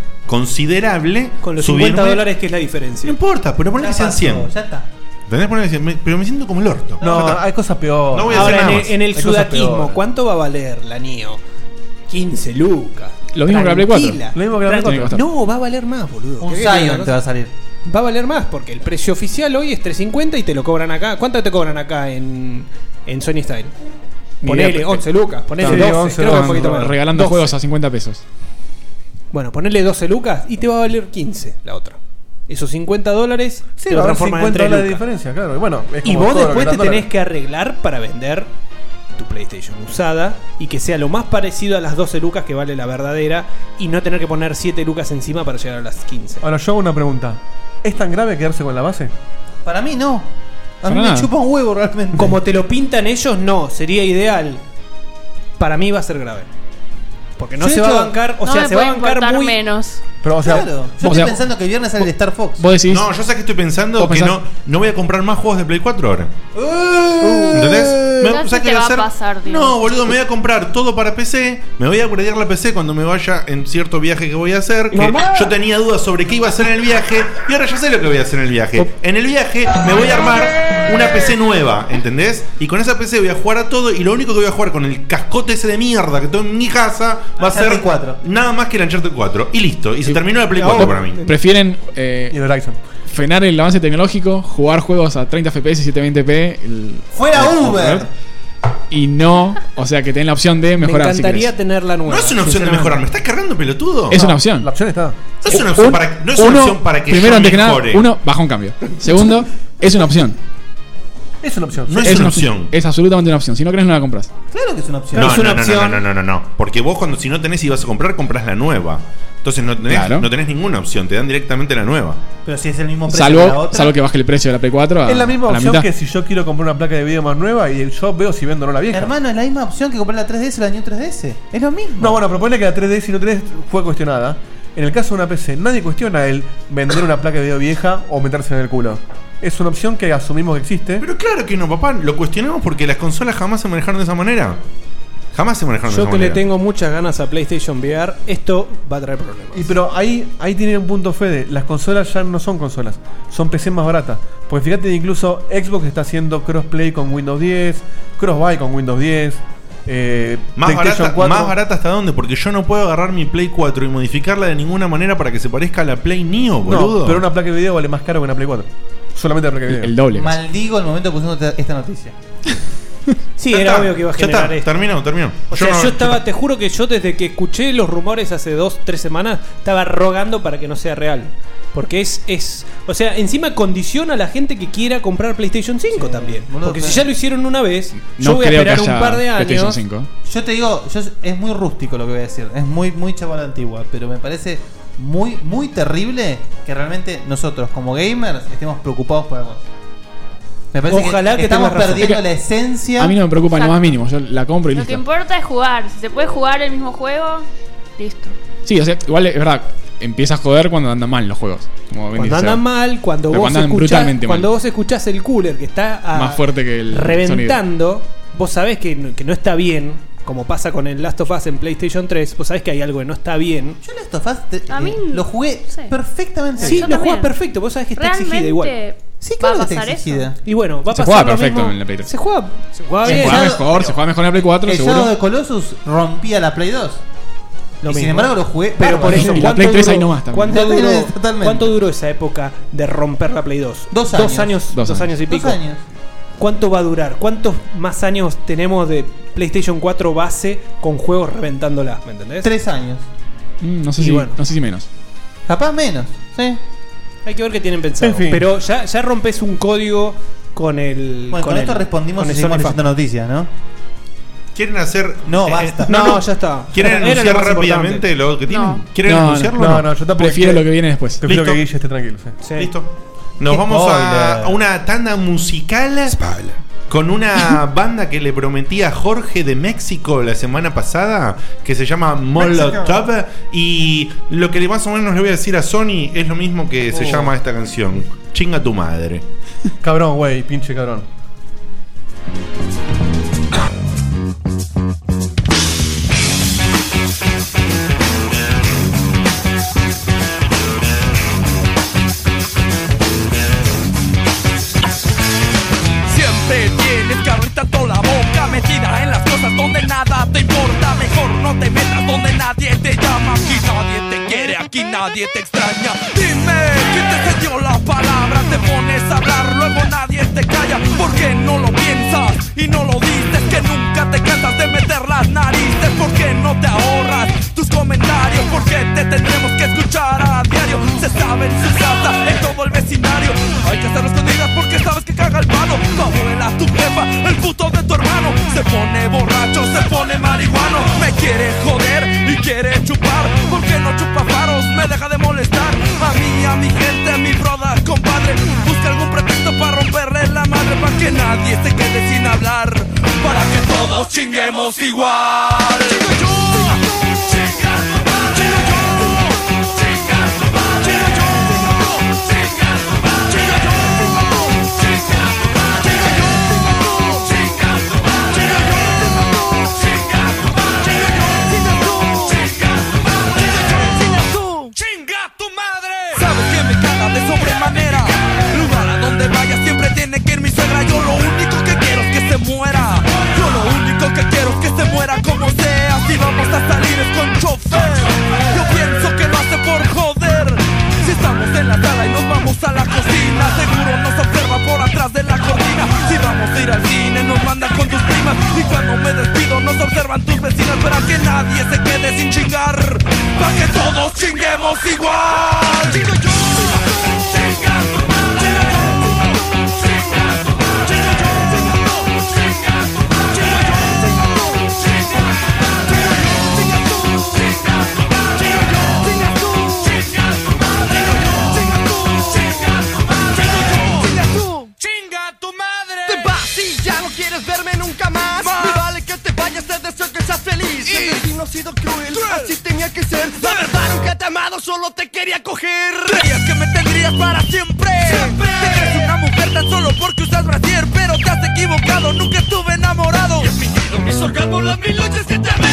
considerable,
Con los
subirme-
50 dólares que es la diferencia. No
importa, pero ponle que sean 100.
Ya está.
¿Entendés? Ponele que me- pero me siento como el orto.
No, hay cosas peores.
No voy a
Ahora,
hacer
en
nada
el,
más.
en el
Hay cosas
sudaquismo,
peores.
¿cuánto va a valer la NIO? 15 lucas.
Lo mismo que la Play
Tranquila.
4. Lo mismo que la Play
Tranquila.
4.
No, va a valer más, boludo.
Un
¿Qué querés
Zion
que
te va a salir.
Va a valer más porque el precio oficial hoy es 350 y te lo cobran acá. ¿Cuánto te cobran acá en, en Sony Style?
Ni
Ponele
idea. pues,
11 lucas, ponele
Sí,
12,
11
creo que un
lucas.
poquito menos.
Regalando
12.
juegos a 50 pesos.
Bueno, ponele 12 lucas y te va a valer 15 la otra. Esos 50 dólares
Sí,
te lo
va a haber
transforman
50
en 3
dólares de
lucas.
diferencia, claro. Y bueno, es
Y
como
vos
todo lo
después
que
te
está en
tenés que arreglar para vender tu PlayStation usada y que sea lo más parecido a las 12 lucas que vale la verdadera y no tener que poner 7 lucas encima para llegar a las 15.
Ahora yo hago una pregunta. ¿Es tan grave quedarse con la base?
Para mí no. A
Para
mí me
nada.
chupa un huevo realmente.
Como te lo pintan ellos, no, sería ideal. Para mí va a ser grave. Porque no
Yo,
se
de
va a
hecho,
bancar, o
no
sea,
me
se va a
puede
bancar
importar
muy
menos.
Pero, o sea,
claro. Yo
o
estoy
sea,
pensando que viernes sale el Star Fox.
No, yo sé que estoy pensando
Vos
que
pensás-
no, no voy a comprar más juegos de Play 4 ahora.
Eh,
¿Entendés?
Ya
o sea
se
que
te
voy
va a
hacer-
pasar, Diego.
No, boludo, me voy a comprar todo para PC. Me voy a upgradear la PC cuando me vaya en cierto viaje que voy a hacer. que
Mamá.
yo tenía dudas sobre qué iba a hacer en el viaje. Y ahora ya sé lo que voy a hacer en el
Oh.
viaje. En el viaje me voy a armar una PC nueva, ¿entendés? Y con esa PC voy a jugar a todo. Y lo único que voy a jugar con el cascote ese de mierda que tengo en mi casa va a ser 4. nada más que el Uncharted 4. Y listo. Y se terminó
Ah,
la Play
oh.
4 para mí.
Prefieren eh, frenar el avance tecnológico, jugar juegos a 30 FPS y 720p. el-
Fuera
el-
Uber.
Y no, o sea, que tienen la opción de mejorar.
Me
si
encantaría
querés.
tener la nueva.
No es una opción de
sinceramente.
mejorar, me estás cargando pelotudo.
Es una opción.
La opción está.
No es una opción
Un-
para, no es una
uno,
opción para que
primero,
yo
antes que nada,
mejore.
uno, baja un cambio. Segundo, es una opción.
Es una opción.
No es una opción.
Es absolutamente una opción. Si no crees, no la compras.
Claro que es una opción.
No, no, no, no, no, no, no, no. Porque vos cuando si no tenés y vas a comprar, compras la nueva. Entonces no tenés,
Claro.
no tenés ninguna opción, te dan directamente la nueva.
Pero si es el mismo
precio que la
Salvo,
otra.
salvo que baje el precio de la Play 4 a,
Es la misma
a
opción
mitad.
que si yo quiero comprar una placa de video más nueva y yo veo si vendo o no la vieja.
Hermano, es la misma opción que comprar la 3DS o la New 3DS. Es lo mismo.
No, bueno, propone que la 3D si no 3 fue cuestionada. En el caso de una PC, nadie cuestiona el vender una placa de video vieja o meterse en el culo. Es una opción que asumimos que existe.
Pero claro que no, papá. Lo cuestionamos porque las consolas jamás se manejaron de esa manera. Jamás se manejaron de
Yo
esa
que le
manera.
tengo muchas ganas a PlayStation VR, esto va a traer problemas.
Y pero ahí, ahí tiene un punto Fede, las consolas ya no son consolas, son PC más baratas. Porque fíjate, que incluso Xbox está haciendo crossplay con Windows 10, crossbuy con Windows 10, eh,
Más
PlayStation
barata,
4.
más barata hasta dónde, porque yo no puedo agarrar mi Play 4 y modificarla de ninguna manera para que se parezca a la Play Neo, boludo.
No, pero una placa de video vale más caro que una Play 4. Solamente la placa de video.
Maldigo el momento que pusimos esta noticia.
Sí,
Ya
era
está,
obvio que iba a
ya
generar
está,
esto.
terminó, terminó.
O
Yo
sea,
no-
yo estaba, te juro que yo desde que escuché los rumores hace dos, tres semanas, estaba rogando para que no sea real. Porque es, es. O sea, encima condiciona a la gente que quiera comprar PlayStation 5 también.
boludo,
Porque
claro.
si ya lo hicieron una vez,
No
yo voy a
creo que
esperar un
haya
par de
PlayStation
años.
5.
Yo te digo, yo- es muy rústico lo que voy a decir. Es muy, muy chaval antigua. Pero me parece muy, muy terrible que realmente nosotros, como gamers, estemos preocupados por algo. así. Me parece
Ojalá que
estamos
tengas razón.
perdiendo
Es que
la esencia.
A mí no me preocupa ni
Exacto.
más mínimo. Yo la compro y
Lo que
listo.
importa es jugar. Si se puede jugar el mismo juego, listo.
Sí, o sea, igual es verdad. Empieza a joder cuando andan mal los juegos. Como bien dice
Cuando andan
Seba.
mal, cuando
Pero
vos,
andan
escuchás,
brutalmente
cuando
mal.
vos escuchás el cooler que está a-
Más fuerte que el. sonido.
reventando, vos sabés que, no- que no está bien, como pasa con el Last of Us en PlayStation 3, vos sabés que hay algo que no está bien.
Yo Last of Us eh, lo jugué perfectamente.
Sí,
Yo
lo jugás
también.
perfecto, vos sabés que está exigida
Realmente
igual.
Sí, claro
va a
que está
pasar eso.
exigida.
Y bueno, va a
Se
pasar
juega
lo
perfecto
mismo.
en la Play 3.
Se juega, se juega
Se
bien.
juega mejor, se juega mejor en la Play 4,
El
seguro.
Shadow de Colossus rompía la Play 2.
Lo
y sin
mismo.
embargo lo jugué.
Pero por eso,
Y la Play 3 ahí nomás también.
¿cuánto
Totalmente,
duró,
totalmente.
cuánto duró esa época de romper la Play 2?
Dos
Dos
años.
años,
Dos
dos
años.
años y
Dos
pico.
años.
¿Cuánto va a durar? ¿Cuántos más años tenemos de PlayStation 4 base con juegos reventándola? ¿Me entendés?
Tres años.
Mm, no, sé
Y
si,
bueno.
no sé si menos.
Capaz menos, ¿sí?
Hay que ver qué tienen pensado.
En fin.
Pero ya, ya rompes un código con el.
Bueno, con,
el-
esto respondimos
con
y
el
seguimos
Sony Fan.
leyendo noticias, ¿no?
¿Quieren hacer.?
No,
Eh,
basta.
no, no, ya está.
¿Quieren
Era lo
anunciar
más
rápidamente
importante.
lo que tienen?
No.
¿Quieren
No,
anunciarlo? o
no, no, yo tampoco- Prefiero lo que viene después. Prefiero
Listo.
que Guille esté tranquilo, sí.
Listo. Nos vamos a,
Spoiler.
a una tanda musical con una banda que le prometí a Jorge de México la semana pasada, que se llama Molotov. Y lo que le más o menos le voy a decir a Sony es lo mismo que se
Oh.
llama esta canción. Chinga tu madre.
Cabrón, güey, pinche cabrón.
Siempre tienes que abrir tanto la boca Metida en las cosas donde nada te importa Mejor no te metas donde nadie te llama Aquí nadie te quiere, aquí nadie te extraña Dime, ¿quién te cedió la palabra? Te pones a hablar, luego nadie te calla Porque no lo piensas y no lo dices Que nunca te cansas de meter las narices Porque no te ahorras tus comentarios Porque te tendremos que escuchar a diario Se sabe en su casa, en todo el vecindario Hay que hacerlo escondidas porque sabes que caga el palo Tu abuela, tu jefa, el puto de tu hermano Se pone borracho, se pone marihuano Me quiere joder y quiere chupar Porque no chupa faros, me deja de molestar A mí, a mi gente, a mi broda, compadre Busca algún pretexto para romperle la madre Para que nadie se quede sin hablar Para que todos chinguemos igual Sabes que me caga de sobremanera Lugar a donde vaya siempre tiene que ir mi suegra Yo lo único que quiero es que se muera Yo lo único que quiero es que se muera como sea Si vamos a salir es con chofer Yo pienso que lo hace por joder Si estamos en la sala y nos vamos a la cocina Seguro nos observa por atrás de la cortina Si vamos a ir al cine nos mandan con tus primas Y cuando me despido nos observan tus vecinas Para que nadie se quede sin chingar Para que todos chinguemos igual Chingo yo ¡Chinga tu madre! Te vas y ya no quieres verme nunca más. Me vale que te vayas, te deseo que seas feliz. Y el destino ha sido cruel, así tenía que ser. La verdad nunca te he amado, solo te quería coger. Creías que me tendrías para siempre. Siempre. Te crees una mujer tan solo porque usas brasier, pero te has equivocado, nunca estuve enamorado. Y he fingido mis orgasmos las mil noches que te amé.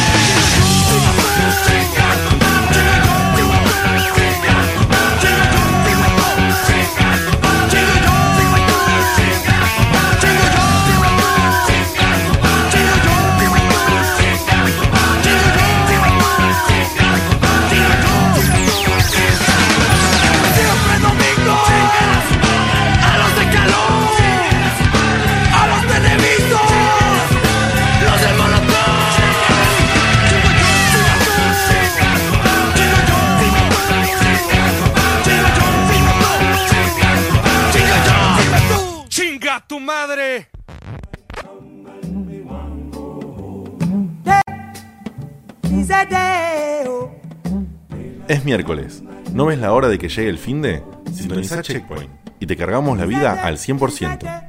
¡Chinga tu madre!
He's a day. oh.
Es miércoles. ¿No ves la hora de que llegue el fin de? Sintoniza Checkpoint y te cargamos la vida al 100%.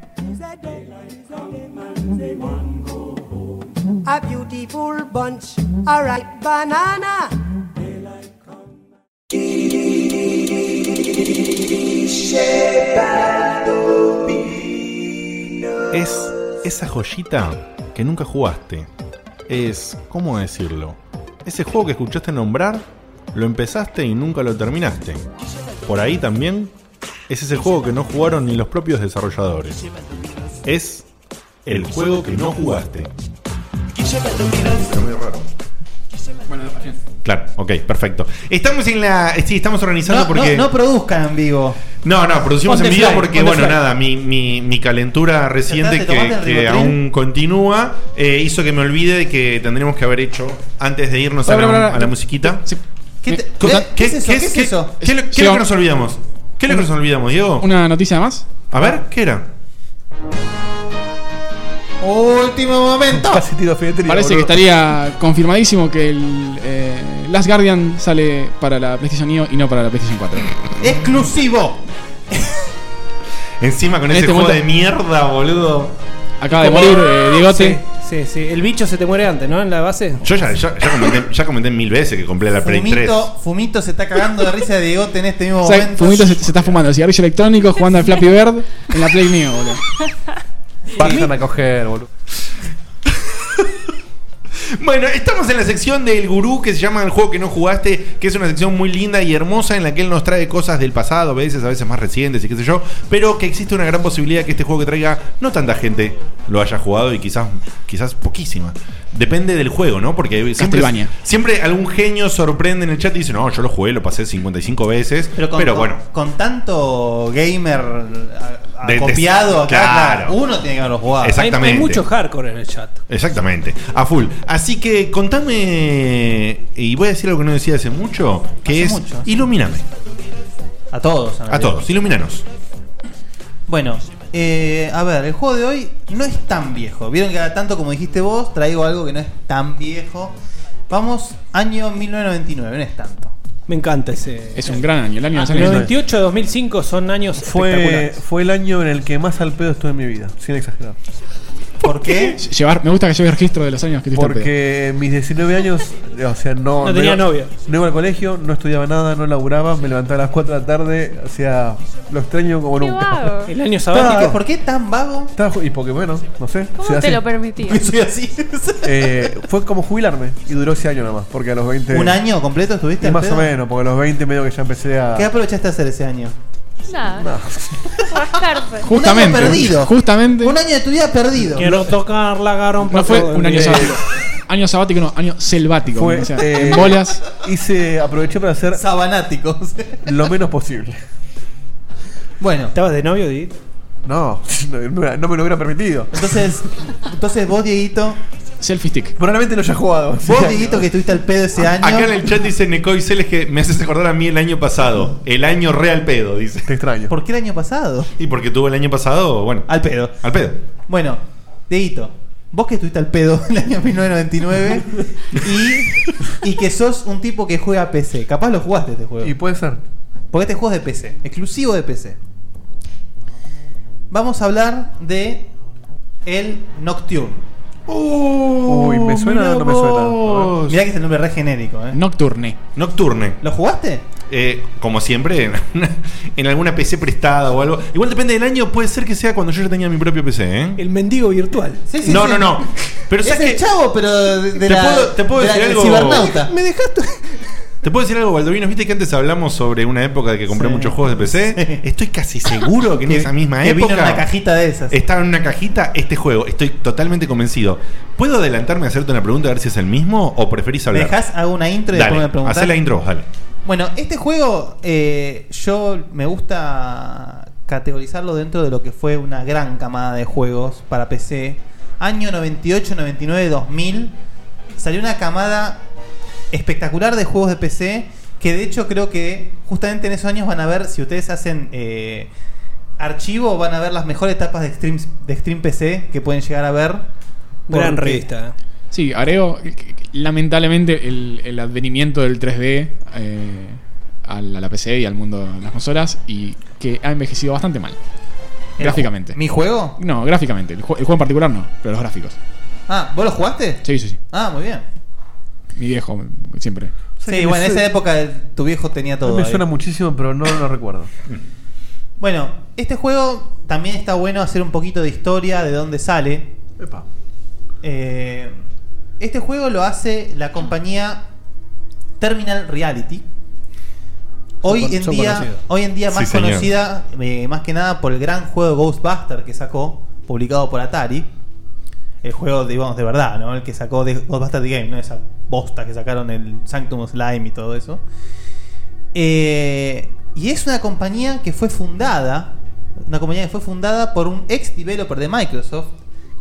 A beautiful bunch, a ripe banana.
Es esa joyita que nunca jugaste. Es, ¿cómo decirlo? Ese juego que escuchaste nombrar, lo empezaste y nunca lo terminaste. Por ahí también es ese juego que no jugaron ni los propios desarrolladores. Es el juego que no jugaste.
Bueno,
Claro, ok, perfecto. Estamos en la. Sí, estamos organizando
No,
porque.
no, no produzcan en vivo.
No, no, producimos
On
en
the
vivo
fly,
porque,
on the
bueno,
fly.
nada, mi, mi- mi calentura reciente
¿Te tomaste
que,
el
que
Rivotril?
aún continúa eh, hizo que me olvide de que tendríamos que haber hecho antes de irnos a la,
Pará, pará, pará.
a la musiquita.
¿Qué, te-
Cosa-
¿qué- qué es eso?
qué-
¿Qué es eso?
¿Qué es lo qué es lo que nos olvidamos? ¿Qué es lo que nos olvidamos, Diego?
¿Una noticia más?
A ver, ¿qué era?
Último momento.
Casi tiro Fidetrino,
Parece que
boludo.
estaría confirmadísimo que el eh, Last Guardian sale para la PlayStation Neo y no para la PlayStation 4.
Exclusivo.
Encima con
En
ese
este
juego
momento-
de mierda, boludo.
Acaba de morir, eh, Diegote.
Sí, sí, sí. El bicho se te muere antes, ¿no? En la base.
Yo ya, ya, ya comenté, ya comenté mil veces que compré la Play 3.
Fumito, Fumito se está cagando de risa de Diegote en este mismo
O sea,
momento.
Fumito se, se está fumando el cigarrillo electrónico jugando al Flappy Bird en la Play Neo, boludo.
Vayan a coger, boludo.
Bueno, estamos en la sección del gurú que se llama El juego que no jugaste, que es una sección muy linda y hermosa en la que él nos trae cosas del pasado, a veces, a veces más recientes y qué sé yo, pero que existe una gran posibilidad que este juego que traiga no tanta gente lo haya jugado y quizás, quizás poquísima. Depende del juego, ¿no? Porque siempre,
Castlevania.
siempre algún genio sorprende en el chat y dice, no, yo lo jugué, lo pasé 55 veces, pero,
Pero, con, con-
bueno.
con tanto gamer a- a-
De- de-
copiado acá,
claro.
claro, uno tiene que haberlo jugado.
Exactamente. Hay- hay mucho
hardcore en el chat.
Exactamente, a full. Así que contame, y voy a decir algo que no decía hace mucho, que
Hace
es
mucho.
ilumíname.
A todos.
A todos, ilumínanos.
Bueno, eh, a ver, el juego de hoy no es tan viejo. Vieron que cada tanto, como dijiste vos, traigo algo que no es tan viejo. Vamos, año 1999, no es tanto.
Me encanta ese.
Es un gran año, el año de
Ah,
los
el
años.
98 a 2005 son años
Fue,
espectaculares.
fue el año en el que más al pedo estuve en mi vida, sin exagerar.
¿Por qué?
Llevar, me gusta que lleves registro de los años que tuviste al pedo.
Porque mis 19 años, o sea, no.
No tenía
iba-
novia.
No iba al colegio, no estudiaba nada, no laburaba, me levantaba a las 4 de la tarde, o sea, lo extraño como nunca.
El año sabático.
¿Por qué tan vago?
Estaba- Y porque, bueno, no sé.
¿Cómo
soy
te
así.
lo permitía?
Soy así.
Eh, fue como jubilarme y duró ese año nomás, porque a los 20.
¿Un año completo estuviste
Y
al
más
pedo?
o menos, porque a los 20 medio que ya empecé a.
Ah.
¿Qué aprovechaste a hacer ese año?
Nada. Rascarse.
Un año perdido.
Justamente.
Un año de tu vida perdido.
Quiero tocar la garompa.
No fue
todo
un
el
año
día.
sabático. año sabático, no, año selvático.
Fue,
o sea,
eh,
en bolas.
Hice, aproveché para hacer.
Sabanáticos.
Lo menos posible.
Bueno.
¿Estabas de novio, Did?
No, no, no- no me lo hubiera permitido.
Entonces, entonces vos, Dieguito.
Selfie stick.
Probablemente lo haya jugado.
Vos, Dieguito, que estuviste al pedo ese año.
Acá en el chat dice Necoy Celes que me haces acordar a mí el año pasado. El año real pedo, dice.
Te extraño.
¿Por qué el año pasado?
Y porque tuvo el año pasado, bueno.
Al pedo.
Al pedo.
Bueno, Deito, vos que estuviste al pedo en el año 1999 y, y que sos un tipo que juega PC. Capaz lo jugaste este juego.
Y puede ser.
Porque este juego es de PC, exclusivo de PC. Vamos a hablar de el Nocturne.
Uy, ¿me suena o no me suena?
Mirá que es el nombre re genérico, ¿eh?
Nocturne.
Nocturne.
¿Lo jugaste?
Eh, como siempre, en, alguna- en alguna PC prestada o algo. Igual depende del año, puede ser que sea cuando yo ya tenía mi propio PC, ¿eh?
El mendigo virtual.
Sí,
No, no, no. Pero
es
¿sabes
el
qué?
chavo, pero de, de
Te
la,
puedo- te puedo
de la-
decir
del
algo.
cibernauta.
Me dejaste.
Te puedo decir algo, Baldovinos. Viste que antes hablamos sobre una época de que compré muchos juegos de PC. Estoy casi seguro que en esa misma
que vino
época.
en una cajita de esas.
Estaba en una cajita este juego. Estoy totalmente convencido. ¿Puedo adelantarme a hacerte una pregunta a ver si es el mismo o preferís
¿Me
hablar?
dejás? Hago una intro y después me
Dale,
preguntás.
hacé la intro vos, dale.
Bueno, este juego eh, yo me gusta categorizarlo dentro de lo que fue una gran camada de juegos para PC. Año 98, 99, 2000 salió una camada espectacular de juegos de PC que de hecho creo que justamente en esos años van a ver, si ustedes hacen eh, archivo, van a ver las mejores etapas de Stream, de stream PC que pueden llegar a ver.
Gran
Porque-
revista.
Sí, agrego. que- que- que Lamentablemente, el, el advenimiento del 3D eh, a, la, a la PC y al mundo de las consolas. Y que ha envejecido bastante mal.
El-
Gráficamente.
¿Mi juego?
No, gráficamente. El, jue- el juego en particular no, pero los gráficos.
Ah, ¿vos lo jugaste?
Sí, sí, sí.
Ah, muy bien.
Mi viejo, siempre.
Sí,
que me
bueno, en
suena-
esa época el- tu viejo tenía todo.
Me
ahí.
suena muchísimo, pero no lo recuerdo.
Bueno, este juego también está bueno hacer un poquito de historia de dónde sale.
Epa.
Eh, este juego lo hace la compañía Terminal Reality. Hoy
Son con-
en,
son
día,
conocidos.
hoy en día
Sí,
más
señor.
conocida, eh, más que nada por el gran juego Ghostbuster que sacó, publicado por Atari. El juego, digamos, de verdad, ¿no? El que sacó de Ghostbuster The Game, ¿no? Esa bosta que sacaron el Sanctum Slime y todo eso. Eh, y es una compañía que fue fundada, una compañía que fue fundada por un ex developer de Microsoft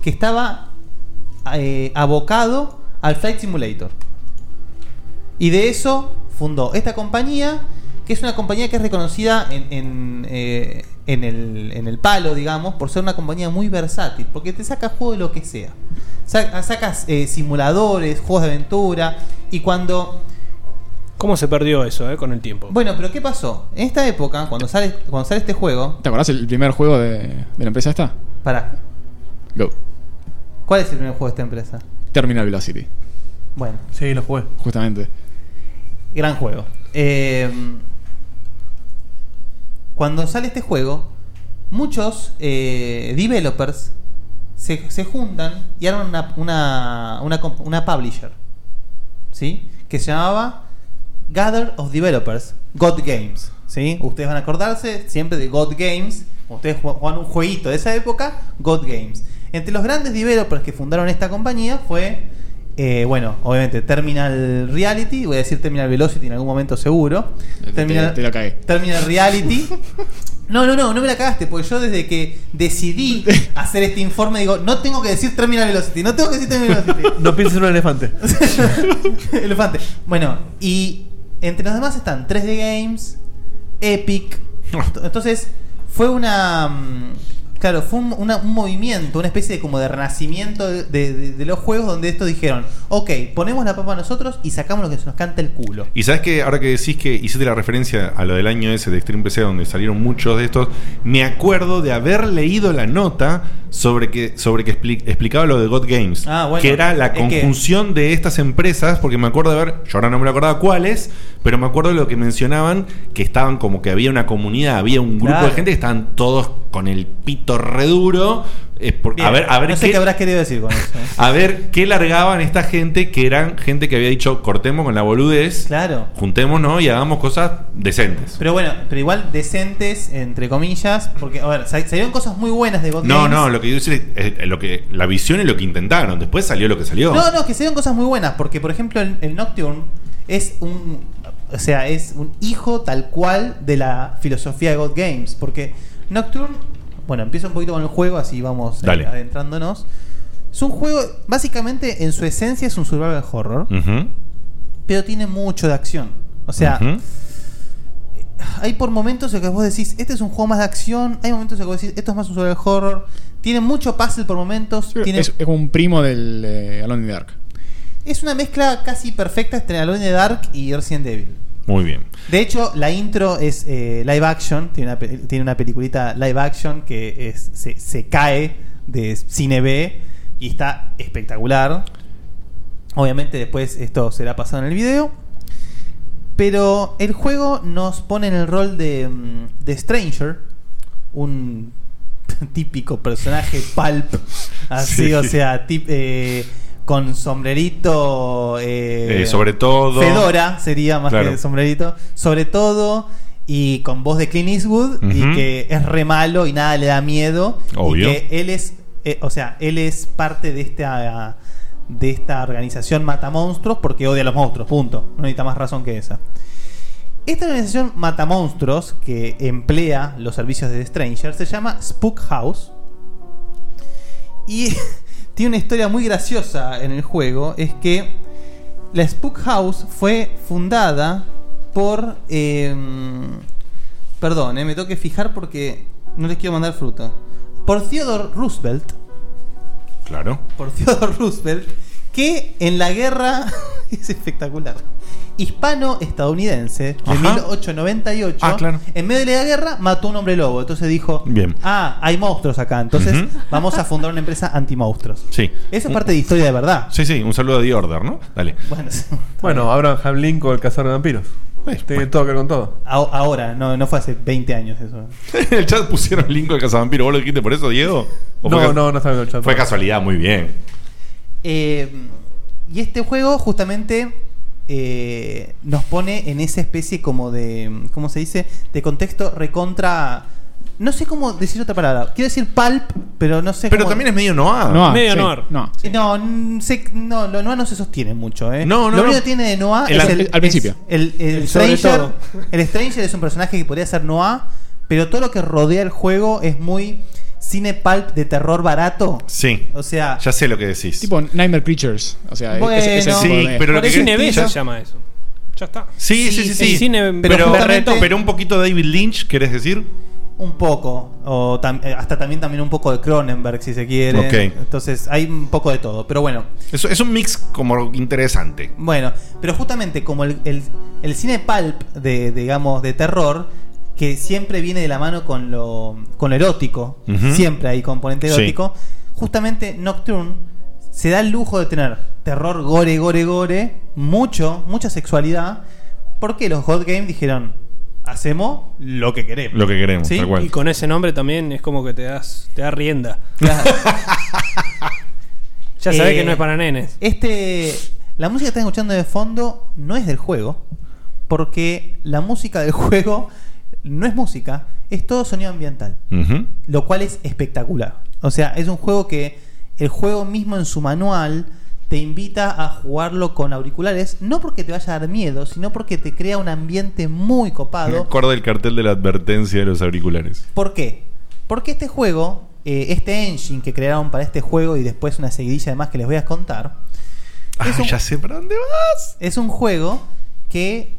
que estaba eh, abocado al Flight Simulator. Y de eso fundó esta compañía que es una compañía que es reconocida en, en, eh, en el, en el palo, digamos, por ser una compañía muy versátil, porque te saca juego de lo que sea. Sa- Sacas eh, simuladores, juegos de aventura, y cuando
¿Cómo se perdió eso eh, con el tiempo?
bueno, pero ¿qué pasó? En esta época, cuando sale, cuando sale este juego.
¿Te acordás el primer juego de, de la empresa esta?
Pará.
Go.
¿Cuál es el primer juego de esta empresa?
Terminal Velocity.
Bueno.
Sí, lo jugué.
Justamente.
Gran juego. Eh, cuando sale este juego, muchos eh, developers se, se juntan y arman una, una, una comp- una publisher. ¿Sí? Que se llamaba Gather of Developers, God Games. ¿Sí? Ustedes van a acordarse siempre de God Games. Ustedes ju- jugaban un jueguito de esa época, God Games. Entre los grandes developers que fundaron esta compañía fue eh, bueno, obviamente Terminal Reality, voy a decir Terminal Velocity en algún momento seguro. Terminal,
Este te la cagué.
Terminal Reality. No, no, no, no me la cagaste, porque yo desde que decidí hacer este informe digo, no tengo que decir Terminal Velocity, no tengo que decir Terminal Velocity.
No pienses en un elefante.
Elefante. Bueno, y entre los demás están 3D Games, Epic. Entonces, fue una. mm, Claro, fue un, una- un movimiento, una especie de como de renacimiento de, de- de los juegos donde estos dijeron, ok, ponemos la papa nosotros y sacamos lo que se nos canta el culo.
Y sabes que ahora que decís que hiciste la referencia a lo del año ese de Extreme PC, donde salieron muchos de estos, me acuerdo de haber leído la nota sobre que, sobre que expli- explicaba lo de God Games,
Ah, bueno,
que era la
es que-
conjunción de estas empresas, porque me acuerdo de ver, yo ahora no me lo acordaba cuáles, pero me acuerdo de lo que mencionaban, que estaban como que había una comunidad, había un grupo
Claro.
de gente que estaban todos con el pito re duro. eh, por-
Bien,
a ver, a ver
no sé
qué-
qué habrás querido decir con eso. ¿eh?
a ver qué largaban esta gente que eran gente que había dicho cortemos con la boludez.
Claro.
Juntémonos y hagamos cosas decentes.
Pero bueno, pero igual decentes, entre comillas, porque, a ver, sal- salieron cosas muy buenas de God
No,
Games.
no, lo que yo hice es lo que la visión y lo que intentaron. Después salió lo que salió.
No, no, que se dieron cosas muy buenas, porque por ejemplo el, el Nocturne es un o sea, es un hijo tal cual de la filosofía de God Games, porque Nocturne, bueno, empieza un poquito con el juego, así vamos eh,
Dale.
adentrándonos. Es un juego, básicamente en su esencia es un survival horror,
Ujú.
pero tiene mucho de acción. O sea,
Ujú.
hay por momentos en que vos decís, este es un juego más de acción, hay momentos en que vos decís, esto es más un survival horror, tiene mucho puzzle por momentos, tiene
Es, es como un primo del eh, Alone in the Dark.
Es una mezcla casi perfecta entre Alone in the Dark y Resident Evil.
Muy bien.
De hecho, la intro es eh, live action. Tiene una, pe- tiene una peliculita live action que es, se, se cae de cine B y está espectacular. Obviamente después esto será pasado en el video. Pero el juego nos pone en el rol de, mm, de Stranger. Un típico personaje pulp. Así,
Sí.
o sea, tip- eh, con sombrerito... eh,
Eh, sobre todo.
Fedora sería más
Claro.
que sombrerito. Sobre todo. Y con voz de Clint Eastwood. Y
Ujú.
que es re malo y nada le da miedo.
Obvio.
Y que él es. eh, o sea, él es parte de esta. De esta organización mata monstruos porque odia a los monstruos, punto. No necesita más razón que esa. Esta organización mata monstruos que emplea los servicios de Stranger se llama Spook House. Y tiene una historia muy graciosa en el juego. Es que la Spook House fue fundada por... eh, perdón, eh, me tengo que fijar porque no les quiero mandar fruta. Por Theodore Roosevelt.
Claro.
Por Theodore Roosevelt. Que en la guerra... es espectacular. Hispano-estadounidense de
Ajá.
1898.
Ah, claro.
En medio de la guerra mató a un hombre lobo. Entonces dijo...
Bien.
Ah, hay monstruos acá. Entonces
Ujú.
vamos a fundar una empresa anti-monstruos.
Sí.
Eso es parte de historia de verdad.
Sí, sí, un saludo a The Order, ¿no? Dale.
Bueno,
Bueno, Abraham Lincoln, el cazador de vampiros. Tiene todo que ver con todo.
Ao- Ahora, no, no fue hace 20 años eso.
en el chat pusieron link al cazavampiro. ¿Vos lo dijiste por eso, Diego? ¿O
No,
fue ca-
no, no estaba en el chat.
Fue casualidad, muy bien.
Eh, y este juego justamente eh, nos pone en esa especie como de, ¿cómo se dice? De contexto recontra... No sé cómo decir otra palabra. Quiero decir pulp, pero no sé
Pero
cómo-
también es medio noir. Noir, Medio sí, noir.
No,
Eh, no, mm, se- no, lo noir no se sostiene mucho, ¿eh?
No, no,
Lo
no.
único que tiene de noir
El
es
al-
el,
al principio.
es El, el
El sobre
Stranger.
todo.
El Stranger es un personaje que podría ser noir, pero todo lo que rodea el juego es muy cine pulp de terror barato.
Sí.
O sea,
Ya sé lo que decís.
Tipo Nightmare Creatures. O sea,
Bueno,
es, es el
Sí,
tipo de-
pero lo que quería-
Cine B se
ya-
llama eso. Ya está.
Sí, sí, sí, sí.
pero,
Em, pero,
justamente-
pero un poquito David Lynch, ¿querés decir?
Un poco, o tam- eh, hasta también también un poco de Cronenberg si se quiere.
Ok.
Entonces hay un poco de todo, pero bueno.
Es, es un mix como interesante.
Bueno, pero justamente como el, el- el cine pulp de, digamos, de terror, que siempre viene de la mano con lo, con lo erótico,
Ujú.
siempre hay componente
Sí.
erótico, justamente Nocturne se da el lujo de tener terror, gore, gore, gore, mucho, mucha sexualidad, porque los Hot Game dijeron, hacemos lo que queremos.
Lo que queremos,
¿Sí?
tal cual.
Y con ese nombre también es como que te das te da rienda. ya sabés
Eh,
que no es para nenes.
Este, la música que estás escuchando de fondo no es del juego, porque la música del juego no es música, es todo sonido ambiental, lo cual es espectacular. O sea, es un juego que el juego mismo en su manual te invita a jugarlo con auriculares, no porque te vaya a dar miedo, sino porque te crea un ambiente muy
Me
copado.
acuerdo del cartel de la advertencia de los auriculares.
¿Por qué? Porque este juego, eh, este engine que crearon para este juego y después una seguidilla de más que les voy a contar.
Ah, ya sé para dónde vas.
Es un juego que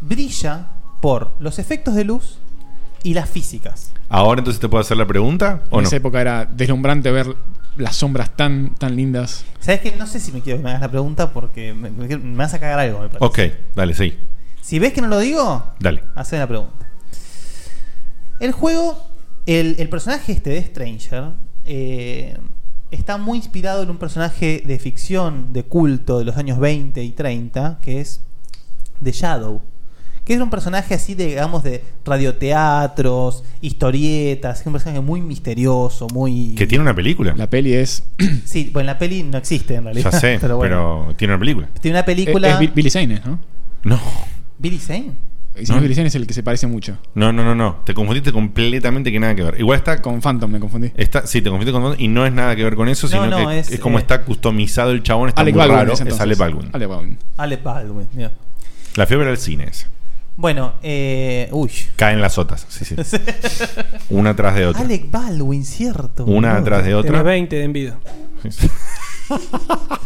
brilla por los efectos de luz y las físicas.
Ahora entonces te puedo hacer la pregunta o
en
no.
esa época era deslumbrante ver las sombras tan, tan lindas.
¿Sabes que No sé si me quiero que me hagas la pregunta porque me, me- me vas a cagar algo, me parece.
Ok, dale, sí.
Si ves que no lo digo,
Dale.
haceme la pregunta. El juego, el, el personaje este de Stranger, eh, está muy inspirado en un personaje de ficción, de culto de los años 20 y 30, que es The Shadow. Que era un personaje así, de, digamos, de radioteatros, historietas, es un personaje muy misterioso, muy...
Que tiene una película.
La peli es.
Sí, bueno, la peli no existe en realidad.
Ya sé, pero,
bueno.
tiene una película.
Tiene una película...
Es, es Bi- Billy Zane, ¿no?
No.
¿Billy Zane?
Y si no es Billy Zane es el que se parece mucho.
No, no, no, no. Te confundiste completamente que nada que ver. Igual está.
Con Phantom me confundí.
Está, sí, te confundiste con Phantom y no es nada que ver con eso,
No,
sino
no,
que
es,
es, como
eh,
está customizado el chabón, está
Alec
muy
Baldwin
raro.
es
Es,
entonces.
Alec Baldwin.
Alec Baldwin.
Alec Baldwin, mira.
La fiebre del cine es.
Bueno, eh, uy.
Caen las otras. Sí, sí. una tras de otra.
Alec Baldwin, cierto.
Una
boludo.
atrás de otra. Tenés
20 de envidia.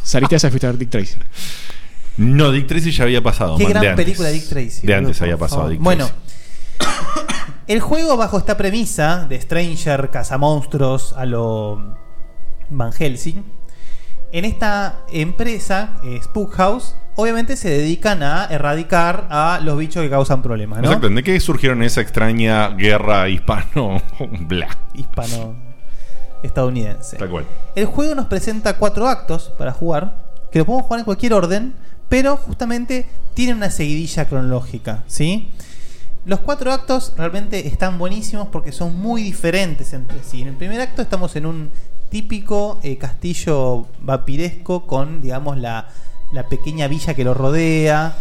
Saliste a esa y fuiste a ver Dick Tracy.
No, Dick Tracy ya había pasado.
Qué
man,
gran
de antes.
película Dick Tracy.
De
boludo,
antes
por
había pasado
favor.
Dick
Bueno,
Tracy.
el juego bajo esta premisa de Stranger, cazamonstruos a lo Van Helsing, en esta empresa, eh, Spook House, obviamente se dedican a erradicar a los bichos que causan problemas, Ah, ¿no?
Exacto. ¿De qué surgieron esa extraña guerra hispano? Bla.
Hispano-estadounidense.
Tal cual.
El juego nos presenta cuatro actos para jugar, que los podemos jugar en cualquier orden, pero justamente tiene una seguidilla cronológica, ¿sí? Los cuatro actos realmente están buenísimos porque son muy diferentes entre sí. En el primer acto estamos en un típico eh, castillo vampiresco con, digamos, la, la pequeña villa que lo rodea,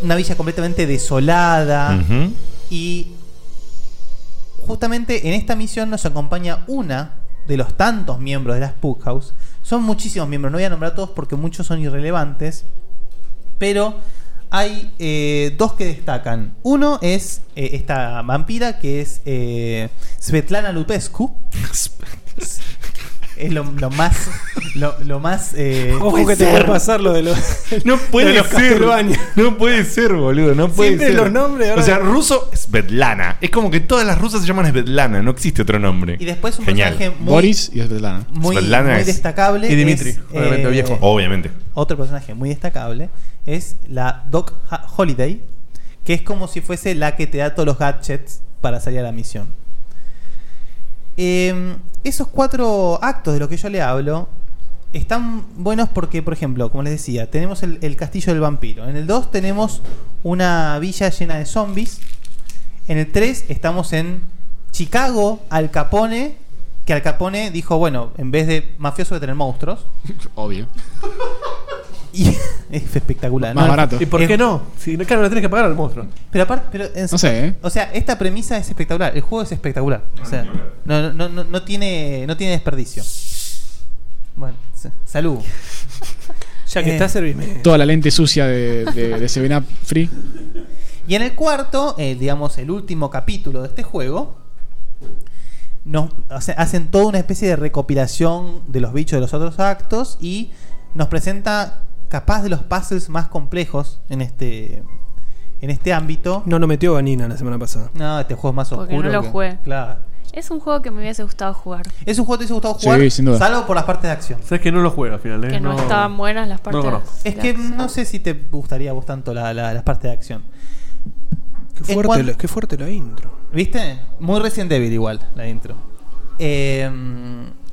una villa completamente desolada
Ujú.
y justamente en esta misión nos acompaña una de los tantos miembros de la Spook House. Son muchísimos miembros, no voy a nombrar a todos porque muchos son irrelevantes. Pero hay eh, dos que destacan. Uno es eh, esta vampira que es eh, Svetlana Lupescu. es lo, lo más. Lo, lo más. eh,
Ojo que te va a pasar lo de los
No puede
de los
ser.
Castlevania.
No puede ser, boludo. No puede
Siempre
ser.
los nombres, ahora-
O sea, ruso Svetlana. Es como que todas las rusas se llaman Svetlana. No existe otro nombre.
Y después un
Genial.
personaje muy- Boris
y Svetlana.
muy- muy
es-
destacable Y Dimitri, es, obviamente, eh, viejo.
Obviamente.
otro personaje muy destacable es la Doc Ha- Holiday, que es como si fuese la que te da todos los gadgets para salir a la misión. Eh, esos cuatro actos de los que yo le hablo están buenos porque, por ejemplo, como les decía, tenemos el, el castillo del vampiro. En el 2 tenemos una villa llena de zombies. En el 3 estamos en Chicago, Al Capone, que Al Capone dijo, bueno, en vez de mafioso de tener monstruos.
Obvio.
Y es espectacular.
Más barato.
¿Y por
Es-
qué no? Si, claro, le tenés que pagar al monstruo.
Pero aparte, pero en-
No sé, ¿eh?
o sea, esta premisa es espectacular. El juego es espectacular. O sea, no, no, no, no- no tiene, no tiene desperdicio. Bueno, sa- salud.
Ya que
Eh,
está, servime.
Toda la lente sucia de, de, de Seven Up Free.
Y en el cuarto, eh, digamos, el último capítulo de este juego, nos hace- hacen toda una especie de recopilación de los bichos de los otros actos y nos presenta capaz de los puzzles más complejos en este en este ámbito.
No, no metió Vanina la semana pasada.
No, este juego es más
Porque
oscuro.
no lo
que-
jugué.
Claro.
Es un juego que me hubiese gustado jugar.
Ah. Es un juego que te hubiese gustado
Sí,
jugar,
sin duda.
salvo por las partes de acción.
Sabes que no lo juego al final, ¿eh?
Que no, estaban buenas las partes.
Es que no sé si te gustaría a vos tanto la- la- las partes de acción.
Qué
En
fuerte,
cuan-
la, qué fuerte la intro.
¿Viste? Muy Resident Evil igual la intro. Eh,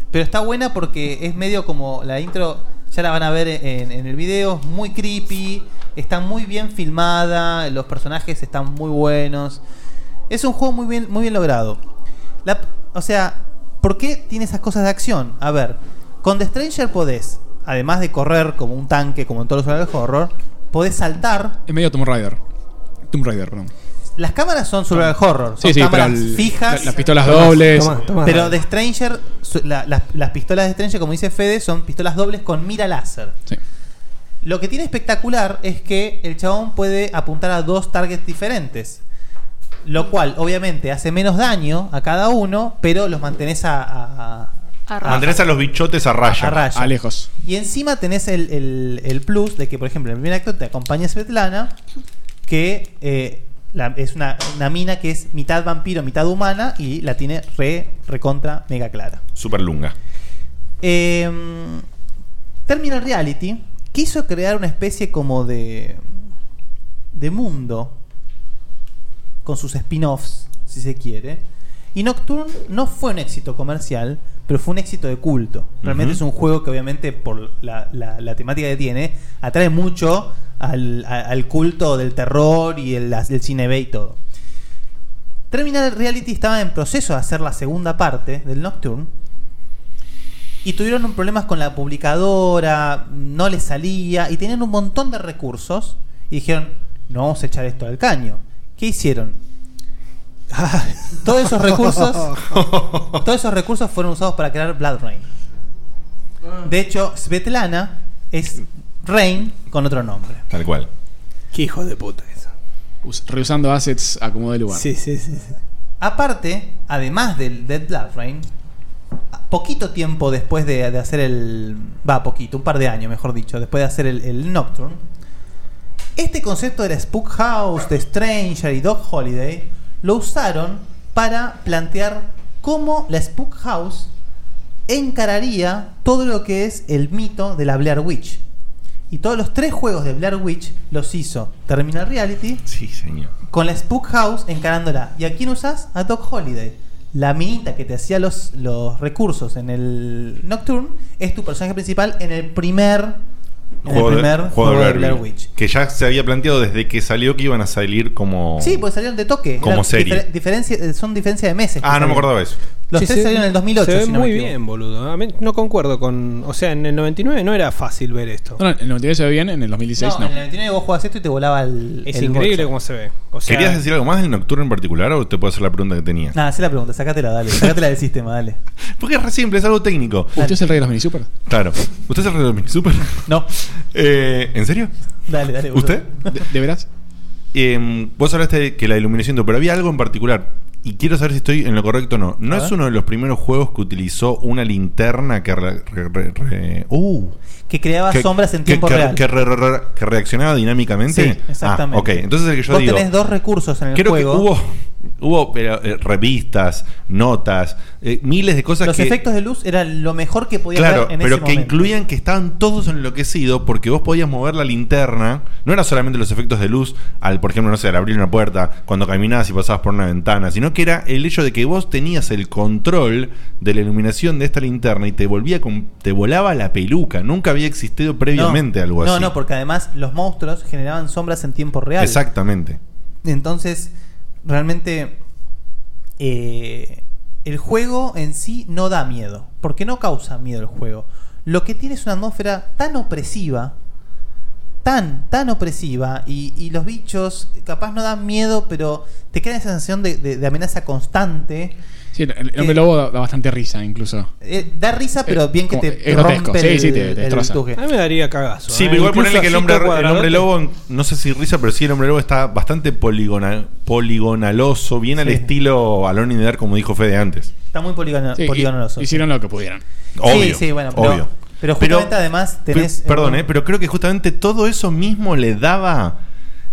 pero está buena porque es medio como la intro, ya la van a ver en, en el video, es muy creepy, está muy bien filmada, los personajes están muy buenos. Es un juego muy bien, muy bien logrado. La- o sea, ¿por qué tiene esas cosas de acción? A ver, con The Stranger podés, además de correr como un tanque, como en todos los juegos de horror, podés saltar.
Es medio Tomb Raider. Tomb Raider, perdón.
Las cámaras son survival horror. Son
Sí, sí,
cámaras
pero el-
fijas.
la- las pistolas dobles. Toma, toma.
pero de Stranger, su- la- las, las pistolas de Stranger, como dice Fede, son pistolas dobles con mira láser. Lo que tiene espectacular es que el chabón puede apuntar a dos targets diferentes. Lo cual, obviamente, hace menos daño a cada uno, pero los mantenés a- a- a,
Mantenés a los bichotes a raya.
A raya.
A lejos.
y encima tenés el, el- el plus de que, por ejemplo, en el primer acto te acompaña Svetlana, que eh, la- es una, una mina que es mitad vampiro, mitad humana, y la tiene re, recontra, mega clara.
Super lunga.
Eh, Terminal Reality quiso crear una especie como de. de mundo. con sus spin-offs, si se quiere. Y Nocturne no fue un éxito comercial, pero fue un éxito de culto. Realmente
Ujú.
es un juego que, obviamente, por la, la- la temática que tiene, atrae mucho al, a- al culto del terror y el, el cine B y todo. Terminal Reality estaba en proceso de hacer la segunda parte del Nocturne. Y tuvieron un problemas con la publicadora, no les salía, y tenían un montón de recursos. Y dijeron, no vamos a echar esto al caño. ¿Qué hicieron?
Ah.
todos esos recursos. todos esos recursos fueron usados para crear Blood Rain. De hecho, Svetlana es Rain con otro nombre.
Tal cual.
Qué hijo de puta eso.
Us- Reusando assets a como de lugar.
Sí, sí, sí. Aparte, además del Dead Blood Rain, a- poquito tiempo después de, de hacer el. Va, poquito, un par de años, mejor dicho, después de hacer el, el Nocturne, este concepto del Spook House, de Stranger y Dog Holiday lo usaron para plantear cómo la Spook House encararía todo lo que es el mito de la Blair Witch. Y todos los tres juegos de Blair Witch los hizo Terminal Reality.
Sí, señor.
Con la Spook House encarándola. ¿Y a quién usás? A Doc Holiday. La minita que te hacía los, los recursos en el Nocturne es tu personaje principal en el primer, en el
de-
primer
juego de Blair
Blair
Witch. Que ya se había planteado desde que salió que iban a salir como.
Sí, pues salieron de toque.
Como
Eran
serie.
difer- diferencia- eh, son diferencias de meses. que
Ah, no
salieron.
me acordaba eso.
Los
Sí,
tres
se-
salieron en el 2008.
Se ve
si no me
muy
equivoco.
bien, boludo. A mí no concuerdo con. O sea, en el 99 no era fácil ver esto.
No, no, en el 99 se ve bien, en el 2016
No,
no.
en el 99 vos jugabas esto y te volaba el.
Es
el
increíble
bocho.
cómo se ve. O sea,
¿Querías decir algo más del Nocturne en particular o te puedo hacer la pregunta que tenía?
Nada, hacé la pregunta, sacátela, dale. Sacátela del sistema, dale.
Porque es re simple, es algo técnico.
¿Usted es el rey de los mini super?
Claro. ¿Usted es el rey de Mini Super?
No.
¿En serio?
Dale, dale. boludo.
¿Usted?
¿De, de veras?
Eh, vos hablaste de que la iluminación, pero había algo en particular. Y quiero saber si estoy en lo correcto o no. ¿No
A
es
ver.
uno de los primeros juegos que utilizó una linterna que. re- re- re- re- uh,
Que creaba
que-
sombras en
que-
tiempo
que-
real.
que re- re- re- que reaccionaba dinámicamente?
Sí, exactamente.
Ah, ok, entonces el que yo
Vos
digo.
tenés dos recursos en el
creo
juego.
que hubo, hubo pero, eh, revistas, notas, eh, miles de cosas
Los
que.
efectos de luz eran lo mejor que podía
Claro,
haber en
pero
ese
que
momento.
incluían que estaban todos enloquecidos porque vos podías mover la linterna. No era solamente los efectos de luz al, por ejemplo, no sé, al abrir una puerta, cuando caminabas y pasabas por una ventana, sino que era el hecho de que vos tenías el control de la iluminación de esta linterna y te volvía con, te volaba la peluca. Nunca había existido previamente
no,
algo así.
No, no, porque además los monstruos generaban sombras en tiempo real.
Exactamente.
Entonces, realmente eh, el juego en sí no da miedo, porque no causa miedo el juego. Lo que tiene es una atmósfera tan opresiva, tan, tan opresiva, y, y los bichos capaz no dan miedo, pero te queda esa sensación de, de- de amenaza constante.
Sí, el, el hombre lobo da, da bastante risa, incluso.
Eh, da risa, pero
Eh,
bien que
como-
te,
es
te rompe
grotesco. Sí,
el,
sí, te- te
el
destroza.
tuje.
a mí me daría cagazo.
Sí,
¿eh?
pero igual
Incluso
ponerle que el
así
hombre,
todo
el hombre
cuadradote.
lobo, no sé si risa, pero sí el hombre lobo está bastante poligonal, poligonaloso, bien al
Sí.
estilo Alone in the Dark, como dijo Fede antes.
Está muy poligono-
Sí,
poligonoso.
Hicieron lo que pudieron.
Obvio,
sí, sí, bueno, pero,
obvio.
Pero justamente además tenés-
pe- perdón, eh, pero creo que justamente todo eso mismo le daba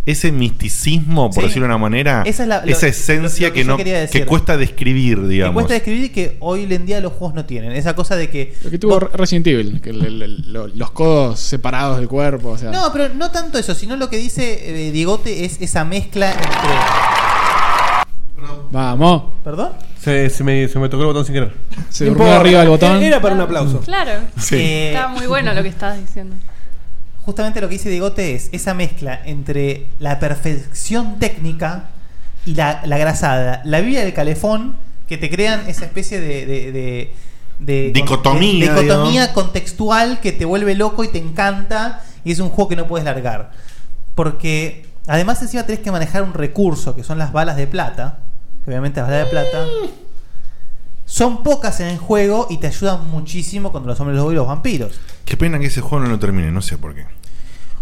ese misticismo, por
Sí.
decirlo de una manera,
Esa
esa,
es la- lo-
esencia
lo que
que,
yo
no,
quería
que
decir.
cuesta describir, digamos.
Me cuesta describir y que hoy en día los juegos no tienen. Esa cosa de que.
Lo que tuvo Resident Evil, que el- el- el- lo- los codos separados del cuerpo, o sea.
No, pero no tanto eso, sino lo que dice eh, Diegote es esa mezcla entre.
Vamos.
¿Perdón?
Se, se me, se me tocó el botón sin querer.
Se durmió arriba del botón.
Era para un aplauso. Eh,
Claro.
Sí.
Estaba muy bueno lo que estabas diciendo.
Justamente lo que dice Diegote es esa mezcla entre la perfección técnica y la, la grasada. La Biblia del calefón que te crean esa especie de. de- de- de-
Dicotomía,
de- dicotomía
digamos.
contextual que te vuelve loco y te encanta. Y es un juego que no puedes largar. Porque además encima tenés que manejar un recurso que son las balas de plata. Que obviamente las balas de plata. Son pocas en el juego y te ayudan muchísimo contra los hombres lobo y los vampiros.
Qué pena que ese juego no lo termine, no sé por qué.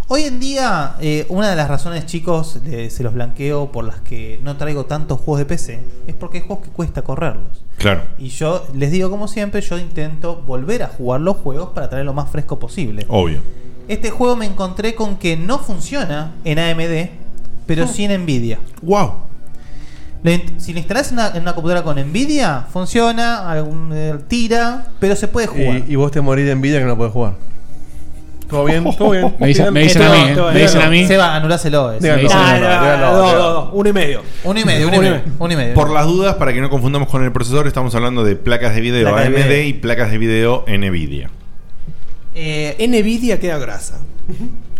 Hoy en día, eh, una de las razones, chicos, de- se los blanqueo por las que no traigo tantos juegos de PC, es porque hay juegos que cuesta correrlos.
Claro.
Y yo les digo, como siempre, yo intento volver a jugar los juegos para traer lo más fresco posible.
Obvio.
Este juego me encontré con que no funciona en AMD, pero
Oh.
sí en Nvidia.
¡Wow!
si lo instalás en una, en una computadora con Nvidia, funciona, algún, eh, tira, pero se puede jugar.
Y, y vos te morís de envidia que no podés jugar. Todo bien, todo bien.
Me dicen- me dicen a mí, ¿eh? Me dicen a mí. Seba, anuláselo ese.
Díganlo,
Me dicen a mí. No,
díganlo,
no,
díganlo,
no,
díganlo.
no, no.
Uno y medio.
Uno y medio, uno y medio, uno y medio.
Por las dudas, para que no confundamos con el procesador, estamos hablando de placas de video
Placa de
AMD
video.
y placas de video NVIDIA.
eh,
Nvidia queda grasa.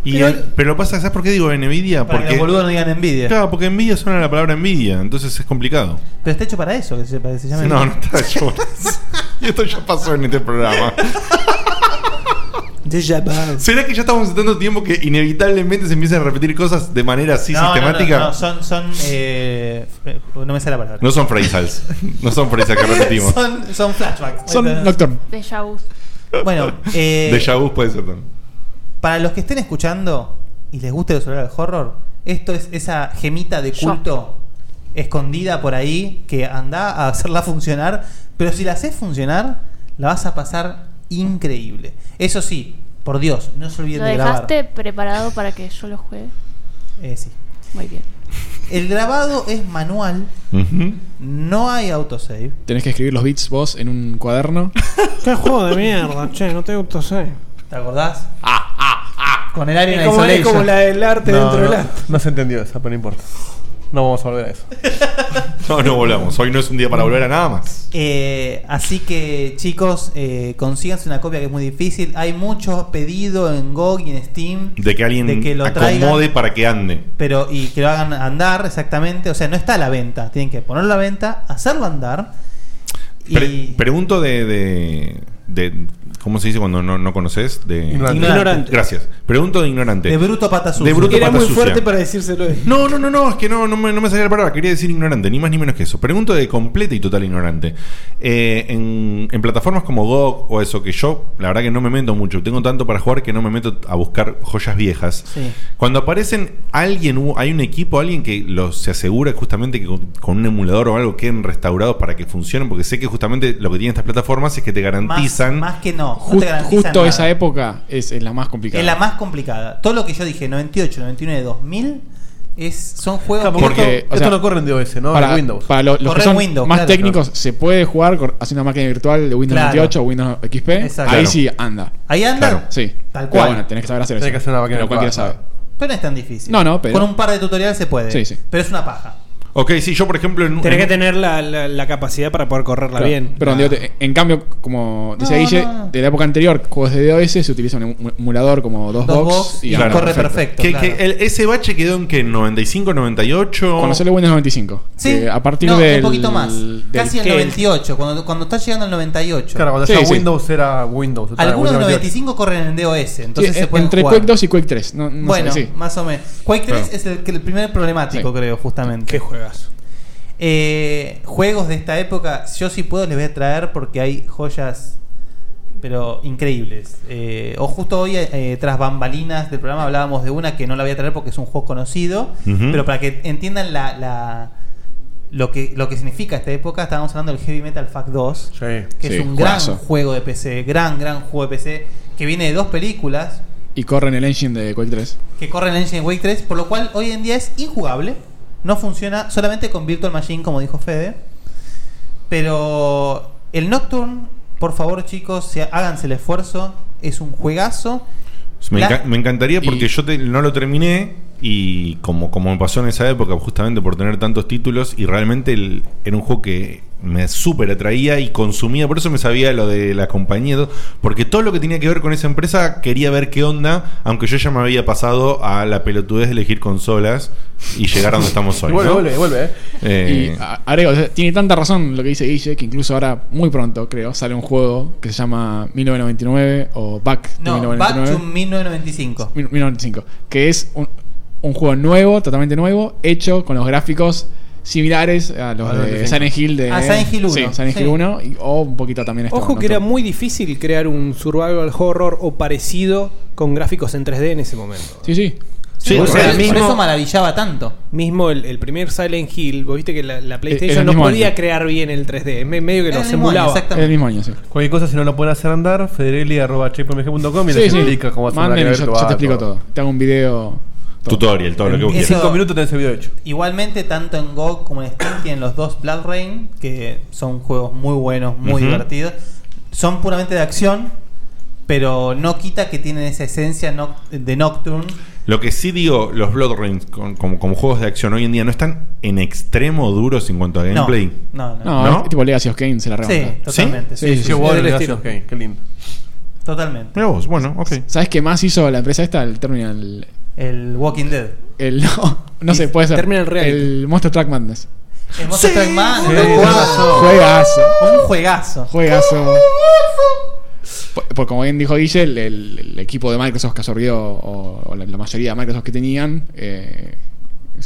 Y el- pero, lo pasa, ¿sabes por qué digo NVIDIA?
Para que
porque
los boludos no digan Nvidia.
Claro, porque Nvidia suena la palabra Nvidia, entonces es complicado.
Pero está hecho para eso, que se, para que se llame.
No, no está yo. y esto ya pasó en este programa. ¿Será que ya estamos en tanto tiempo que inevitablemente se empiezan a repetir cosas de manera así
No, no,
sistemática?
No, no, son. son eh, f- no me sale la palabra.
No son phrasals. No son phrasals que repetimos.
son, son flashbacks. Entonces-
De Yabus.
Bueno, eh,
De Vu puede ser también.
para los que estén escuchando y les guste los horarios del horror, esto es esa gemita de
Yo.
culto escondida por ahí que anda a hacerla funcionar. Pero si la haces funcionar, la vas a pasar increíble. Eso sí, por Dios, no se olviden
¿Lo
de grabar.
dejaste preparado para que yo lo juegue?
Eh, sí.
Muy bien.
El grabado es manual, no hay autosave.
Tenés que escribir los bits vos en un cuaderno.
Qué juego de mierda, che, no te gustó sé.
¿Te acordás? Con el Alien
Es como- es
Isolation.
como la del arte
No,
dentro
no,
del arte.
No se entendió esa, pero no importa. No vamos a volver a eso.
No, no volvamos. Hoy no es un día para volver a nada más.
Eh, así que chicos, eh, consíganse una copia que es muy difícil. Hay muchos pedidos en GOG y en Steam,
De que alguien
De que lo
acomode
traigan.
para que ande.
pero y que lo hagan andar exactamente. O sea, no está a la venta. Tienen que ponerlo a la venta, hacerlo andar. Y
Pre- pregunto de, de, de- ¿Cómo se dice cuando no, no conoces? De
Ignorante. Ignorante.
Gracias. Pregunto de ignorante.
de bruto pata sucia.
De bruto
Era
pata
muy
sucia.
fuerte para decírselo.
No, no, no, no, es que no, no, me, no me salía la palabra, quería decir ignorante, ni más ni menos que eso. Pregunto de completa y total ignorante. Eh, en, en plataformas como GOG o eso que yo, la verdad que no me meto mucho, tengo tanto para jugar que no me meto a buscar joyas viejas.
Sí.
Cuando aparecen alguien, hubo- hay un equipo, alguien que los, se asegura justamente que con, con un emulador o algo queden restaurados para que funcionen, porque sé que justamente lo que tienen estas plataformas es que te
más,
garantizan...
más que no. no te
Just-
garantizan
justo
nada.
esa época es, es la más complicada.
Es la más complicada. Todo lo que yo dije, 98, 99, 2000, es, son juegos que-
o sea, Para, para lo- los, que
Corre
son
en Windows,
más
claro.
técnicos, se puede jugar con- haciendo una máquina virtual de Windows
Claro.
98 o Windows XP.
Exacto.
Ahí
Claro.
sí anda.
Ahí anda.
Sí.
Tal
Pero
cual.
bueno, tenés que saber hacer
Tenés
eso.
que hacer una máquina
Pero cualquiera
virtual.
sabe.
Pero no es tan difícil.
No, no, pero-
Con un par de tutoriales se puede.
Sí, sí.
Pero es una paja.
Ok, sí, yo por ejemplo... En,
Tenés
en-
que tener la, la- la capacidad para poder correrla
Claro.
bien.
Pero digo, te- en cambio, como decía
No,
Guille,
no.
de la época anterior, juegos de DOS se utiliza un emu- emulador como DOSBox
DOSBox y
anda
corre perfecto,
Que-
claro.
que el- ese bache quedó en que 95, 98...
Cuando sale Windows 95.
Sí.
que a partir
no,
del.
un poquito más.
del
Casi al
que-
98. Cuando, cuando estás llegando al 98.
Claro, cuando ya Windows era Windows. estaba
Algunos
Windows
de 95 corren en DOS. Entonces
Sí,
se
eh,
pueden
entre
jugar.
Quake 2 y Quake 3. No, no
bueno,
sé, sí.
más o menos. Quake 3
Claro.
es el, que- el primer problemático,
Sí.
creo, justamente.
Qué juegas.
Eh, juegos de esta época, yo si puedo les voy a traer porque hay joyas, pero increíbles. Eh, o justo hoy, eh, tras bambalinas del programa, hablábamos de una que no la voy a traer porque es un juego conocido,
Ujú.
pero para que entiendan la, la- lo, que, lo que significa esta época, estábamos hablando del Heavy Metal Fact 2, que
Sí,
es un
juegazo.
gran juego de PC, gran, gran juego de PC que viene de dos películas
Y corren el engine de Quake 3.
que corren en Engine Wake 3, por lo cual hoy en día es injugable. No funciona solamente con Virtual Machine, como dijo Fede. Pero el Nocturne, por favor, chicos, se- háganse el esfuerzo. Es un juegazo.
Pues Me,
La-
enca- me encantaría porque yo te- no lo terminé y como, como me pasó en esa época, justamente por tener tantos títulos, y realmente el- era un juego que me súper atraía y consumía, por eso me sabía lo de la compañía, y todo, porque todo lo que tenía que ver con esa empresa quería ver qué onda, aunque yo ya me había pasado a la pelotudez de elegir consolas y llegar a donde estamos hoy.
Vuelve,
¿no?
vuelve, vuelve, eh.
Eh,
Y a- agrego, o sea, tiene tanta razón lo que dice Guille que incluso ahora, muy pronto, creo, sale un juego que se llama 1999 o Back to
No, Back
1999.
to 1995.
1995, que es un, un juego nuevo, totalmente nuevo, hecho con los gráficos similares a los
A los
de
de
Silent Hill de
Ah, Silent Hill 1,
Sí, Silent
sí.
Hill 1 y- o un poquito también este
Ojo
bueno,
que era
otro.
muy difícil crear un survival horror o parecido con gráficos en 3D en ese momento.
Sí, sí.
Sí, por eso- por eso maravillaba tanto.
Mismo el, el primer Silent Hill, vos viste que la,
Eh,
la
era
PlayStation
el
no
mismo
podía
año.
crear bien el 3D, me- medio que
Era
lo
el mismo año,
simulaba.
exactamente. Era el
mismo año, sí.
Cualquier cosa, si no lo pueden hacer andar, federelli.checkpointmg.com y les
Sí, sí.
explica cómo hacer
Manden y yo,
virtual,
yo te explico todo. Te hago un video.
Tutorial, todo lo que vos
En
quieras.
cinco minutos tenés el video hecho.
Igualmente, tanto en GOG como en Steam tienen los dos Blood Rain, que son juegos muy buenos, muy
Ujú.
divertidos. Son puramente de acción, pero no quita que tienen esa esencia noc- de Nocturne.
Lo que sí digo, los Bloodborne con- como, como juegos de acción hoy en día no están en extremo duros en cuanto a gameplay.
No,
No,
¿No?
es tipo Legacy of Kane se la remata.
Sí, totalmente, sí, sí, sí.
bueno,
Es del
gracias,
estilo.
ok, qué lindo.
Totalmente.
Mira vos, bueno, ok.
¿Sabes qué más hizo la empresa esta? El Terminal.
El Walking Dead.
El, no, no sé, puede ser.
Terminal Reality.
El Monster Truck Madness.
El Eh, Monster Truck Man,
Sí,
el juegazo.
Juegazo.
Un juegazo.
Juegazo. Por- por- como bien dijo Guille, el, el- el equipo de Microsoft que absorbió, o, o la, la mayoría de Microsoft que tenían, eh,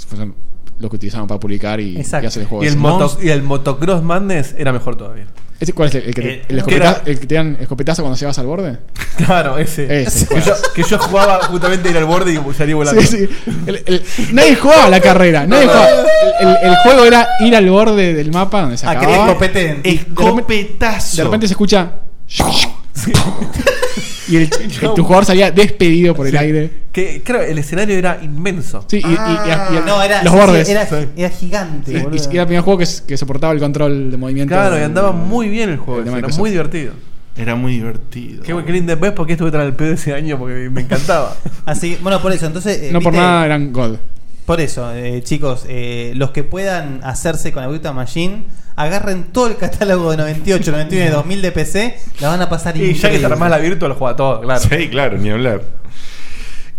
fueron los que utilizaban para publicar y, y hacer el juego.
Y el,
ese.
moto- y el motocross madness era mejor todavía.
¿Ese ¿Cuál es el, el que te-
Eh,
el
que
escopeta-
era-
el que te dan escopetazo cuando llegas al borde?
Claro, ese.
Ese,
que, yo,
claro.
que yo jugaba justamente ir al borde y salí volando.
Sí, sí. El- el- nadie jugaba la carrera. nadie jugaba. El, el- el juego era ir al borde del mapa donde se
que te
acababa.
escopeten.
Y de repente-
Escopetazo.
De repente se escucha. Y el, el- tu jugador salía despedido por el aire.
Que, claro, el escenario era inmenso.
Sí, y, y-
Ah.
y- y-
Ah. no, era,
los
sí, sí,
bordes.
Era, era gigante,
Y- y-
boludo.
y era el primer juego que, s- que soportaba el control de movimiento.
Claro, y andaba
del-
muy bien el juego.
de
ese, Era
Microsoft.
muy divertido.
Era muy divertido.
Qué, buen- qué lindo. ¿Ves por qué estuve tras el pedo ese año? Porque me encantaba.
Así, Ah, bueno, por eso, entonces. eh,
No por
¿viste?
nada eran God.
Por eso, eh, chicos, eh, los que puedan hacerse con la Virtual Machine, agarren todo el catálogo de 98, 99, 2000 de PC, la van a pasar
y ya que te
increíble.
armás la virtual, juega todo, claro.
Sí, claro, ni hablar.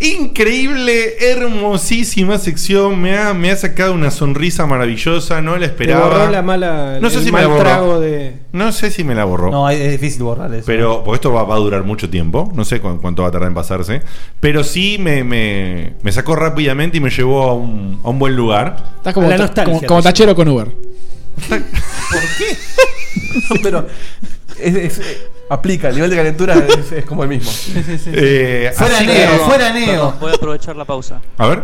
Increíble, hermosísima sección. Me ha, me ha sacado una sonrisa maravillosa. No la
Te
esperaba.
borró la mala
No sé
el
si me
mal
la borró.
trago de
No sé si me la borró.
No, es difícil borrar eso.
Pero, porque esto va, va a durar mucho tiempo, no sé cu- cuánto va a tardar en pasarse. Pero sí me, me- me sacó rápidamente y me llevó a un, a un buen lugar.
Estás como, ta- como, como tachero con Uber.
Pero es- es- eh, aplica, el nivel de calentura es, es como el mismo.
Eh,
Fuera
así
Neo,
que-
fuera Neo.
voy a aprovechar la pausa.
A ver.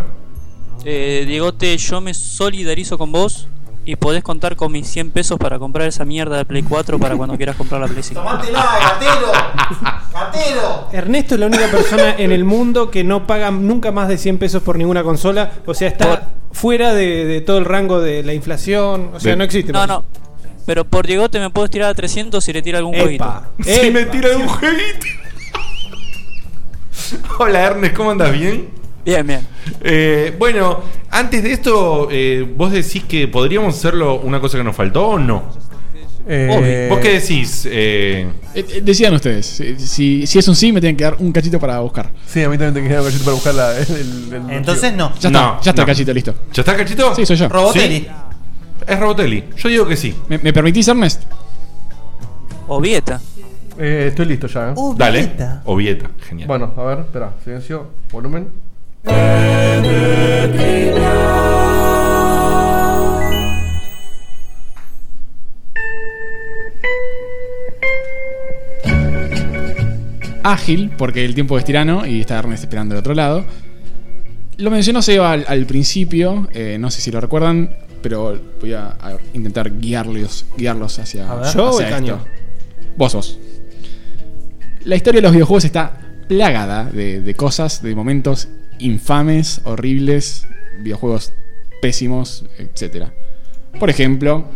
Eh, Diegote, yo me solidarizo con vos y podés contar con mis 100 pesos para comprar esa mierda de Play 4 para cuando quieras comprar la Play 5.
Ernesto es la única persona en el mundo que no paga nunca más de 100 pesos por ninguna consola. O sea, está fuera de, de todo el rango de la inflación. O sea,
De-
no existe.
No, no. Pero por Diegote me puedo tirar a 300 si le tira algún
Epa.
jueguito.
Si me
tira un jueguito. Hola Ernest, ¿cómo andas? ¿Bien? Eh,
Bien, bien.
bueno, antes de esto, eh, vos decís que podríamos hacerlo una cosa que nos faltó o no.
Eh,
¿Vos qué decís? Eh,
Eh, eh, decían ustedes. Si, si- si es un sí, me tienen que dar un cachito para buscar.
Sí, a mí también te quería cachito para buscar la, el, el- el-
Entonces no.
Ya está,
No,
ya está
no.
el cachito, listo.
¿Ya está cachito?
Sí, soy yo.
Robotelli.
Sí. Es Robotelli. Yo digo que sí.
¿Me, me permitís, Ernest?
Ovieta.
Eh, estoy listo ya. ¿eh?
Uh.
Uh,
Dale. Ovieta. Genial.
Bueno, a ver, espera, silencio, volumen.
ágil, porque el tiempo es tirano y está Ernest esperando del otro lado. Lo mencionó Seba al, al principio, eh, no sé si lo recuerdan, pero voy a, a intentar guiarlos, guiarlos hacia,
A ver. ¿Yo o
hacia
el caño?
esto. Vos, vos. La historia de los videojuegos está plagada de, de cosas, de momentos infames, horribles, videojuegos pésimos, etcétera. Por ejemplo,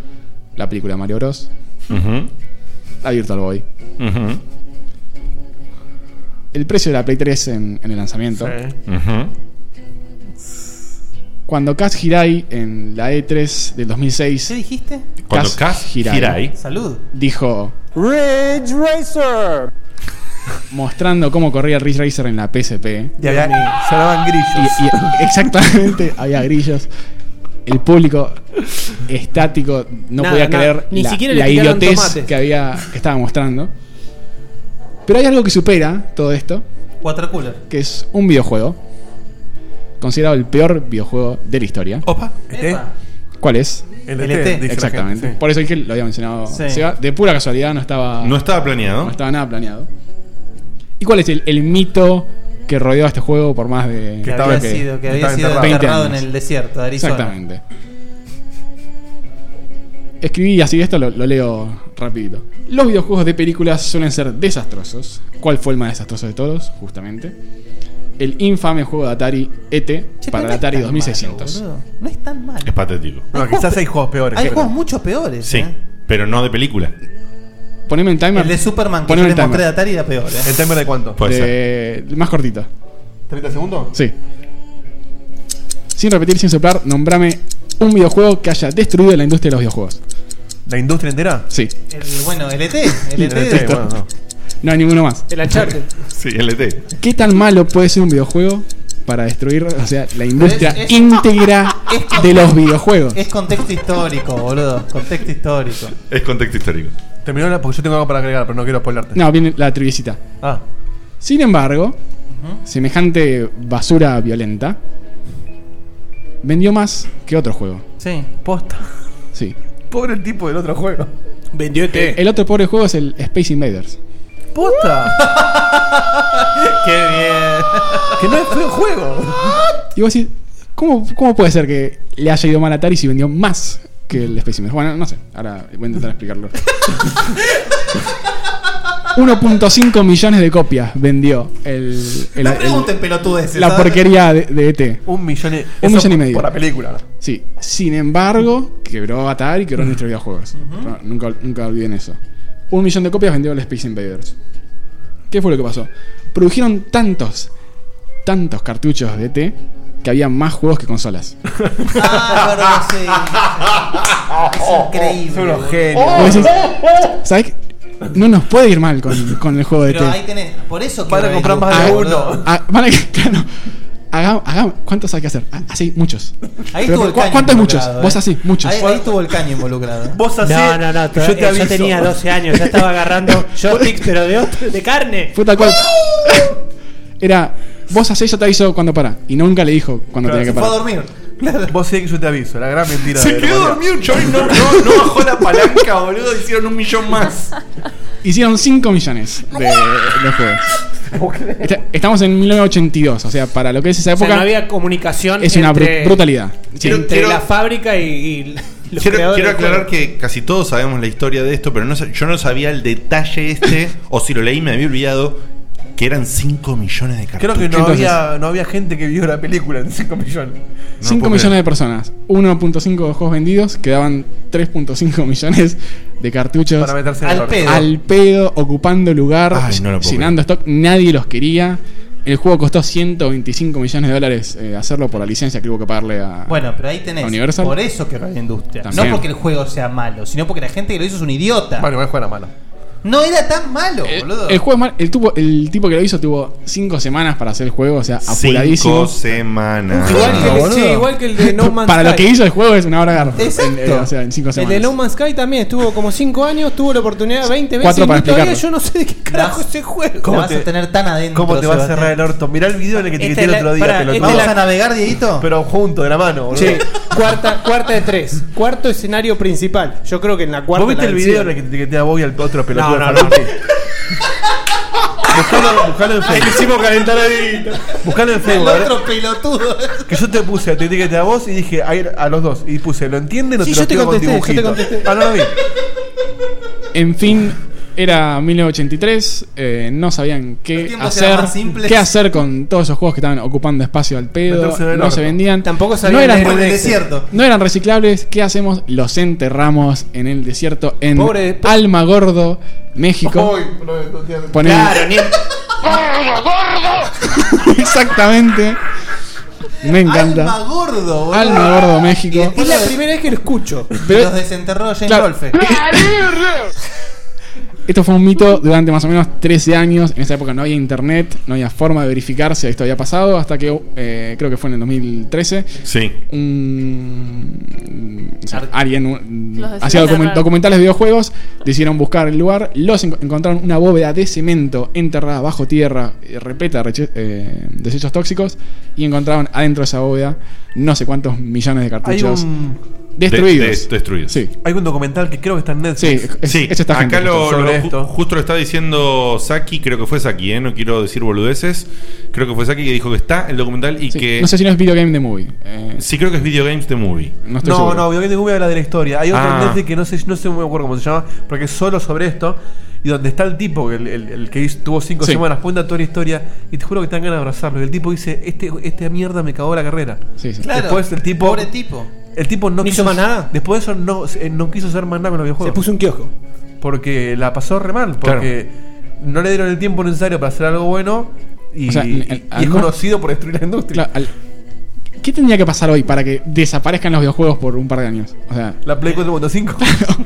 la película Mario Bros. La Virtual Boy. El precio de la Play 3 en, en el lanzamiento. Cuando Kaz Hirai en la E3 del 2006. ¿Qué
dijiste?
Cuando Kaz Hirai-
Salud.
Dijo,
Ridge Racer.
mostrando cómo corría el Ridge Racer en la PSP.
Y había- se daban grillos.
Y- y- exactamente, había grillos. El público estático no
Nada,
podía
nada.
creer
Ni
la,
siquiera le
la
picaron
idiotez
tomates.
que, había, que estaba mostrando. Pero hay algo que supera todo esto,
Watercooler.
que es un videojuego considerado el peor videojuego de la historia.
Opa,
¿Cuál es?
El
E
ET, dice la gente,
Exactamente.
sí.
Por eso es que lo había mencionado
Sí.
Seba. De pura casualidad no estaba.
No estaba planeado.
No estaba nada planeado. ¿Y cuál es el, el mito que rodeó a este juego por más de.
Que había sido, que había sido
20
enterrado en
años?
el desierto de Arizona.
Exactamente. Escribí así, esto lo, lo leo rapidito. Los videojuegos de películas suelen ser desastrosos. ¿Cuál fue el más desastroso de todos? Justamente. El infame juego de Atari ET para el Atari 2600.
No es tan malo.
Es patético.
No, quizás hay juegos peores.
Hay juegos mucho peores. ¿eh?
Sí, ¿eh? pero no de película.
Poneme en timer.
El de Superman que
Poneme
yo
en
le mostré
timer.
de Atari era peor, ¿eh? ¿El
timer de cuánto?
Puede
De- Más cortito.
¿30 segundos?
Sí. Sin repetir, sin soplar, nombrame un videojuego que haya destruido la industria de los videojuegos.
¿La industria entera?
Sí.
El, bueno, el ET. El ET.
Listo. No hay ninguno más.
El Uncharted.
Sí, LT.
¿Qué tan malo puede ser un videojuego para destruir, o sea, la industria
es-
íntegra de los videojuegos?
Es contexto histórico, boludo. Contexto histórico.
Es contexto histórico.
Terminó la, porque yo tengo algo para agregar, pero no quiero spoilarte.
No, viene la triviecita.
Ah.
Sin embargo, semejante basura violenta vendió más que otro juego.
Sí.
Posta.
Sí.
Pobre el tipo del otro juego. Vendió este.
El otro pobre juego es el Space Invaders.
Posta.
Qué bien.
que no es feo juego.
Y vos decís, ¿cómo, ¿cómo puede ser que le haya ido mal a Atari si vendió más que el Space Invaders? Bueno, no sé. Ahora voy a intentar explicarlo. 1.5 millones de copias vendió el, el-
No
el-
pregunten pelotudeces,
la
¿sabes?
porquería de, de ET.
Un millón y,
Un
eso
millón y
por-
medio.
Por la película.
Sí. Sin embargo, quebró Atari y quebró nuestros videojuegos. No, nunca, nunca olviden eso. Un millón de copias vendió el Space Invaders. ¿Qué fue lo que pasó? Produjeron tantos, tantos cartuchos de ET que había más juegos que consolas.
Ah, claro, sí. Es increíble.
Son unos
boludo.
genios.
Vos decís, ¿Sabes? qué? No nos puede ir mal con, con el juego de
Pero
ET.
ahí tenés. Por eso
Van a
quiero
comprar
ver
más de
YouTube,
uno.
boludo.
Ah, van a que- claro. Hagam- hagam- ¿Cuántos hay que hacer? Ah, Así, muchos. Pero
Ahí estuvo el
¿cu-
caño
¿Cuántos muchos?
involucrado, eh.
Vos así, muchos.
Ahí, ahí estuvo el caño involucrado. eh.
Vos así.
No, no, no.
yo
Yo,
te aviso.
tenía 12 años, ya estaba agarrando joysticks, pero de, otro- de carne.
Fue tal cual. Era, vos hacés, yo te aviso cuando para. Y nunca le dijo cuando tenía que parar.
dormir.
Vos sé que yo te aviso, la gran mentira.
Se
de la
quedó
humanidad.
dormido, Choy. No, no, no bajó la palanca, boludo. Hicieron un millón más.
Hicieron 5 millones de, de juegos. Está- estamos en 1982, o sea, para lo que es esa
O sea,
época.
no había comunicación.
es una
entre-
bru- brutalidad. Sí.
entre
Quiero-
la fábrica y, y los
Quiero,
creadores del
quiero
juego.
aclarar que casi todos sabemos la historia de esto, pero no, sa- yo no sabía el detalle este, o si lo leí me había olvidado, que eran 5 millones de
Creo
cartuchos.
que no, había, no había gente que vio la película en 5 millones.
5 millones de personas, 1.5 juegos vendidos, quedaban 3.5 millones de cartuchos
Para meterse en el Al orto. pedo.
al pedo, ocupando lugar,
Ay, no lo puedo
llenando stock, nadie los quería. El juego costó 125 millones de dólares eh, hacerlo por la licencia que hubo que pagarle a
Bueno, pero ahí tenés.
a Universal.
Por eso quebró la industria.
También.
No porque el juego sea malo, sino porque la gente que lo hizo es un idiota.
Bueno, el juego era malo.
No era tan malo,
Eh,
boludo.
El juego es mal- el, tupo- el tipo que lo hizo tuvo 5 semanas para hacer el juego, o sea, apuradísimo.
semanas.
Igual que, el, sí, igual que el de No Man's
para lo
Sky.
que hizo el juego es una hora garra.
Exacto.
En- eh, o sea, en 5
El
semanas.
de No Man's Sky también estuvo como 5 años, tuvo la oportunidad 20 veces.
Cuatro para
y todavía yo
explicarlo.
no sé de qué carajo
Vas-
ese juego.
¿Cómo vas a tener tan adentro?
¿Cómo te va a cerrar
Sebastián?
el orto? Mirá el video en el que te
Esta
Este
quité el
es la-
otro día.
pará,
pelotudo.
esta es
¿Vamos a navegar, Dieguito?
Pero junto, de la mano, boludo.
Che, cuarta, cuarta de tres. Cuarto escenario principal. Yo creo que en la cuarta.
¿Vos viste
la
el video en
vencieron.
el que te quité a vos y al otro pelotudo?
No,
de
no,
Falucci? Buscalo, buscalo en Facebook.
hicimos calentar a
Buscalo en
El
Facebook. a ver.
otro pelotudo.
Que yo te puse, te etiqueté a vos y dije a, ir a los dos. Y puse, ¿lo entienden o
Sí,
te lo
yo te
escribo
contesté, yo
con
te
dibujitos?
contesté.
Ah, no lo vi.
En fin, Era 1983, eh, no sabían qué
tiempos eran
hacer,
más simples.
qué hacer con todos esos juegos que estaban ocupando espacio al pedo,
Meterse en el
no
orto.
se vendían. Tampoco
sabían
no
leer el desierto.
No eran reciclables, ¿qué hacemos? Los enterramos en el desierto en
Pobre-
Alma Gordo, México. Ponele. Claro, ni- Exactamente. Me encanta.
Alma gordo, boludo.
Alma Gordo, México.
Es la primera
vez que lo escucho.
Pero-
Los desenterró James
Claro.
Rolfe.
Esto fue un mito durante más o menos 13 años. En esa época no había internet, no había forma de verificar si esto había pasado, hasta que eh, creo que fue en el 2013.
Sí.
Un, o sea, alguien un-
Los
hacía docu-
desenterraron.
documentales de videojuegos, decidieron buscar el lugar, los en- encontraron una bóveda de cemento enterrada bajo tierra, eh, repleta de reche- eh, desechos tóxicos, y encontraron adentro de esa bóveda no sé cuántos millones de
Hay
cartuchos
un.
destruidos.
De- de- destruidos.
Sí.
Hay un documental que creo que está en Netflix.
Sí, acá lo, lo- ju- justo lo está diciendo Saki, creo que fue Saki, ¿eh? no quiero decir boludeces. Creo que fue Saki que dijo que está el documental y que.
No sé si no es video game de movie. Eh,
Sí, creo que es Video Games the Movie.
No
No, no, Video Game Movie habla de la historia. Hay otro
Ah.
en Netflix que no sé, no sé muy acuerdo cómo se llama, pero que es solo sobre esto. Y donde está el tipo, el, el- el que hizo- tuvo cinco
Sí.
semanas, cuenta toda la historia. Y te juro que te dan ganas de abrazarlo. Y el tipo dice: este, Esta mierda me cagó la carrera.
Sí, sí.
Claro,
después el tipo.
pobre tipo.
El tipo no,
¿No
quiso
hizo más nada?
Después de eso no, eh, no quiso hacer más nada con los videojuegos.
Se puso un kiosco.
Porque la pasó re mal. Porque no le dieron el tiempo necesario para hacer algo bueno. Y,
O sea,
y-
el-
y es
al-
conocido por destruir la industria.
¿Qué tendría que pasar hoy para que desaparezcan los videojuegos por un par de años? O sea,
La Play 4.5.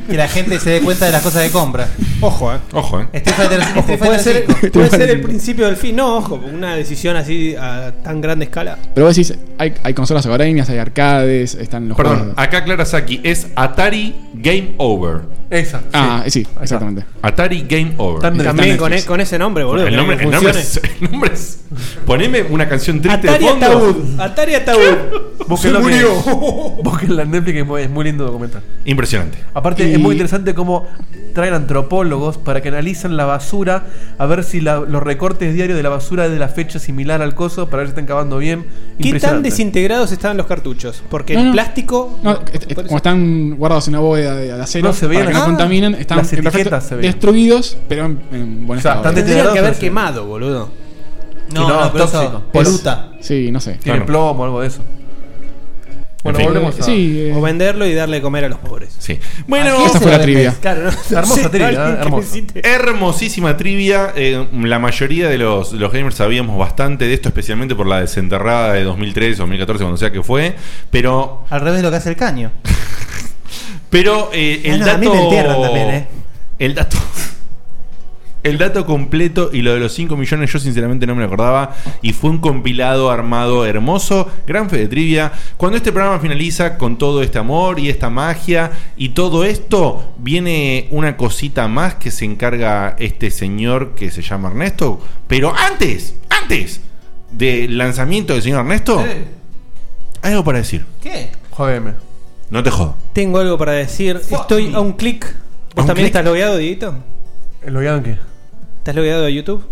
Que la gente se dé cuenta de las cosas que compra.
Ojo, eh.
Ojo, eh.
Street Fighter,
Ojo,
Street
puede
Fighter
ser,
5.
este puede ser el principio del fin. No, ojo, una decisión así a tan grande escala.
pero vos decís, hay, hay consolas hogareñas, hay arcades, están los
Perdón,
juegos.
acá aclara Saki, es Atari Game Over.
Esa.
Ah, sí, exactamente.
Atari Game Over.
También Está en con Netflix. e-
con ese nombre, boludo,
El
que
nombre, el nombre es,
funcione.
el nombre es- Poneme una canción triste
Atari
de fondo.
Ataúd. Atari Ataúd.
Búsquenlo
Se
que-
murió.
búsquenlo en Netflix, que es muy- es muy lindo documental.
Impresionante.
Aparte,
Y-
es muy interesante cómo traen antropólogos para que analicen la basura, a ver si la- los recortes diarios de la basura es de la fecha similar al coso, para ver si están cavando bien.
¿Qué tan
Impresionante.
desintegrados estaban los cartuchos? Porque
No,
el
no.
plástico.
No, est- est- como están guardados en una bóveda de, de acero,
No, se veían
para que no
las-
contaminen, están
las
en perfecto-
etiquetas se veían.
destruidos, pero en, en buen
O sea,
estado.
están Tendrían que haber quemado, boludo.
No, no, pero eso-
Es-
pues,
Sí, no sé.
Tiene
Claro.
plomo, algo de eso.
En
Bueno,
fin.
volvemos a.
Sí,
O venderlo y darle de comer a los pobres.
Sí.
¿A
Bueno,
quién se lo vendés? Claro, no-
Hermosa
Sí,
trivia, ¿eh?
alguien que
hermosa.
necesite-
Hermosísima trivia. eh, la mayoría de los, los gamers sabíamos bastante de esto, especialmente por la desenterrada de 2013 o 2014, cuando sea que fue. Pero,
Al revés de lo que hace el caño.
pero eh, el
Ah, No, no, a mí
dato.
me entierran también, eh.
El dato. El dato completo y lo de los 5 millones yo sinceramente no me lo acordaba y fue un compilado armado hermoso, gran fe de trivia. Cuando este programa finaliza con todo este amor y esta magia y todo esto, viene una cosita más que se encarga este señor que se llama Ernesto. Pero antes, antes del lanzamiento del señor Ernesto, hay algo para decir.
¿Qué?
Jodeme.
No te jodo.
Tengo algo para decir. Estoy a un clic.
¿A
¿Vos
un
también
clic?
estás logueado, Dieguito?
¿Lo vean qué?
¿Estás logueado a YouTube?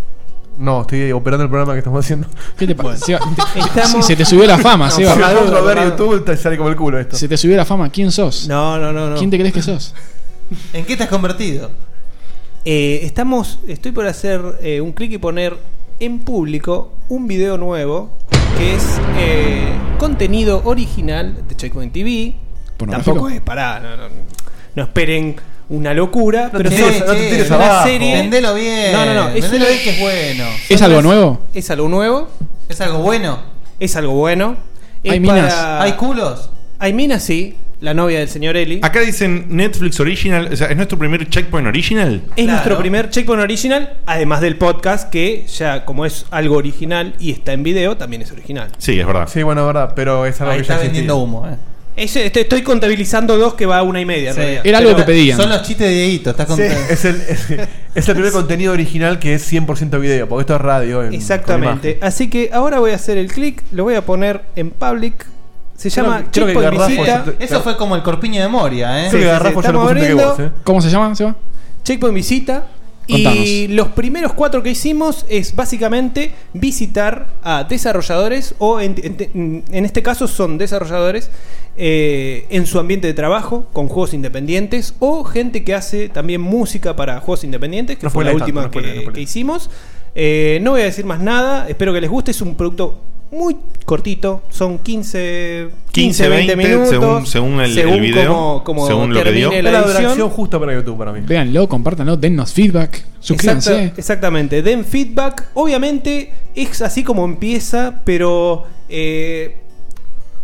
No, estoy operando el programa que estamos haciendo.
¿Qué te pasa?
Estamos-
Se te subió la fama,
No,
Seba.
si me pongo a ver YouTube, te sale como el culo esto.
Se te subió la fama. ¿Quién sos?
No, no, no. no.
¿Quién te crees que sos?
¿En qué te has convertido?
Eh, estamos, estoy por hacer eh, un clic y poner en público un video nuevo que es eh, contenido original de Checkpoint TV.
Pornográfico.
Tampoco es pará, no, no, no esperen una locura,
No
pero
te
es
tires- no te tires
una
abajo.
serie.
Vendelo bien,
No, no, no. es
vendelo
una-
bien que es bueno.
¿Es algo nuevo?
Es algo nuevo.
¿Es algo bueno?
Es algo bueno. Es
Hay minas.
para-
¿Hay culos?
Hay minas, sí. La novia del señor Eli.
Acá dicen Netflix Original, o sea, ¿es nuestro primer checkpoint original?
Es nuestro primer Checkpoint original, además del podcast, que ya como es algo original y está en video, también es original.
Sí, es verdad.
Sí, bueno, es verdad, pero es algo
Ahí
que
está
ya existía.
vendiendo humo, eh. Ese- este- estoy contabilizando dos que va a una y media. en
Sí.
realidad.
Era algo que pedían.
Son los chistes de Dieguito, estás
Sí,
contando.
es, el, es, es el primer contenido original que es 100% video, porque esto es radio. en- con
Exactamente.
imagen.
Así que ahora voy a hacer el clic, lo voy a poner en public. Se
Creo
llama
que- creo que
Checkpoint
Garrafo
Visita.
es-
Eso fue como el corpiño de Moria, ¿eh?
¿eh?
¿eh?
Sí, sí, sí, estamos abriendo
¿Cómo se llama, Seba?
Checkpoint Visita. Y los primeros cuatro que hicimos es básicamente visitar a desarrolladores o en, en- en este caso son desarrolladores eh, en su ambiente de trabajo con juegos independientes o gente que hace también música para juegos independientes, que
No
fue la
spoilees tanto,
última
no
que,
spoilees, no spoilees.
que hicimos. Eh, no voy a decir más nada, espero que les guste, es un producto muy cortito, son 15, 15 20 minutos.
según, según el, el video,
como- como
según lo que dio.
termine la
la
edición.
duración justa para YouTube para mí.
Véanlo, compártanlo, dennos feedback, suscríbanse.
Exacta- exactamente, den feedback. Obviamente es así como empieza, pero eh,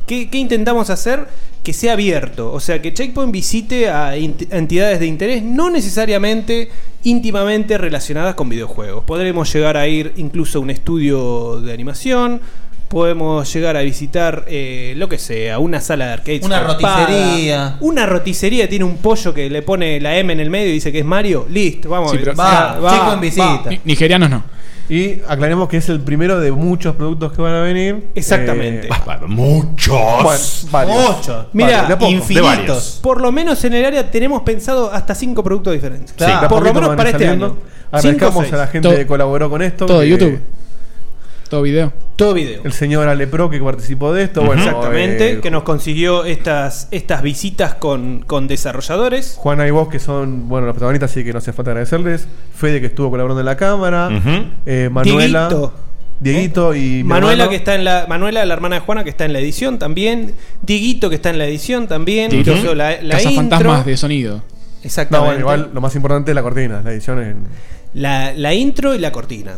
¿qué, qué intentamos hacer? Que sea abierto, o sea, que Checkpoint visite a int- entidades de interés no necesariamente íntimamente relacionadas con videojuegos. Podremos llegar a ir incluso a un estudio de animación. Podemos llegar a visitar eh, lo que sea, una sala de arcades.
Una
copada,
roticería.
Una roticería tiene un pollo que le pone la M en el medio y dice que es Mario. Listo, vamos.
Sí, pero-
Va, va,
Checkpoint
va.
Ni- Nigerianos no.
Y aclaremos que es el primero de muchos productos que van a venir. Eh,
Exactamente.
muchos.
Muchos.
Mira,
de a poco.
infinitos. Por lo menos en el área tenemos pensado hasta cinco productos diferentes.
Sí, de a
por lo
poquito
menos
van
para este
saliendo.
año. Cinco o
Agradecemos
seis.
a la gente
Todo-
que colaboró con esto.
todo
que-
YouTube. Todo video.
Todo video.
El señor Alepro que participó de esto.
Ujú.
Bueno,
Exactamente,
eh,
que nos consiguió estas, estas visitas con, con desarrolladores.
Juana y vos, que son bueno los protagonistas, así que no hace falta agradecerles. Fede, que estuvo colaborando en la cámara.
Ujú.
Eh, Manuela.
Dieguito.
Dieguito y mi
Manuela
hermano.
que está en la Manuela, la hermana de Juana que está en la edición también, Dieguito que está en la edición también,
Dieguito.
hizo la, la
Cazafantasmas
intro.
de sonido.
No,
Exactamente.
bueno, igual lo más importante es la cortina, la edición en
la, la intro y la cortina.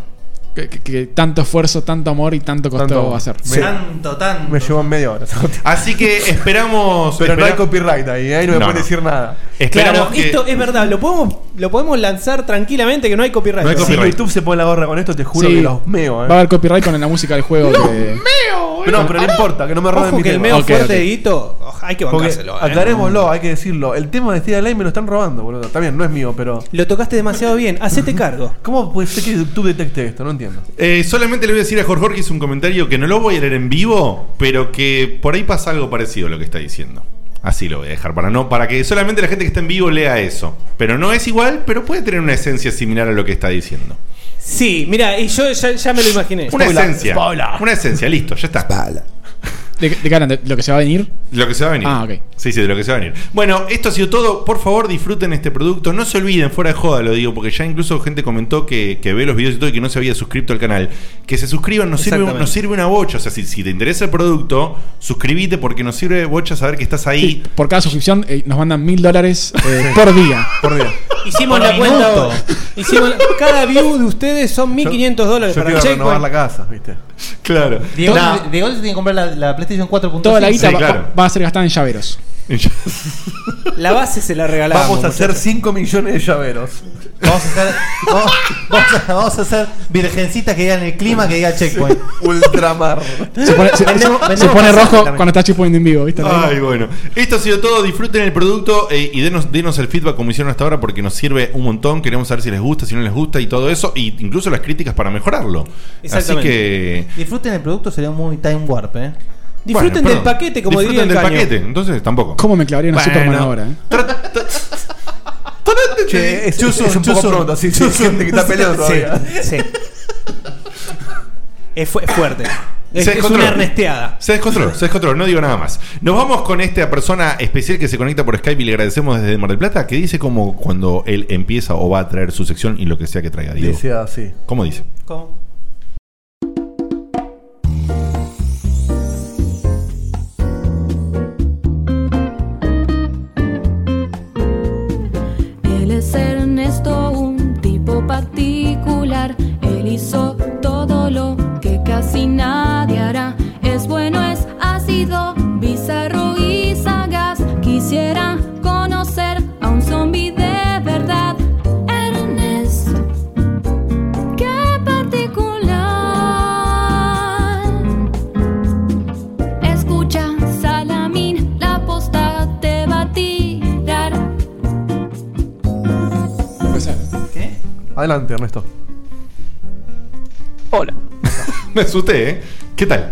Que, que- que tanto esfuerzo, tanto amor y tanto costó
Tanto-
hacer.
Sí. Tanto, Me llevó en media hora.
Así que esperamos.
Pero no
espera-
hay copyright ahí, ¿eh? ahí no me
No,
pueden
no.
decir nada.
Esperamos
Claro,
que-
esto es verdad, lo podemos, lo podemos lanzar tranquilamente que no hay copyright.
No hay copyright. Si YouTube se pone la gorra con esto, te juro
Sí.
que los meo, eh.
Va a haber copyright con la música del juego. de-
No, pero no importa, que no me roben
Ojo
mi
que el
tema.
meo fuerte de Guito, oh, hay que
Porque,
bancárselo. eh.
aclarémoslo, hay que decirlo. El tema de Steve Lane me lo están robando, boludo. También no es mío, pero.
Lo tocaste demasiado bien, hacete cargo.
¿Cómo puede ser que YouTube detecte esto? No entiendo.
Eh, solamente le voy a decir a Jorge Jorge un comentario que no lo voy a leer en vivo, pero que por ahí pasa algo parecido a lo que está diciendo. Así lo voy a dejar para no, para que solamente la gente que está en vivo lea eso. Pero no es igual, pero puede tener una esencia similar a lo que está diciendo.
¿eh?
Sí, mira, y yo ya, ya me lo imaginé.
Una esencia. Una esencia, listo, ya está.
de, de cara, de lo que se va a venir.
Lo que se va a venir.
Ah, ok.
Sí, sí, de lo que se va a venir. Bueno, esto ha sido todo. Por favor, disfruten este producto. No se olviden, fuera de joda lo digo, porque ya incluso gente comentó que, que ve los videos y todo y que no se había suscrito al canal. Que se suscriban, nos sirve,
Exactamente.
nos sirve una bocha. O sea, si, si te interesa el producto, suscríbete porque nos sirve bocha saber que estás ahí.
Por cada suscripción eh, nos mandan mil dólares eh, por día.
Por día.
Hicimos
Por
la cuenta
minuto.
ahora. Hicimos la- cada view de ustedes son 1500 dólares
Yo
para
quiero
el
renovar
checkpoint.
la casa, ¿viste?
Claro.
Diego,
Nah.
Diego se tiene que comprar la, la PlayStation 4.5.
Toda la guita
Sí,
va-
claro.
va, va a ser gastada en llaveros.
La base se la regalamos.
Vamos a hacer 5 millones de llaveros.
Vamos a hacer, vamos, vamos a, vamos a hacer virgencitas que digan el clima que diga checkpoint.
Ultramar.
Se pone, se- se- se pone rojo cuando está chupando en vivo, ¿viste?
Ay, bueno. Esto ha sido todo. Disfruten el producto eh, y denos, denos el feedback como hicieron hasta ahora porque nos sirve un montón. Queremos saber si les gusta, si no les gusta y todo eso. Y incluso las críticas para mejorarlo. Así
Exactamente.
que.
Disfruten el producto, sería muy time warp, eh.
Disfruten
Bueno,
del
perdón.
paquete, como
Disfruten
diría el
del
caño.
paquete, entonces tampoco.
¿Cómo me clavaría una
Bueno.
Superman ahora? eh?
Che, es,
Chusun,
es un poco
chusun,
pronto, sí, sí,
chusun.
gente que está peleando
Sí,
todavía.
Sí. Es, fu- es fuerte. Es,
Se
es
descontroló.
una ernesteada.
Se descontroló, se descontroló, no digo nada más. Nos vamos con esta persona especial que se conecta por Skype y le agradecemos desde Mar del Plata, que dice como cuando él empieza o va a traer su sección y lo que sea que traiga. Diego.
Dice así.
¿Cómo dice?
Él es Ernesto, un tipo particular. Él hizo todo lo que casi nadie hará. Es bueno, es ácido, bizarro y sagaz. Quisiera conocer a un zombi de verdad. Ernesto, qué particular. Escucha, Salamín, la posta te va a tirar.
Adelante, Ernesto.
Hola,
Me asusté, ¿eh? ¿Qué tal?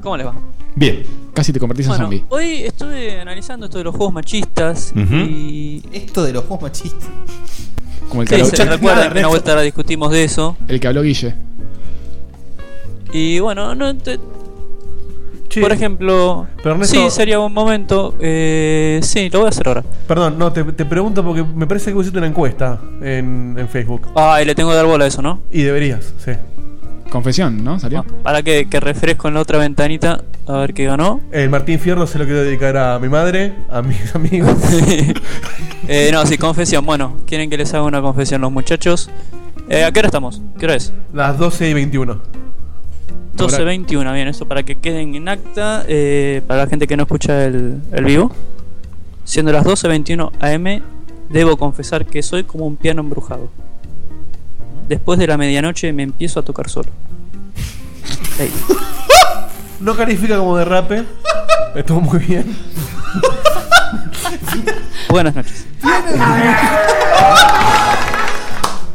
¿cómo les va?
Bien.
Casi te convertís en
Bueno,
zombie.
hoy estuve analizando esto de los juegos machistas
Ujú.
y
Esto de los juegos machistas.
Como el
Sí,
que habló-
se recuerda que una vuelta ahora discutimos de eso.
El que habló Guille.
Y bueno, no te- por ejemplo,
Pero Ernesto-
sí, sería un momento. eh, sí, lo voy a hacer ahora.
Perdón, no, te, te pregunto porque me parece que pusiste una encuesta en, en Facebook.
Ah, y le tengo que dar bola a eso, ¿no?
Y deberías, sí.
Confesión, ¿no? Salió.
Para que, que refresco en la otra ventanita a ver qué ganó.
El Martín Fierro se lo quiero dedicar a mi madre, a mis amigos.
Eh, no, sí, confesión. Bueno, quieren que les haga una confesión los muchachos. Eh, ¿A qué hora estamos? ¿Qué hora es?
Las 12 y 21.
12.21, bien, esto para que queden en acta, eh, para la gente que no escucha el, el vivo. Siendo las 12.21 am, debo confesar que soy como un piano embrujado. Después de la medianoche me empiezo a tocar solo. Ey.
No califica como derrape. Estuvo muy bien.
Buenas noches.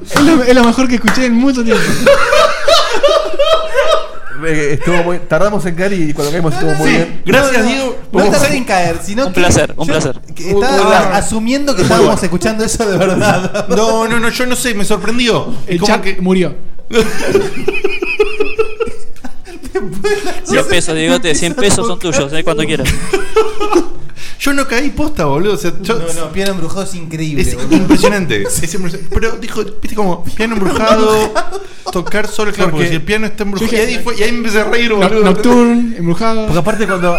Es lo, es lo mejor que escuché en mucho tiempo.
Eh, Estuvo muy, tardamos en caer y cuando caímos estuvo muy bien.
No, no, No, no tardes en caer, sino
Un
que-
placer, un
yo-
placer.
que estaba
Un placer.
asumiendo que
Muy
estábamos
bueno.
escuchando eso de verdad.
No, no, no, yo no sé, me sorprendió.
El chat murió.
Cien pesos, Diegote, 100 pesos son tuyos, eh, cuando quieras.
Yo no caí posta, boludo. O sea, yo-
No, no, piano embrujado es increíble.
Es
boludo.
impresionante. es impresionante. Pero dijo, viste como piano embrujado, tocar solo, claro, porque si el piano está embrujado. Y ahí, fue- y ahí me empecé a reír, boludo.
Nocturne, embrujado.
Porque aparte cuando,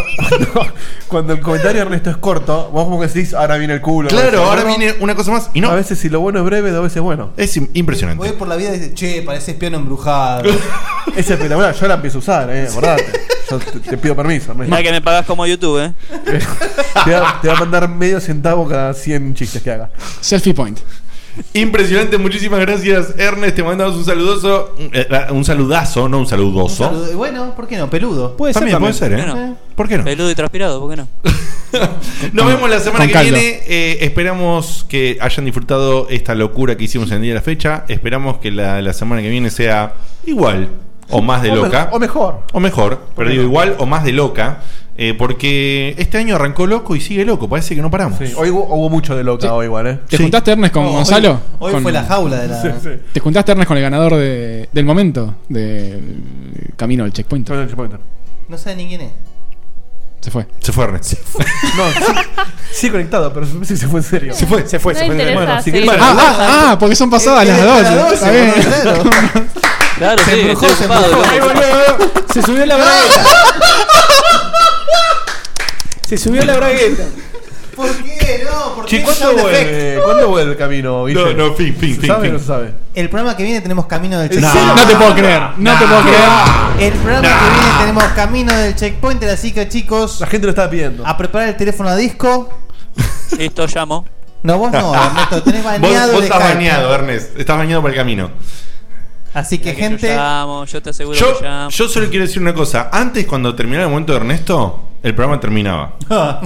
cuando, el comentario Ernesto es corto, vos como que decís, ahora viene el culo.
Claro,
¿no?
ahora viene una cosa más y no.
A veces si lo bueno es breve, dos veces bueno.
Es impresionante.
Voy por la vida y dices, che, pareces piano embrujado.
Es espectacular, Ah, yo la empiezo a usar, eh, acordate. Yo te, te pido permiso, Ernesto.
Mira que me pagas como YouTube, eh.
Te va, te va a mandar medio centavo cada 100 chistes que haga.
Selfie point.
Impresionante, muchísimas gracias, Ernest. Te mandamos un saludoso. Un, eh, un saludazo, no un saludoso.
Saludo- Bueno, ¿por qué no? Peludo.
Puede ser También, también. puede ser, ¿eh?
Bueno,
¿Por qué no?
Peludo y transpirado, ¿por qué no?
Nos vemos la semana
con
que
caldo.
viene. Eh, esperamos que hayan disfrutado esta locura que hicimos en el día de la fecha. Esperamos que la, la semana que viene sea igual o más de
O me-
loca.
o mejor.
O mejor, pero digo igual o más de loca. eh, porque este año arrancó loco y sigue loco. Parece que no paramos.
Sí, hoy hubo, hubo mucho de loca hoy igual, eh.
¿Te juntaste, Ernest, con
No, hoy-
Gonzalo?
hoy
Con-
fue la jaula de la- Sí, sí.
¿Te juntaste, Ernest, con el ganador de- del momento? De Camino al Checkpoint.
No sabe ni quién es.
Se fue.
Se fue, Ernest.
No, sí, sí conectado, pero sí se fue en serio.
Se fue,
se fue,
No se fue en serio. interesa
Bueno, si
seguir
querés-
Ah, ah, ah, porque son pasadas las dos. eh, está bien.
Claro,
se embrujó, se embrujó.
Ahí
Se subió la bragueta. Se subió la bragueta.
¿Por qué? No, ¿por qué?
Che, ¿cuándo
Sound effect.
vuelve, ¿Cuándo vuelve el camino, Guille?
No, no, fin, fin,
¿Se
fin,
¿Sabe o
fin.
no se sabe?
El programa que viene tenemos Camino del
No, no te puedo creer, no te puedo creer.
El programa
No.
que viene tenemos Camino del Checkpointer, así que chicos. La
gente lo está pidiendo.
A preparar el teléfono a disco.
Listo, llamo.
No, vos no, Ernesto, tenés
Vos,
bañado
vos
de
estás
carne.
bañado, Ernest. Estás bañado por el camino.
Así que,
Yo
gente.
llamo, yo te aseguro
Yo,
que llamo.
yo solo quiero decir una cosa. Antes, cuando terminaba el momento de Ernesto, el programa terminaba.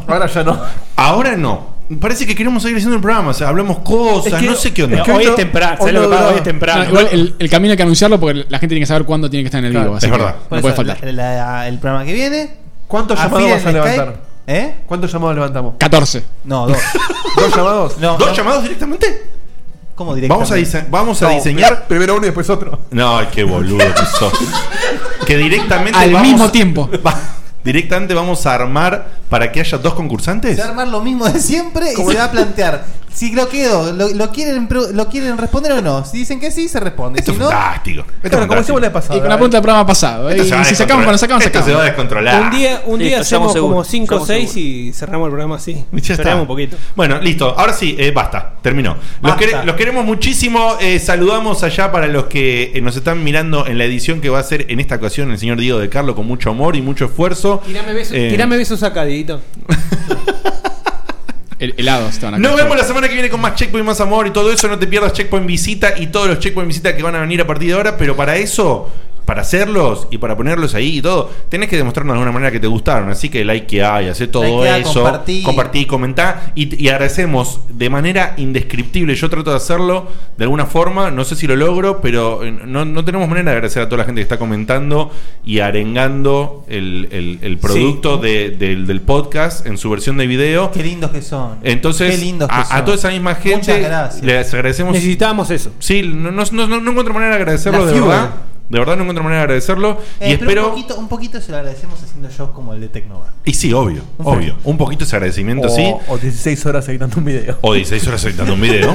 Ahora ya no.
Ahora no. Parece que queremos seguir haciendo el programa. O sea, hablamos cosas,
Es que-
no sé qué onda.
es que hoy es temprano,
hoy
¿sabes lo
no
que pasa?
duraba.
Hoy es temprano. No, igual el, el camino hay que anunciarlo porque la gente tiene que saber cuándo tiene que estar en el vivo.
Claro,
así
es
que
verdad. Por
No
eso,
puede faltar.
la- la- el programa que viene.
¿Cuántos
Afila
llamados vas a
el Skype.
levantar?
¿Eh?
¿Cuántos llamados levantamos?
14.
No, dos.
¿Dos llamados?
No,
¿Dos llamados directamente?
¿Cómo
Vamos a, dise- vamos a
No,
diseñar.
Primero uno y después otro.
No, ay, qué boludo que sos. Que directamente.
Al
vamos-
mismo tiempo.
va- directamente vamos a armar para que haya dos concursantes.
Se va a armar lo mismo de siempre y
¿Cómo?
se va a plantear si lo quedo, lo, lo quieren pro- lo quieren responder o no. Si dicen que sí, se responde. si no,
Fantástico. Esto es fantástico.
Y con la punta del programa pasado. ¿eh?
Esto
Y
se va a
si sacamos,
descontrolar.
cuando sacamos,
Esto
sacamos.
se va a descontrolar.
Un día-
Un
Listo,
día
estamos
hacemos como
seguros,
5 o
estamos
6 y cerramos el programa así.
Ya está.
Choreamos un poquito.
Bueno, listo. Ahora sí, eh, basta. Terminó. Los,
Basta.
quere- los queremos muchísimo. eh, saludamos allá para los que eh, nos están mirando en la edición que va a ser en esta ocasión el señor Diego de Carlo con mucho amor y mucho esfuerzo.
Tirame besos,
Eh,
tirame besos acá, Dieguito.
El- helados te van a
Nos
comprar.
vemos la semana que viene con más Checkpoint, más amor y todo eso. No te pierdas Checkpoint Visita y todos los Checkpoint Visita que van a venir a partir de ahora. Pero para eso, para hacerlos y para ponerlos ahí y todo, tenés que demostrarnos de alguna manera que te gustaron. Así que like que hay, hacé todo
Likeá,
eso,
compartí.
compartí, comentá y, y agradecemos de manera indescriptible. Yo trato de hacerlo de alguna forma, no sé si lo logro, pero eh, no, no tenemos manera de agradecer a toda la gente que está comentando y arengando el, el- el producto de- del, del podcast en su versión de video.
Qué lindos que son.
Entonces,
Qué lindos que
a, a
son.
toda esa misma gente
Muchas gracias.
les agradecemos.
Necesitábamos eso.
Sí, no, no, no- no- no encuentro manera de
La
agradecerlo, de
fuel.
verdad. De verdad no encuentro manera de agradecerlo.
Eh,
y
pero Un
espero.
poquito, un poquito se lo agradecemos haciendo shows como el de Tecnova.
Y sí, obvio,
Un
obvio. Un poquito ese agradecimiento, sí.
O 16 horas editando un video.
O 16 horas editando un video.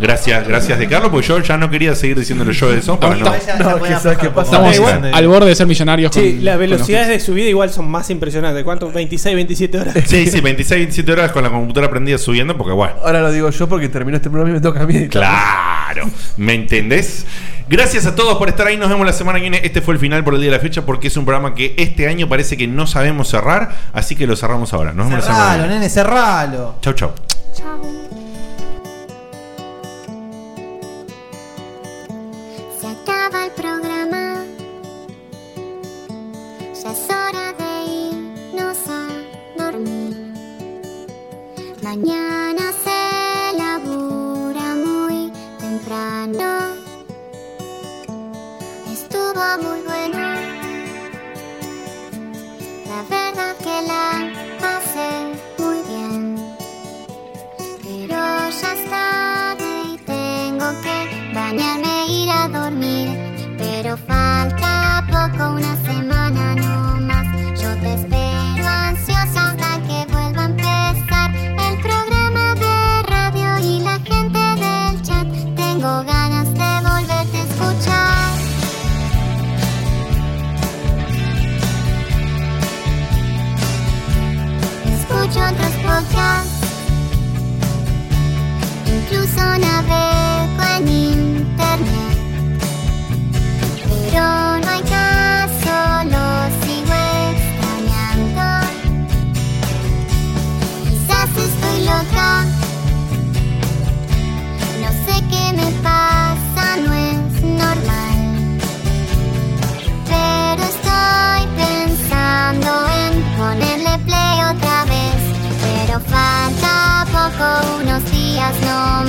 Gracias, gracias de Carlos, porque yo ya no quería seguir diciéndole yo eso para no.
No, que sabes qué pasa.
Estamos
Igual-
al borde de ser millonarios.
Sí,
con-
las
con los
velocidades de subida igual son más impresionantes. ¿Cuánto? 26, 27 horas.
Sí, sí, 26, 27 horas con la computadora prendida subiendo, porque bueno.
Ahora lo digo yo porque terminó este programa y me toca a mí editar.
Claro, ¿me entendés? Gracias a todos por estar ahí, nos vemos la semana que viene. Este fue el final por el día de la fecha porque es un programa que este año parece que no sabemos cerrar, así que lo cerramos ahora. Nos vemos la semana que
Cerralo,
viene.
nene, cerralo.
Chau, chau.
Se acaba el programa. Ya es hora de irnos a dormir. Mañana se labura muy temprano. Estuvo muy bueno. La verdad que la pasé muy bien. Pero ya es tarde y tengo que bañarme e ir a dormir. Pero falta poco, una semana no más. Yo te espero ansiosa hasta que vuelva a empezar el programa de radio y la gente del chat. Tengo ganas de volverte a escuchar. Escucho otros podcasts. Incluso navego en internet Pero no hay caso, lo sigo extrañando Quizás estoy loca No sé qué me pasa, no es normal Pero estoy pensando en ponerle play otra vez pero falta poco, unos días no